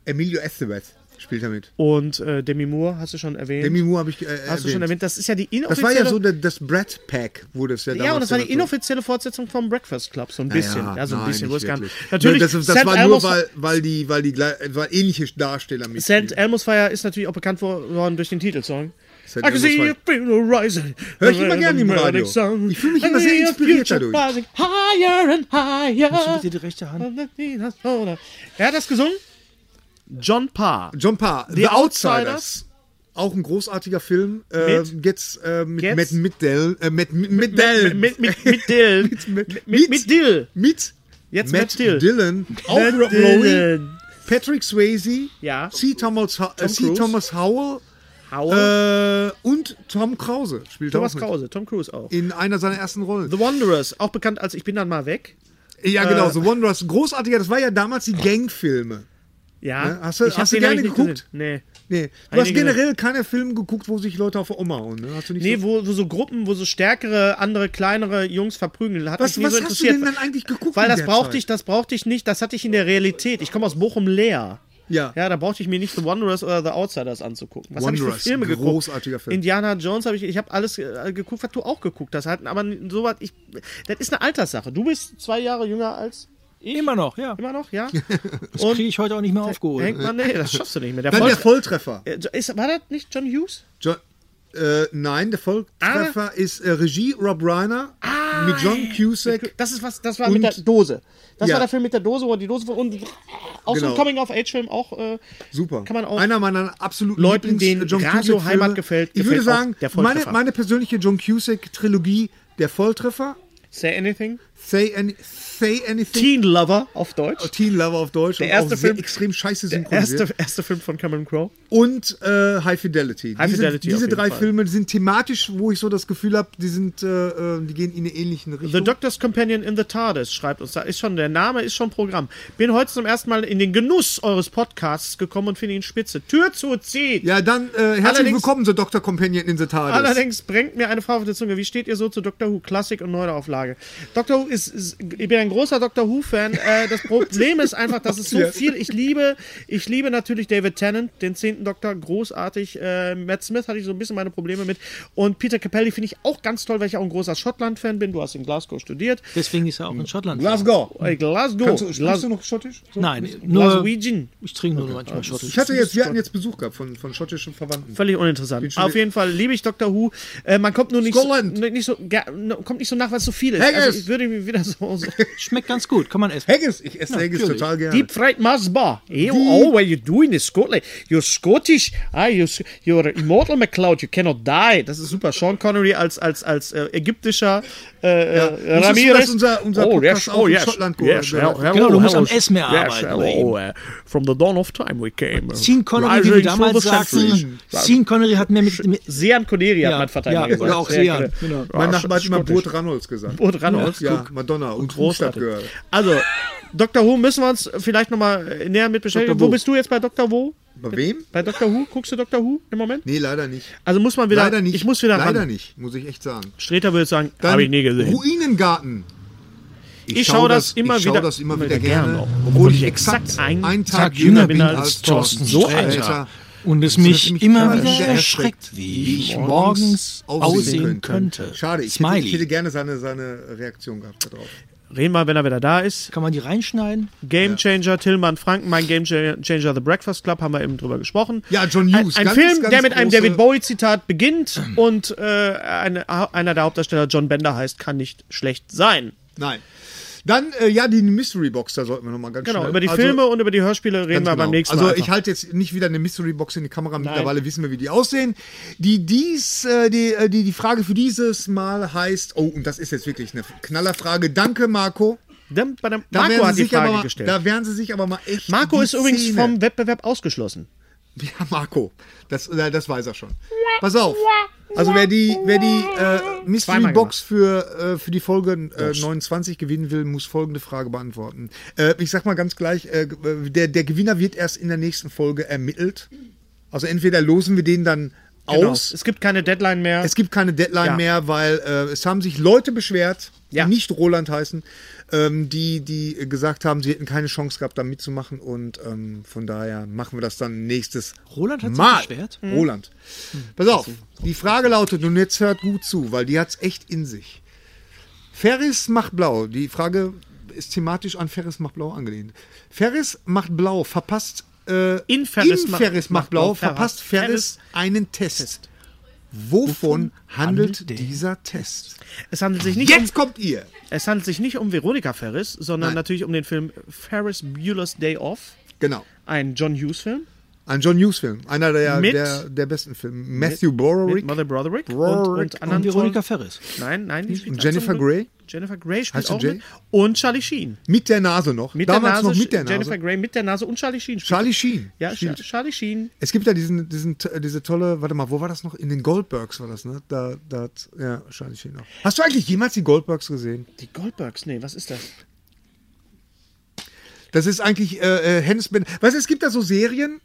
Speaker 1: Emilio Estevez spielt damit.
Speaker 3: Und äh, Demi Moore hast du schon erwähnt.
Speaker 1: Demi Moore habe ich äh, erwähnt.
Speaker 3: hast du schon erwähnt? Das ist ja die
Speaker 1: Das
Speaker 3: inoffizielle.
Speaker 1: war ja so der, das Brad Pack, wurde es ja damals.
Speaker 3: Ja, und das war die
Speaker 1: genannt.
Speaker 3: inoffizielle Fortsetzung vom Breakfast Club, so ein bisschen. Ja, so ein
Speaker 1: nein,
Speaker 3: bisschen. wo
Speaker 1: nicht
Speaker 3: es gar-
Speaker 1: wirklich.
Speaker 3: Natürlich,
Speaker 1: das, das
Speaker 3: St.
Speaker 1: war
Speaker 3: Elmo's-
Speaker 1: nur, weil, weil, die, weil, die, gleich- weil ähnliche Darsteller mit.
Speaker 3: St. Elmo's Fire ist natürlich auch bekannt worden durch den Titelsong.
Speaker 1: St.
Speaker 3: I can see
Speaker 1: Elmo's
Speaker 3: your funeral rising.
Speaker 1: Hör ich immer gerne im Radio. Ich fühle mich immer sehr inspiriert dadurch.
Speaker 3: Higher and
Speaker 4: Gib
Speaker 3: higher.
Speaker 4: dir die rechte Hand.
Speaker 3: Wer hat das gesungen? John Parr.
Speaker 1: John Parr, The,
Speaker 3: The
Speaker 1: Outsiders. Auch ein großartiger Film. Äh,
Speaker 3: Mit?
Speaker 1: jetzt äh, mit Matt
Speaker 3: Jetzt?
Speaker 1: Middell. Äh, Matt Mi- Middell.
Speaker 3: Mit, mit, mit Dill.
Speaker 1: Mit-
Speaker 3: mit,
Speaker 1: mit-
Speaker 3: mit, mit Dill.
Speaker 1: Mit
Speaker 3: Jetzt
Speaker 1: Matt
Speaker 3: Matt Dill.
Speaker 1: Dillon. Auch
Speaker 3: Matt
Speaker 1: Rob Lowe.
Speaker 3: Dillon.
Speaker 1: Patrick Swayze.
Speaker 3: Ja.
Speaker 1: C. Thomas, Ho äh, C.
Speaker 3: Cruise.
Speaker 1: Thomas Howell.
Speaker 3: Howell.
Speaker 1: Äh, und Tom Krause spielt
Speaker 3: Thomas
Speaker 1: auch mit.
Speaker 3: Krause, Tom Cruise auch.
Speaker 1: In einer seiner ersten Rollen.
Speaker 3: The Wanderers, auch bekannt als Ich bin dann mal weg.
Speaker 1: ja, genau.
Speaker 3: äh,
Speaker 1: The Wanderers. Großartiger. Das war ja damals
Speaker 3: Ah.
Speaker 1: die Gangfilme.
Speaker 3: Ja.
Speaker 1: Ne? Hast du-
Speaker 3: Ich hab
Speaker 1: hast du
Speaker 3: den hab ich
Speaker 1: gerne
Speaker 3: nicht
Speaker 1: geguckt?
Speaker 3: gesehen. Nee.
Speaker 1: Nee. Du
Speaker 3: ich
Speaker 1: hast
Speaker 3: nicht gesehen.
Speaker 1: generell keine Filme geguckt, wo sich Leute auf die Oma hauen. Ne? Hast du nicht
Speaker 3: Nee,
Speaker 1: so
Speaker 3: wo, wo so Gruppen, wo so stärkere, andere, kleinere Jungs verprügeln. Hat
Speaker 1: was
Speaker 3: mich nie
Speaker 1: was
Speaker 3: so
Speaker 1: hast du
Speaker 3: interessiert.
Speaker 1: denn dann eigentlich geguckt?
Speaker 3: Weil
Speaker 1: in
Speaker 3: das
Speaker 1: der
Speaker 3: brauchte
Speaker 1: Zeit?
Speaker 3: ich, das brauchte ich nicht. Das hatte ich in der Realität. Ich komme aus Bochum leer.
Speaker 1: Ja.
Speaker 3: Ja, da brauchte ich mir nicht The Wanderers oder The Outsiders anzugucken. Was habe ich für
Speaker 1: Wanderers,
Speaker 3: Filme geguckt?
Speaker 1: großartiger Film.
Speaker 3: Indiana Jones habe ich, ich habe alles äh, geguckt, was du auch geguckt hast. Halt, aber so was, ich, das ist eine Alterssache. Du bist zwei Jahre jünger als
Speaker 4: Immer noch, ja.
Speaker 3: immer noch, ja?
Speaker 4: Das kriege ich heute auch nicht mehr aufgeholt.
Speaker 3: Hängt man, nee, das schaffst du nicht mehr. Der
Speaker 1: Dann der
Speaker 3: Voll,
Speaker 1: Volltreffer.
Speaker 3: äh, ist, war das nicht John Hughes?
Speaker 1: Jo äh, nein, der Volltreffer
Speaker 3: Ah.
Speaker 1: ist äh, Regie Rob Reiner mit John Cusack.
Speaker 3: Das ist was, das war
Speaker 1: Und-
Speaker 3: mit der Dose. Das
Speaker 1: Ja.
Speaker 3: war der Film mit der Dose, wo die Dose von unten. Auch so
Speaker 1: Genau.
Speaker 3: ein Coming-of-Age-Film, auch. Äh,
Speaker 1: Super.
Speaker 3: Kann man auch.
Speaker 1: Einer meiner absoluten
Speaker 3: Leuten,
Speaker 1: Lieblings- äh,
Speaker 3: denen
Speaker 1: John
Speaker 3: Radio
Speaker 1: Cusack-Filme.
Speaker 3: Heimat gefällt,
Speaker 1: Ich
Speaker 3: gefällt
Speaker 1: würde
Speaker 3: auch
Speaker 1: sagen,
Speaker 3: der Volltreffer.
Speaker 1: meine, meine persönliche John Cusack-Trilogie, der Volltreffer,
Speaker 3: say anything.
Speaker 1: Say, Any Say Anything,
Speaker 3: Teen Lover auf Deutsch.
Speaker 1: Teen Lover auf Deutsch, der
Speaker 3: erste
Speaker 1: auch sehr
Speaker 3: Film-
Speaker 1: extrem scheiße synchronisiert.
Speaker 3: Erste, erste Film von Cameron Crowe.
Speaker 1: und äh, High Fidelity.
Speaker 3: High
Speaker 1: diese
Speaker 3: Fidelity auf
Speaker 1: diese
Speaker 3: jeden
Speaker 1: drei
Speaker 3: Fall.
Speaker 1: Filme sind thematisch, wo ich so das Gefühl habe, die sind, äh, äh, die gehen in eine ähnlichen Richtung.
Speaker 3: The Doctor's Companion in the TARDIS schreibt uns. Da ist schon, der Name ist schon Programm. Bin heute zum ersten Mal in den Genuss eures Podcasts gekommen und finde ihn spitze. Tür zu ziehen!
Speaker 1: ja, dann äh, herzlich
Speaker 3: Allerdings-
Speaker 1: willkommen zu Dr. Companion in the TARDIS.
Speaker 3: Allerdings bringt mir eine Frau auf die Zunge. Wie steht ihr so zu Doctor Who Klassik und Neuauflage? Doctor Who ist, ist ich bin ein großer Doctor Who Fan. Äh, das Problem ist einfach, dass es so viel. Ich liebe, ich liebe natürlich David Tennant, den zehnten Doktor, großartig. Äh, Matt Smith hatte ich so ein bisschen meine Probleme mit und Peter Capelli finde ich auch ganz toll, weil ich auch ein großer Schottland Fan bin. Du hast in Glasgow studiert.
Speaker 4: Deswegen ist er
Speaker 3: Hm.
Speaker 4: auch in Schottland.
Speaker 1: Glasgow.
Speaker 3: Äh, Glasgow.
Speaker 1: Kannst du,
Speaker 3: Glas-
Speaker 1: sprichst du noch Schottisch? So?
Speaker 4: Nein,
Speaker 3: Also
Speaker 4: nur
Speaker 3: Glaswegian.
Speaker 4: ich trinke nur manchmal Schottisch.
Speaker 1: Ich hatte jetzt, wir hatten jetzt Besuch gehabt von, von schottischen Verwandten.
Speaker 3: Völlig uninteressant.
Speaker 1: schon-
Speaker 3: Auf jeden Fall liebe ich Doctor Who. Äh, man kommt nur nicht so, ne,
Speaker 1: Scotland.
Speaker 3: nicht so ger- kommt nicht so nach, weil es so viel ist.
Speaker 1: Haggis.
Speaker 3: Also ich würde mir wieder so, so
Speaker 4: Schmeckt ganz gut, kann man essen.
Speaker 1: Haggis, ich esse Haggis
Speaker 4: natürlich.
Speaker 1: total gerne.
Speaker 3: Deep fried Masba. You, oh, what you doing in Scotland? You're Scottish. Ah, you're, s- you're immortal McCloud. You cannot die. Das ist super. Sean Connery als, als, als äh, ägyptischer äh, äh,
Speaker 1: Wusstest du,
Speaker 3: Ramirez. Oh,
Speaker 1: dass unser- unser Podcast auch in Schottland gehört
Speaker 3: yes,
Speaker 1: wird?
Speaker 3: hell- hell-
Speaker 4: Genau, du musst am
Speaker 3: hell-
Speaker 4: Essen mehr
Speaker 3: yes,
Speaker 4: arbeiten,
Speaker 3: hello, uh, from the dawn of time we came. uh,
Speaker 4: Sean Connery, wie
Speaker 3: rising
Speaker 4: wir
Speaker 3: through the
Speaker 4: damals sagten,
Speaker 3: centuries.
Speaker 4: Sean Connery hat mehr mit, mit
Speaker 3: Sean Connery hat mein Vater immer
Speaker 4: ja,
Speaker 3: gesagt.
Speaker 4: oder auch Sean. Genau.
Speaker 1: mein Nachbar hat immer Burt Reynolds gesagt.
Speaker 3: Und Reynolds.
Speaker 1: ja, Madonna und Großstadt gehört.
Speaker 3: Also, Dr. Who müssen wir uns vielleicht nochmal näher mit beschäftigen.
Speaker 4: Dr.
Speaker 3: Wo
Speaker 4: Who.
Speaker 3: bist du jetzt bei Dr. Who?
Speaker 1: Bei wem?
Speaker 3: Bei Dr. Who? Guckst du Dr. Who im Moment?
Speaker 1: Nee, leider nicht.
Speaker 3: Also muss man wieder.
Speaker 1: leider nicht.
Speaker 3: Ich muss wieder
Speaker 1: Leider
Speaker 3: ran.
Speaker 1: nicht, muss ich echt sagen.
Speaker 3: Streter würde sagen,
Speaker 1: Dann
Speaker 3: habe ich nie gesehen.
Speaker 1: Ruinengarten.
Speaker 3: Ich schaue das immer
Speaker 1: ich schau
Speaker 3: wieder-
Speaker 1: das immer
Speaker 3: immer
Speaker 1: wieder
Speaker 3: wieder gern,
Speaker 1: gerne,
Speaker 3: auch.
Speaker 1: obwohl ich exakt einen Tag, jünger bin als Thorsten
Speaker 3: So,
Speaker 1: Sträter.
Speaker 4: Und es
Speaker 1: Das
Speaker 4: mich
Speaker 1: hat mich
Speaker 4: immer
Speaker 1: gerade
Speaker 4: wieder
Speaker 1: sehr
Speaker 4: erschreckt, wie ich morgens aussehen könnte.
Speaker 1: Schade, ich hätte,
Speaker 4: Smiley.
Speaker 1: ich hätte gerne seine, seine Reaktion gehabt darauf.
Speaker 3: Reden wir, wenn er wieder da ist.
Speaker 4: Kann man die reinschneiden?
Speaker 3: Game Changer, Tillmann Franken, mein Game Changer, The Breakfast Club, haben wir eben drüber gesprochen.
Speaker 1: Ja, John Hughes,
Speaker 3: Ein, ein
Speaker 1: ganz,
Speaker 3: Film,
Speaker 1: ganz
Speaker 3: der mit einem
Speaker 1: große-
Speaker 3: David Bowie-Zitat beginnt und äh, eine, einer der Hauptdarsteller John Bender heißt, kann nicht schlecht sein.
Speaker 1: Nein. Dann, äh, ja, die Mystery Box, da sollten wir nochmal ganz
Speaker 3: Genau,
Speaker 1: schnell.
Speaker 3: über die
Speaker 1: Also,
Speaker 3: Filme und über die Hörspiele reden
Speaker 1: ganz
Speaker 3: wir beim
Speaker 1: genau.
Speaker 3: nächsten Mal.
Speaker 1: Also
Speaker 3: einfach.
Speaker 1: ich halte jetzt nicht wieder eine Mystery Box in die Kamera. Mittlerweile wissen wir, wie die aussehen. Die dies, äh, die, äh, die die Frage für dieses Mal heißt. Oh, und das ist jetzt wirklich eine Knallerfrage. Danke, Marco.
Speaker 3: Dann bei dem-
Speaker 1: Da
Speaker 3: Marco
Speaker 1: werden
Speaker 3: hat
Speaker 1: sie
Speaker 3: die
Speaker 1: sich aber
Speaker 3: Frage
Speaker 1: mal,
Speaker 3: gestellt.
Speaker 1: Da werden sie sich aber mal echt.
Speaker 3: Marco
Speaker 1: die
Speaker 3: ist übrigens
Speaker 1: Zähne-
Speaker 3: vom Wettbewerb ausgeschlossen.
Speaker 1: Ja, Marco. Das, äh, das weiß er schon. Pass auf. Also wer die, wer die äh, Mystery
Speaker 3: Zweimal
Speaker 1: Box für, äh, für die Folge äh, 29 gewinnen will, muss folgende Frage beantworten. Äh, ich sag mal ganz gleich, äh, der, der Gewinner wird erst in der nächsten Folge ermittelt. Also entweder losen wir den dann aus.
Speaker 3: Es gibt keine Deadline mehr.
Speaker 1: Es gibt keine Deadline
Speaker 3: Genau. Ja.
Speaker 1: mehr, weil äh, es haben sich Leute beschwert, die
Speaker 3: Ja.
Speaker 1: nicht Roland heißen, ähm, die, die äh, gesagt haben, sie hätten keine Chance gehabt, da mitzumachen. Und ähm, von daher machen wir das dann nächstes
Speaker 4: Roland hat sich
Speaker 1: Mal.
Speaker 4: beschwert?
Speaker 1: Roland. Pass auf, die Frage lautet, und jetzt hört gut zu, weil die hat es echt in sich. Ferris macht blau. Die Frage ist thematisch an Ferris macht blau angelehnt. Ferris macht blau, verpasst. Äh,
Speaker 3: In Ferris
Speaker 1: in
Speaker 3: macht-
Speaker 1: Ferris macht
Speaker 3: macht blau,
Speaker 1: blau, verpasst Ferris,
Speaker 3: Ferris
Speaker 1: einen Test. Wovon handelt dieser Test?
Speaker 3: Es handelt sich nicht um
Speaker 1: Jetzt kommt ihr.
Speaker 3: Es handelt sich nicht um Veronica Ferris, sondern
Speaker 1: Nein.
Speaker 3: natürlich um den Film Ferris Bueller's Day Off,
Speaker 1: Genau.
Speaker 3: ein John Hughes-Film.
Speaker 1: Ein John Hughes-Film. Einer der,
Speaker 3: Mit-
Speaker 1: der, der besten Filme. Matthew Broderick.
Speaker 3: Mit Mother Broderick und,
Speaker 1: Broderick
Speaker 3: und anderen
Speaker 4: Und Veronica
Speaker 3: tollen-
Speaker 4: Ferris.
Speaker 3: Nein, nein, die spielt
Speaker 1: Und Hm? Jennifer
Speaker 3: ganz so-
Speaker 1: Grey?
Speaker 3: Jennifer Grey spielt
Speaker 1: Heißt sie
Speaker 3: auch
Speaker 1: Jay?
Speaker 3: mit. Und Charlie Sheen.
Speaker 1: Mit der Nase noch.
Speaker 3: Mit
Speaker 1: Damals
Speaker 3: der Nase,
Speaker 1: noch mit der Nase.
Speaker 3: Jennifer Grey mit der Nase und Charlie Sheen. spielt-
Speaker 1: Charlie Sheen.
Speaker 3: ja,
Speaker 1: spielt.
Speaker 3: Scha- Charlie Sheen.
Speaker 1: Es gibt ja diesen, diesen, t- diese tolle, warte mal, wo war das noch? In den Goldbergs war das, ne? Da, da, ja, wahrscheinlich hier noch. Hast du eigentlich jemals die Goldbergs gesehen?
Speaker 3: Die Goldbergs, nee, was ist das?
Speaker 1: Das ist eigentlich äh, äh, Hans Ben. Weißt du, es gibt da so Serien,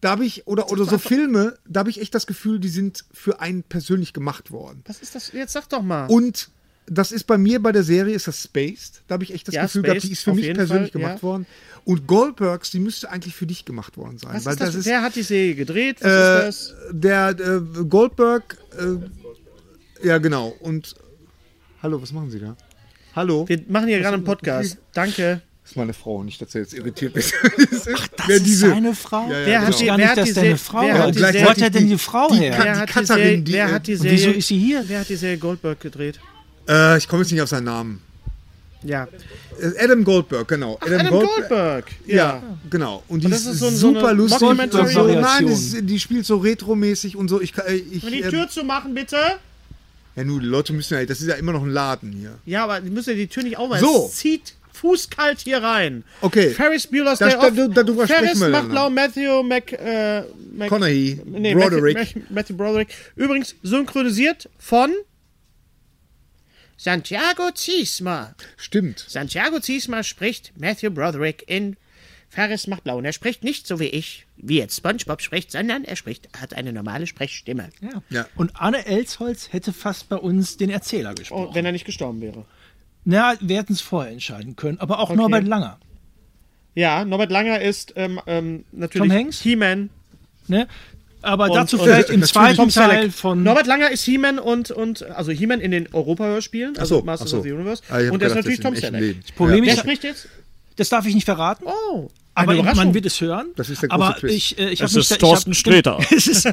Speaker 1: da habe ich, oder, oder so Filme, da habe ich echt das Gefühl, die sind für einen persönlich gemacht worden.
Speaker 3: Was ist das? Jetzt sag doch mal.
Speaker 1: Und das ist bei mir bei der Serie, ist das Spaced. Da habe ich echt das
Speaker 3: Ja,
Speaker 1: Gefühl gehabt,
Speaker 3: Spaced,
Speaker 1: die ist für
Speaker 3: auf
Speaker 1: mich
Speaker 3: jeden
Speaker 1: persönlich
Speaker 3: Fall,
Speaker 1: gemacht
Speaker 3: ja.
Speaker 1: worden. Und Goldbergs, die müsste eigentlich für dich gemacht worden sein.
Speaker 3: was
Speaker 1: weil
Speaker 3: ist das?
Speaker 1: das ist,
Speaker 3: Wer hat die Serie gedreht? Was
Speaker 1: äh,
Speaker 3: ist das?
Speaker 1: der äh, Goldberg, äh, ja genau. Und hallo, was machen Sie da? Hallo.
Speaker 3: Wir machen hier gerade einen Podcast. Danke.
Speaker 1: Das ist meine Frau, nicht, dass er jetzt irritiert ist. Ach,
Speaker 4: Das
Speaker 1: Wer
Speaker 4: ist
Speaker 1: diese,
Speaker 4: seine Frau?
Speaker 1: Ja, ja,
Speaker 3: Wer
Speaker 1: genau.
Speaker 3: hat die-
Speaker 4: gar
Speaker 3: wer
Speaker 4: nicht,
Speaker 3: hat
Speaker 4: dass
Speaker 3: die
Speaker 4: deine
Speaker 3: Serie-
Speaker 4: Frau
Speaker 3: wer
Speaker 1: hat
Speaker 4: ist.
Speaker 1: die
Speaker 4: Wo
Speaker 1: Serie-
Speaker 4: hat er denn die Frau
Speaker 1: die
Speaker 4: her?
Speaker 1: Kat-
Speaker 3: Wer
Speaker 1: die
Speaker 3: hat die
Speaker 1: Katharin,
Speaker 3: Serie,
Speaker 1: die,
Speaker 3: wer
Speaker 1: äh,
Speaker 3: hat die
Speaker 1: und
Speaker 3: Serie,
Speaker 4: Wieso ist sie hier?
Speaker 3: wer hat die Serie Goldberg gedreht?
Speaker 1: äh, ich komme jetzt nicht auf seinen Namen.
Speaker 3: Ja.
Speaker 1: Äh, Adam Goldberg, genau. Adam,
Speaker 3: Adam
Speaker 1: Gold-
Speaker 3: Goldberg.
Speaker 1: Ja, genau. Und die
Speaker 3: das
Speaker 1: ist,
Speaker 3: ist so ein- so eine
Speaker 1: super lustig.
Speaker 3: Mockumentary-
Speaker 1: So, nein,
Speaker 4: Variation.
Speaker 1: das ist, die spielt so retromäßig und so. Ich, kann- äh, ich,
Speaker 3: Die
Speaker 1: ähm,
Speaker 3: Tür zu machen, bitte.
Speaker 1: ja, nun, die Leute müssen ja, das ist ja immer noch ein Laden hier.
Speaker 3: Ja, aber die müssen ja die Tür nicht aufmachen.
Speaker 1: So.
Speaker 3: Es zieht fußkalt hier rein.
Speaker 1: Okay.
Speaker 3: Ferris Bueller's
Speaker 1: Da-
Speaker 3: Day
Speaker 1: da-
Speaker 3: Off.
Speaker 1: da- darüber
Speaker 3: Ferris
Speaker 1: sprechen wir
Speaker 3: macht
Speaker 1: dann
Speaker 3: blau
Speaker 1: noch.
Speaker 3: Matthew Mac, äh, Mac
Speaker 1: Connery,
Speaker 3: nee,
Speaker 1: Broderick.
Speaker 3: Matthew, Matthew, Matthew Broderick. Übrigens synchronisiert von Santiago Ziesma.
Speaker 1: Stimmt.
Speaker 3: Santiago Ziesma spricht Matthew Broderick in Ferris macht blau. Und er spricht nicht so wie ich, wie jetzt SpongeBob spricht, sondern er spricht, hat eine normale Sprechstimme.
Speaker 1: Ja.
Speaker 4: Und Anne Elsholz hätte fast bei uns den Erzähler gesprochen.
Speaker 1: Oh,
Speaker 3: wenn er nicht gestorben wäre.
Speaker 4: Na, wir hätten es vorher entscheiden können, aber auch Norbert Langer.
Speaker 3: Ja, Norbert Langer ist ähm, ähm, natürlich
Speaker 4: Tom Hanks?
Speaker 3: He-Man.
Speaker 4: Ne? Aber
Speaker 3: Und-
Speaker 4: dazu
Speaker 3: und- äh,
Speaker 4: vielleicht im
Speaker 1: Natürlich.
Speaker 4: zweiten
Speaker 1: Tom
Speaker 4: Teil von.
Speaker 3: Norbert Langer ist He-Man und, und also He-Man in den Europa-Hörspielen, also
Speaker 1: Ach so,
Speaker 3: Masters
Speaker 1: ach so.
Speaker 3: of the Universe.
Speaker 1: Ah, ich hab
Speaker 3: und er ist
Speaker 1: gedacht,
Speaker 3: natürlich
Speaker 1: das
Speaker 3: Tom
Speaker 1: im echten
Speaker 3: Selleck.
Speaker 1: Leben.
Speaker 4: Das Problem
Speaker 3: Wer
Speaker 4: ist,
Speaker 3: spricht jetzt?
Speaker 4: das darf ich nicht verraten.
Speaker 3: Oh,
Speaker 4: aber
Speaker 3: eine Überraschung.
Speaker 4: man wird es hören.
Speaker 1: Das ist der große
Speaker 4: aber
Speaker 1: Twist.
Speaker 4: ich, äh, ich
Speaker 9: Es
Speaker 4: hab mich
Speaker 9: ist
Speaker 4: da- ich
Speaker 9: Thorsten
Speaker 4: hab-
Speaker 9: Sträter.
Speaker 4: es ist,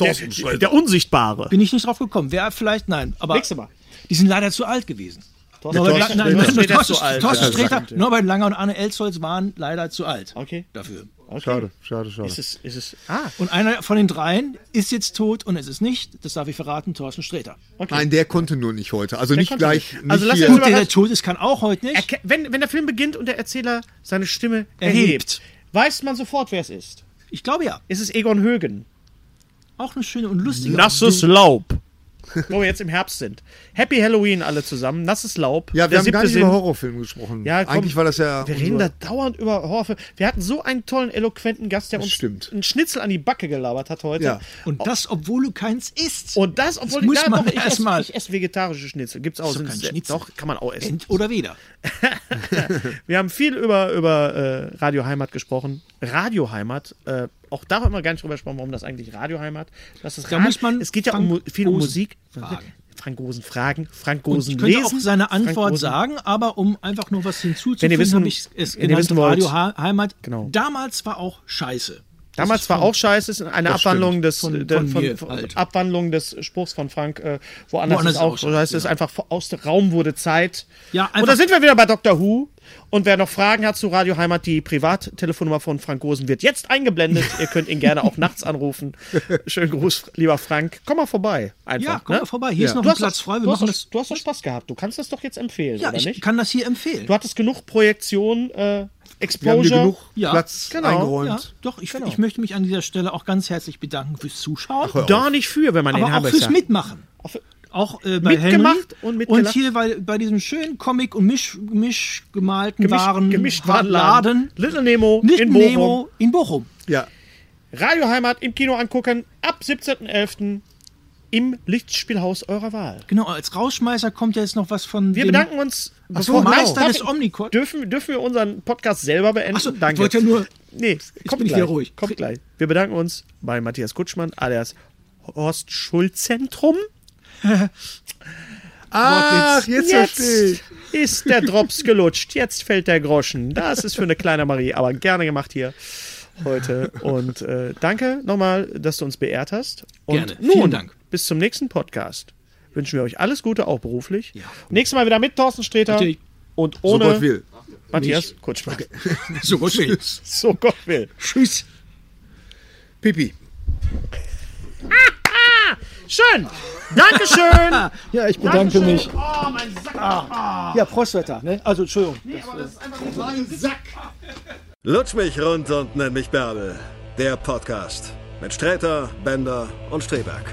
Speaker 9: Der, der Unsichtbare.
Speaker 4: bin ich nicht drauf gekommen. Wer vielleicht, nein. Aber
Speaker 3: Nächstes Mal.
Speaker 4: Die sind leider zu alt gewesen.
Speaker 1: Thorsten
Speaker 4: Norbert La-
Speaker 1: Sträter.
Speaker 4: nein, nein,
Speaker 3: Sträter
Speaker 4: Thorsten-
Speaker 3: ist zu alt.
Speaker 4: Thorsten
Speaker 1: Ja, das
Speaker 4: Sträter, Norbert Langer und Anne Elsholz waren leider zu alt
Speaker 3: Okay.
Speaker 4: dafür.
Speaker 3: okay.
Speaker 1: Schade, schade, schade.
Speaker 3: Ist es, ist es, ah,
Speaker 4: Und einer von den dreien ist jetzt tot und es ist nicht, das darf ich verraten, Thorsten Sträter.
Speaker 1: Nein, der konnte nur nicht heute. Also nicht
Speaker 3: konnte
Speaker 1: gleich.
Speaker 3: nicht.
Speaker 1: Nicht
Speaker 3: Also lass
Speaker 1: hier.
Speaker 3: uns
Speaker 4: Gut, der, der
Speaker 3: Überraschung.
Speaker 4: tot ist, kann auch heute nicht.
Speaker 3: erke- wenn, wenn der Film beginnt und der Erzähler seine Stimme erhebt,
Speaker 4: Erhebt.
Speaker 3: weiß man sofort, wer es ist.
Speaker 4: Ich glaube ja.
Speaker 3: Es ist Egon Högen,
Speaker 4: Auch eine schöne und lustige.
Speaker 9: Nasses Laub.
Speaker 3: wo wir jetzt im Herbst sind. Happy Halloween alle zusammen, nasses Laub.
Speaker 1: ja, wir
Speaker 3: der
Speaker 1: haben
Speaker 3: siebte
Speaker 1: gar nicht
Speaker 3: Sinn.
Speaker 1: über Horrorfilme gesprochen.
Speaker 3: Ja, komm.
Speaker 1: Eigentlich war das ja.
Speaker 3: Wir reden da dauernd über Horrorfilme. Wir hatten so einen tollen, eloquenten Gast, der uns
Speaker 1: stimmt.
Speaker 3: einen Schnitzel an die Backe gelabert hat heute.
Speaker 1: Ja.
Speaker 4: Und das, obwohl du keins isst.
Speaker 3: Und das, obwohl
Speaker 4: muss
Speaker 3: ja,
Speaker 4: man
Speaker 3: doch, ich,
Speaker 4: erst
Speaker 3: esse,
Speaker 4: mal.
Speaker 3: ich esse vegetarische Schnitzel. Gibt's auch.
Speaker 4: Ist doch
Speaker 3: Sind
Speaker 4: kein
Speaker 3: es-
Speaker 4: Schnitzel.
Speaker 3: Doch, kann man auch essen.
Speaker 4: End oder weder.
Speaker 3: Wir haben viel über, über äh, Radio Heimat gesprochen. Radio Heimat, äh, auch da haben wir gar nicht drüber gesprochen, warum das eigentlich Radio Heimat das ist.
Speaker 4: Da
Speaker 3: Ra-
Speaker 4: muss man
Speaker 3: es geht ja um
Speaker 4: Frank
Speaker 3: Mu- viel um
Speaker 4: Gosen
Speaker 3: Musik.
Speaker 4: fragen.
Speaker 3: Frank Gosen fragen, Frank
Speaker 4: Und
Speaker 3: Gosen
Speaker 4: ich könnte
Speaker 3: lesen.
Speaker 4: auch seine
Speaker 3: Frank
Speaker 4: Antwort
Speaker 3: Gosen-
Speaker 4: sagen, aber um einfach nur was
Speaker 3: Wenn ihr
Speaker 4: hinzuzufügen,
Speaker 3: wissen-
Speaker 4: habe ich es
Speaker 3: wenn ihr
Speaker 4: genannt
Speaker 3: wissen wollt.
Speaker 4: Radio Ha- Heimat.
Speaker 3: Genau.
Speaker 4: Damals war auch scheiße.
Speaker 3: Damals war auch scheiße, es ist eine Abwandlung des,
Speaker 4: Von-
Speaker 3: der-
Speaker 4: von
Speaker 3: von,
Speaker 4: mir
Speaker 3: von,
Speaker 4: halt.
Speaker 3: Abwandlung des Spruchs von Frank, äh, woanders,
Speaker 4: Woanders
Speaker 3: ist auch
Speaker 4: auch
Speaker 3: so heißt es einfach aus dem Raum wurde Zeit.
Speaker 4: Ja, einfach-
Speaker 3: und da sind wir wieder bei Dr. Who. Und wer noch Fragen hat zu Radio Heimat, die Privattelefonnummer von Frank Gosen wird jetzt eingeblendet. Ihr könnt ihn gerne auch nachts anrufen. Schönen Gruß, lieber Frank. Komm mal vorbei. Einfach,
Speaker 4: Ja, komm
Speaker 3: ne?
Speaker 4: mal vorbei. Hier ist noch
Speaker 3: Du
Speaker 4: ein
Speaker 3: hast,
Speaker 4: Platz
Speaker 3: doch,
Speaker 4: frei. Wir
Speaker 3: du, hast
Speaker 4: machen
Speaker 3: doch,
Speaker 4: das.
Speaker 3: du hast doch Spaß gehabt. Du kannst das doch jetzt empfehlen,
Speaker 4: Ja,
Speaker 3: oder
Speaker 4: ich
Speaker 3: nicht?
Speaker 4: kann das hier empfehlen.
Speaker 3: Du hattest genug Projektion, äh,
Speaker 1: Wir haben
Speaker 3: Exposure.
Speaker 1: hier genug
Speaker 4: Ja,
Speaker 1: Platz
Speaker 3: genau,
Speaker 4: ja,
Speaker 1: eingeräumt.
Speaker 4: doch, ich, ich möchte mich an dieser Stelle auch ganz herzlich bedanken fürs Zuschauen,
Speaker 3: da nicht für, wenn man den
Speaker 4: aber auch
Speaker 3: Habeck
Speaker 4: fürs
Speaker 3: sagt.
Speaker 4: Mitmachen.
Speaker 3: Auf-
Speaker 4: Auch äh, bei
Speaker 3: Mitgemacht
Speaker 4: Henry.
Speaker 3: und mitgelacht.
Speaker 4: Und hier bei, bei diesem schönen Comic- und Misch, Misch gemalten
Speaker 3: Gemischt-
Speaker 4: Waren,
Speaker 3: gemischt Warenladen. Little Nemo in
Speaker 4: in
Speaker 3: Bochum.
Speaker 4: Nemo in Bochum.
Speaker 1: Ja.
Speaker 3: Radio Heimat im Kino angucken ab 17.11. im Lichtspielhaus eurer Wahl.
Speaker 4: Genau, als Rausschmeißer kommt jetzt noch was von
Speaker 3: Wir
Speaker 4: dem
Speaker 3: bedanken uns.
Speaker 4: so,
Speaker 3: bevor- Genau.
Speaker 4: Meister
Speaker 3: Nein,
Speaker 4: des
Speaker 3: darf-
Speaker 4: Omnicot.
Speaker 3: Dürfen, dürfen wir unseren Podcast selber beenden?
Speaker 4: Ach so, ich
Speaker 3: Danke.
Speaker 4: wollte ja nur-
Speaker 3: Nee, kommt
Speaker 4: bin ich
Speaker 3: gleich.
Speaker 4: wieder ruhig.
Speaker 3: Kommt gleich. Wir bedanken uns bei Matthias Kutschmann alias Horst Schulzentrum.
Speaker 1: Ach, jetzt verstehe ich.
Speaker 3: Jetzt ist der Drops gelutscht. Jetzt fällt der Groschen. Das ist für eine kleine Marie, aber gerne gemacht hier heute. Und äh, danke nochmal, dass du uns beehrt hast. Und
Speaker 4: Gerne.
Speaker 3: nun,
Speaker 4: Vielen Dank.
Speaker 3: bis zum nächsten Podcast. Wünschen wir euch alles Gute, auch beruflich. Nächstes Mal wieder mit Thorsten Sträter
Speaker 4: Natürlich.
Speaker 3: und
Speaker 1: So
Speaker 3: ohne
Speaker 1: Gott will.
Speaker 3: Matthias Kutschmann.
Speaker 4: So, okay.
Speaker 3: So Gott will.
Speaker 4: Tschüss.
Speaker 1: Pipi.
Speaker 3: Ah, Schön. Dankeschön.
Speaker 10: Ja, ich bedanke mich.
Speaker 3: Oh, mein Sack.
Speaker 10: Ja, Prostwetter, ne? Also, Entschuldigung.
Speaker 2: Lutsch mich rund und nenn mich Bärbel. Der Podcast mit Sträter, Bender und Streberg.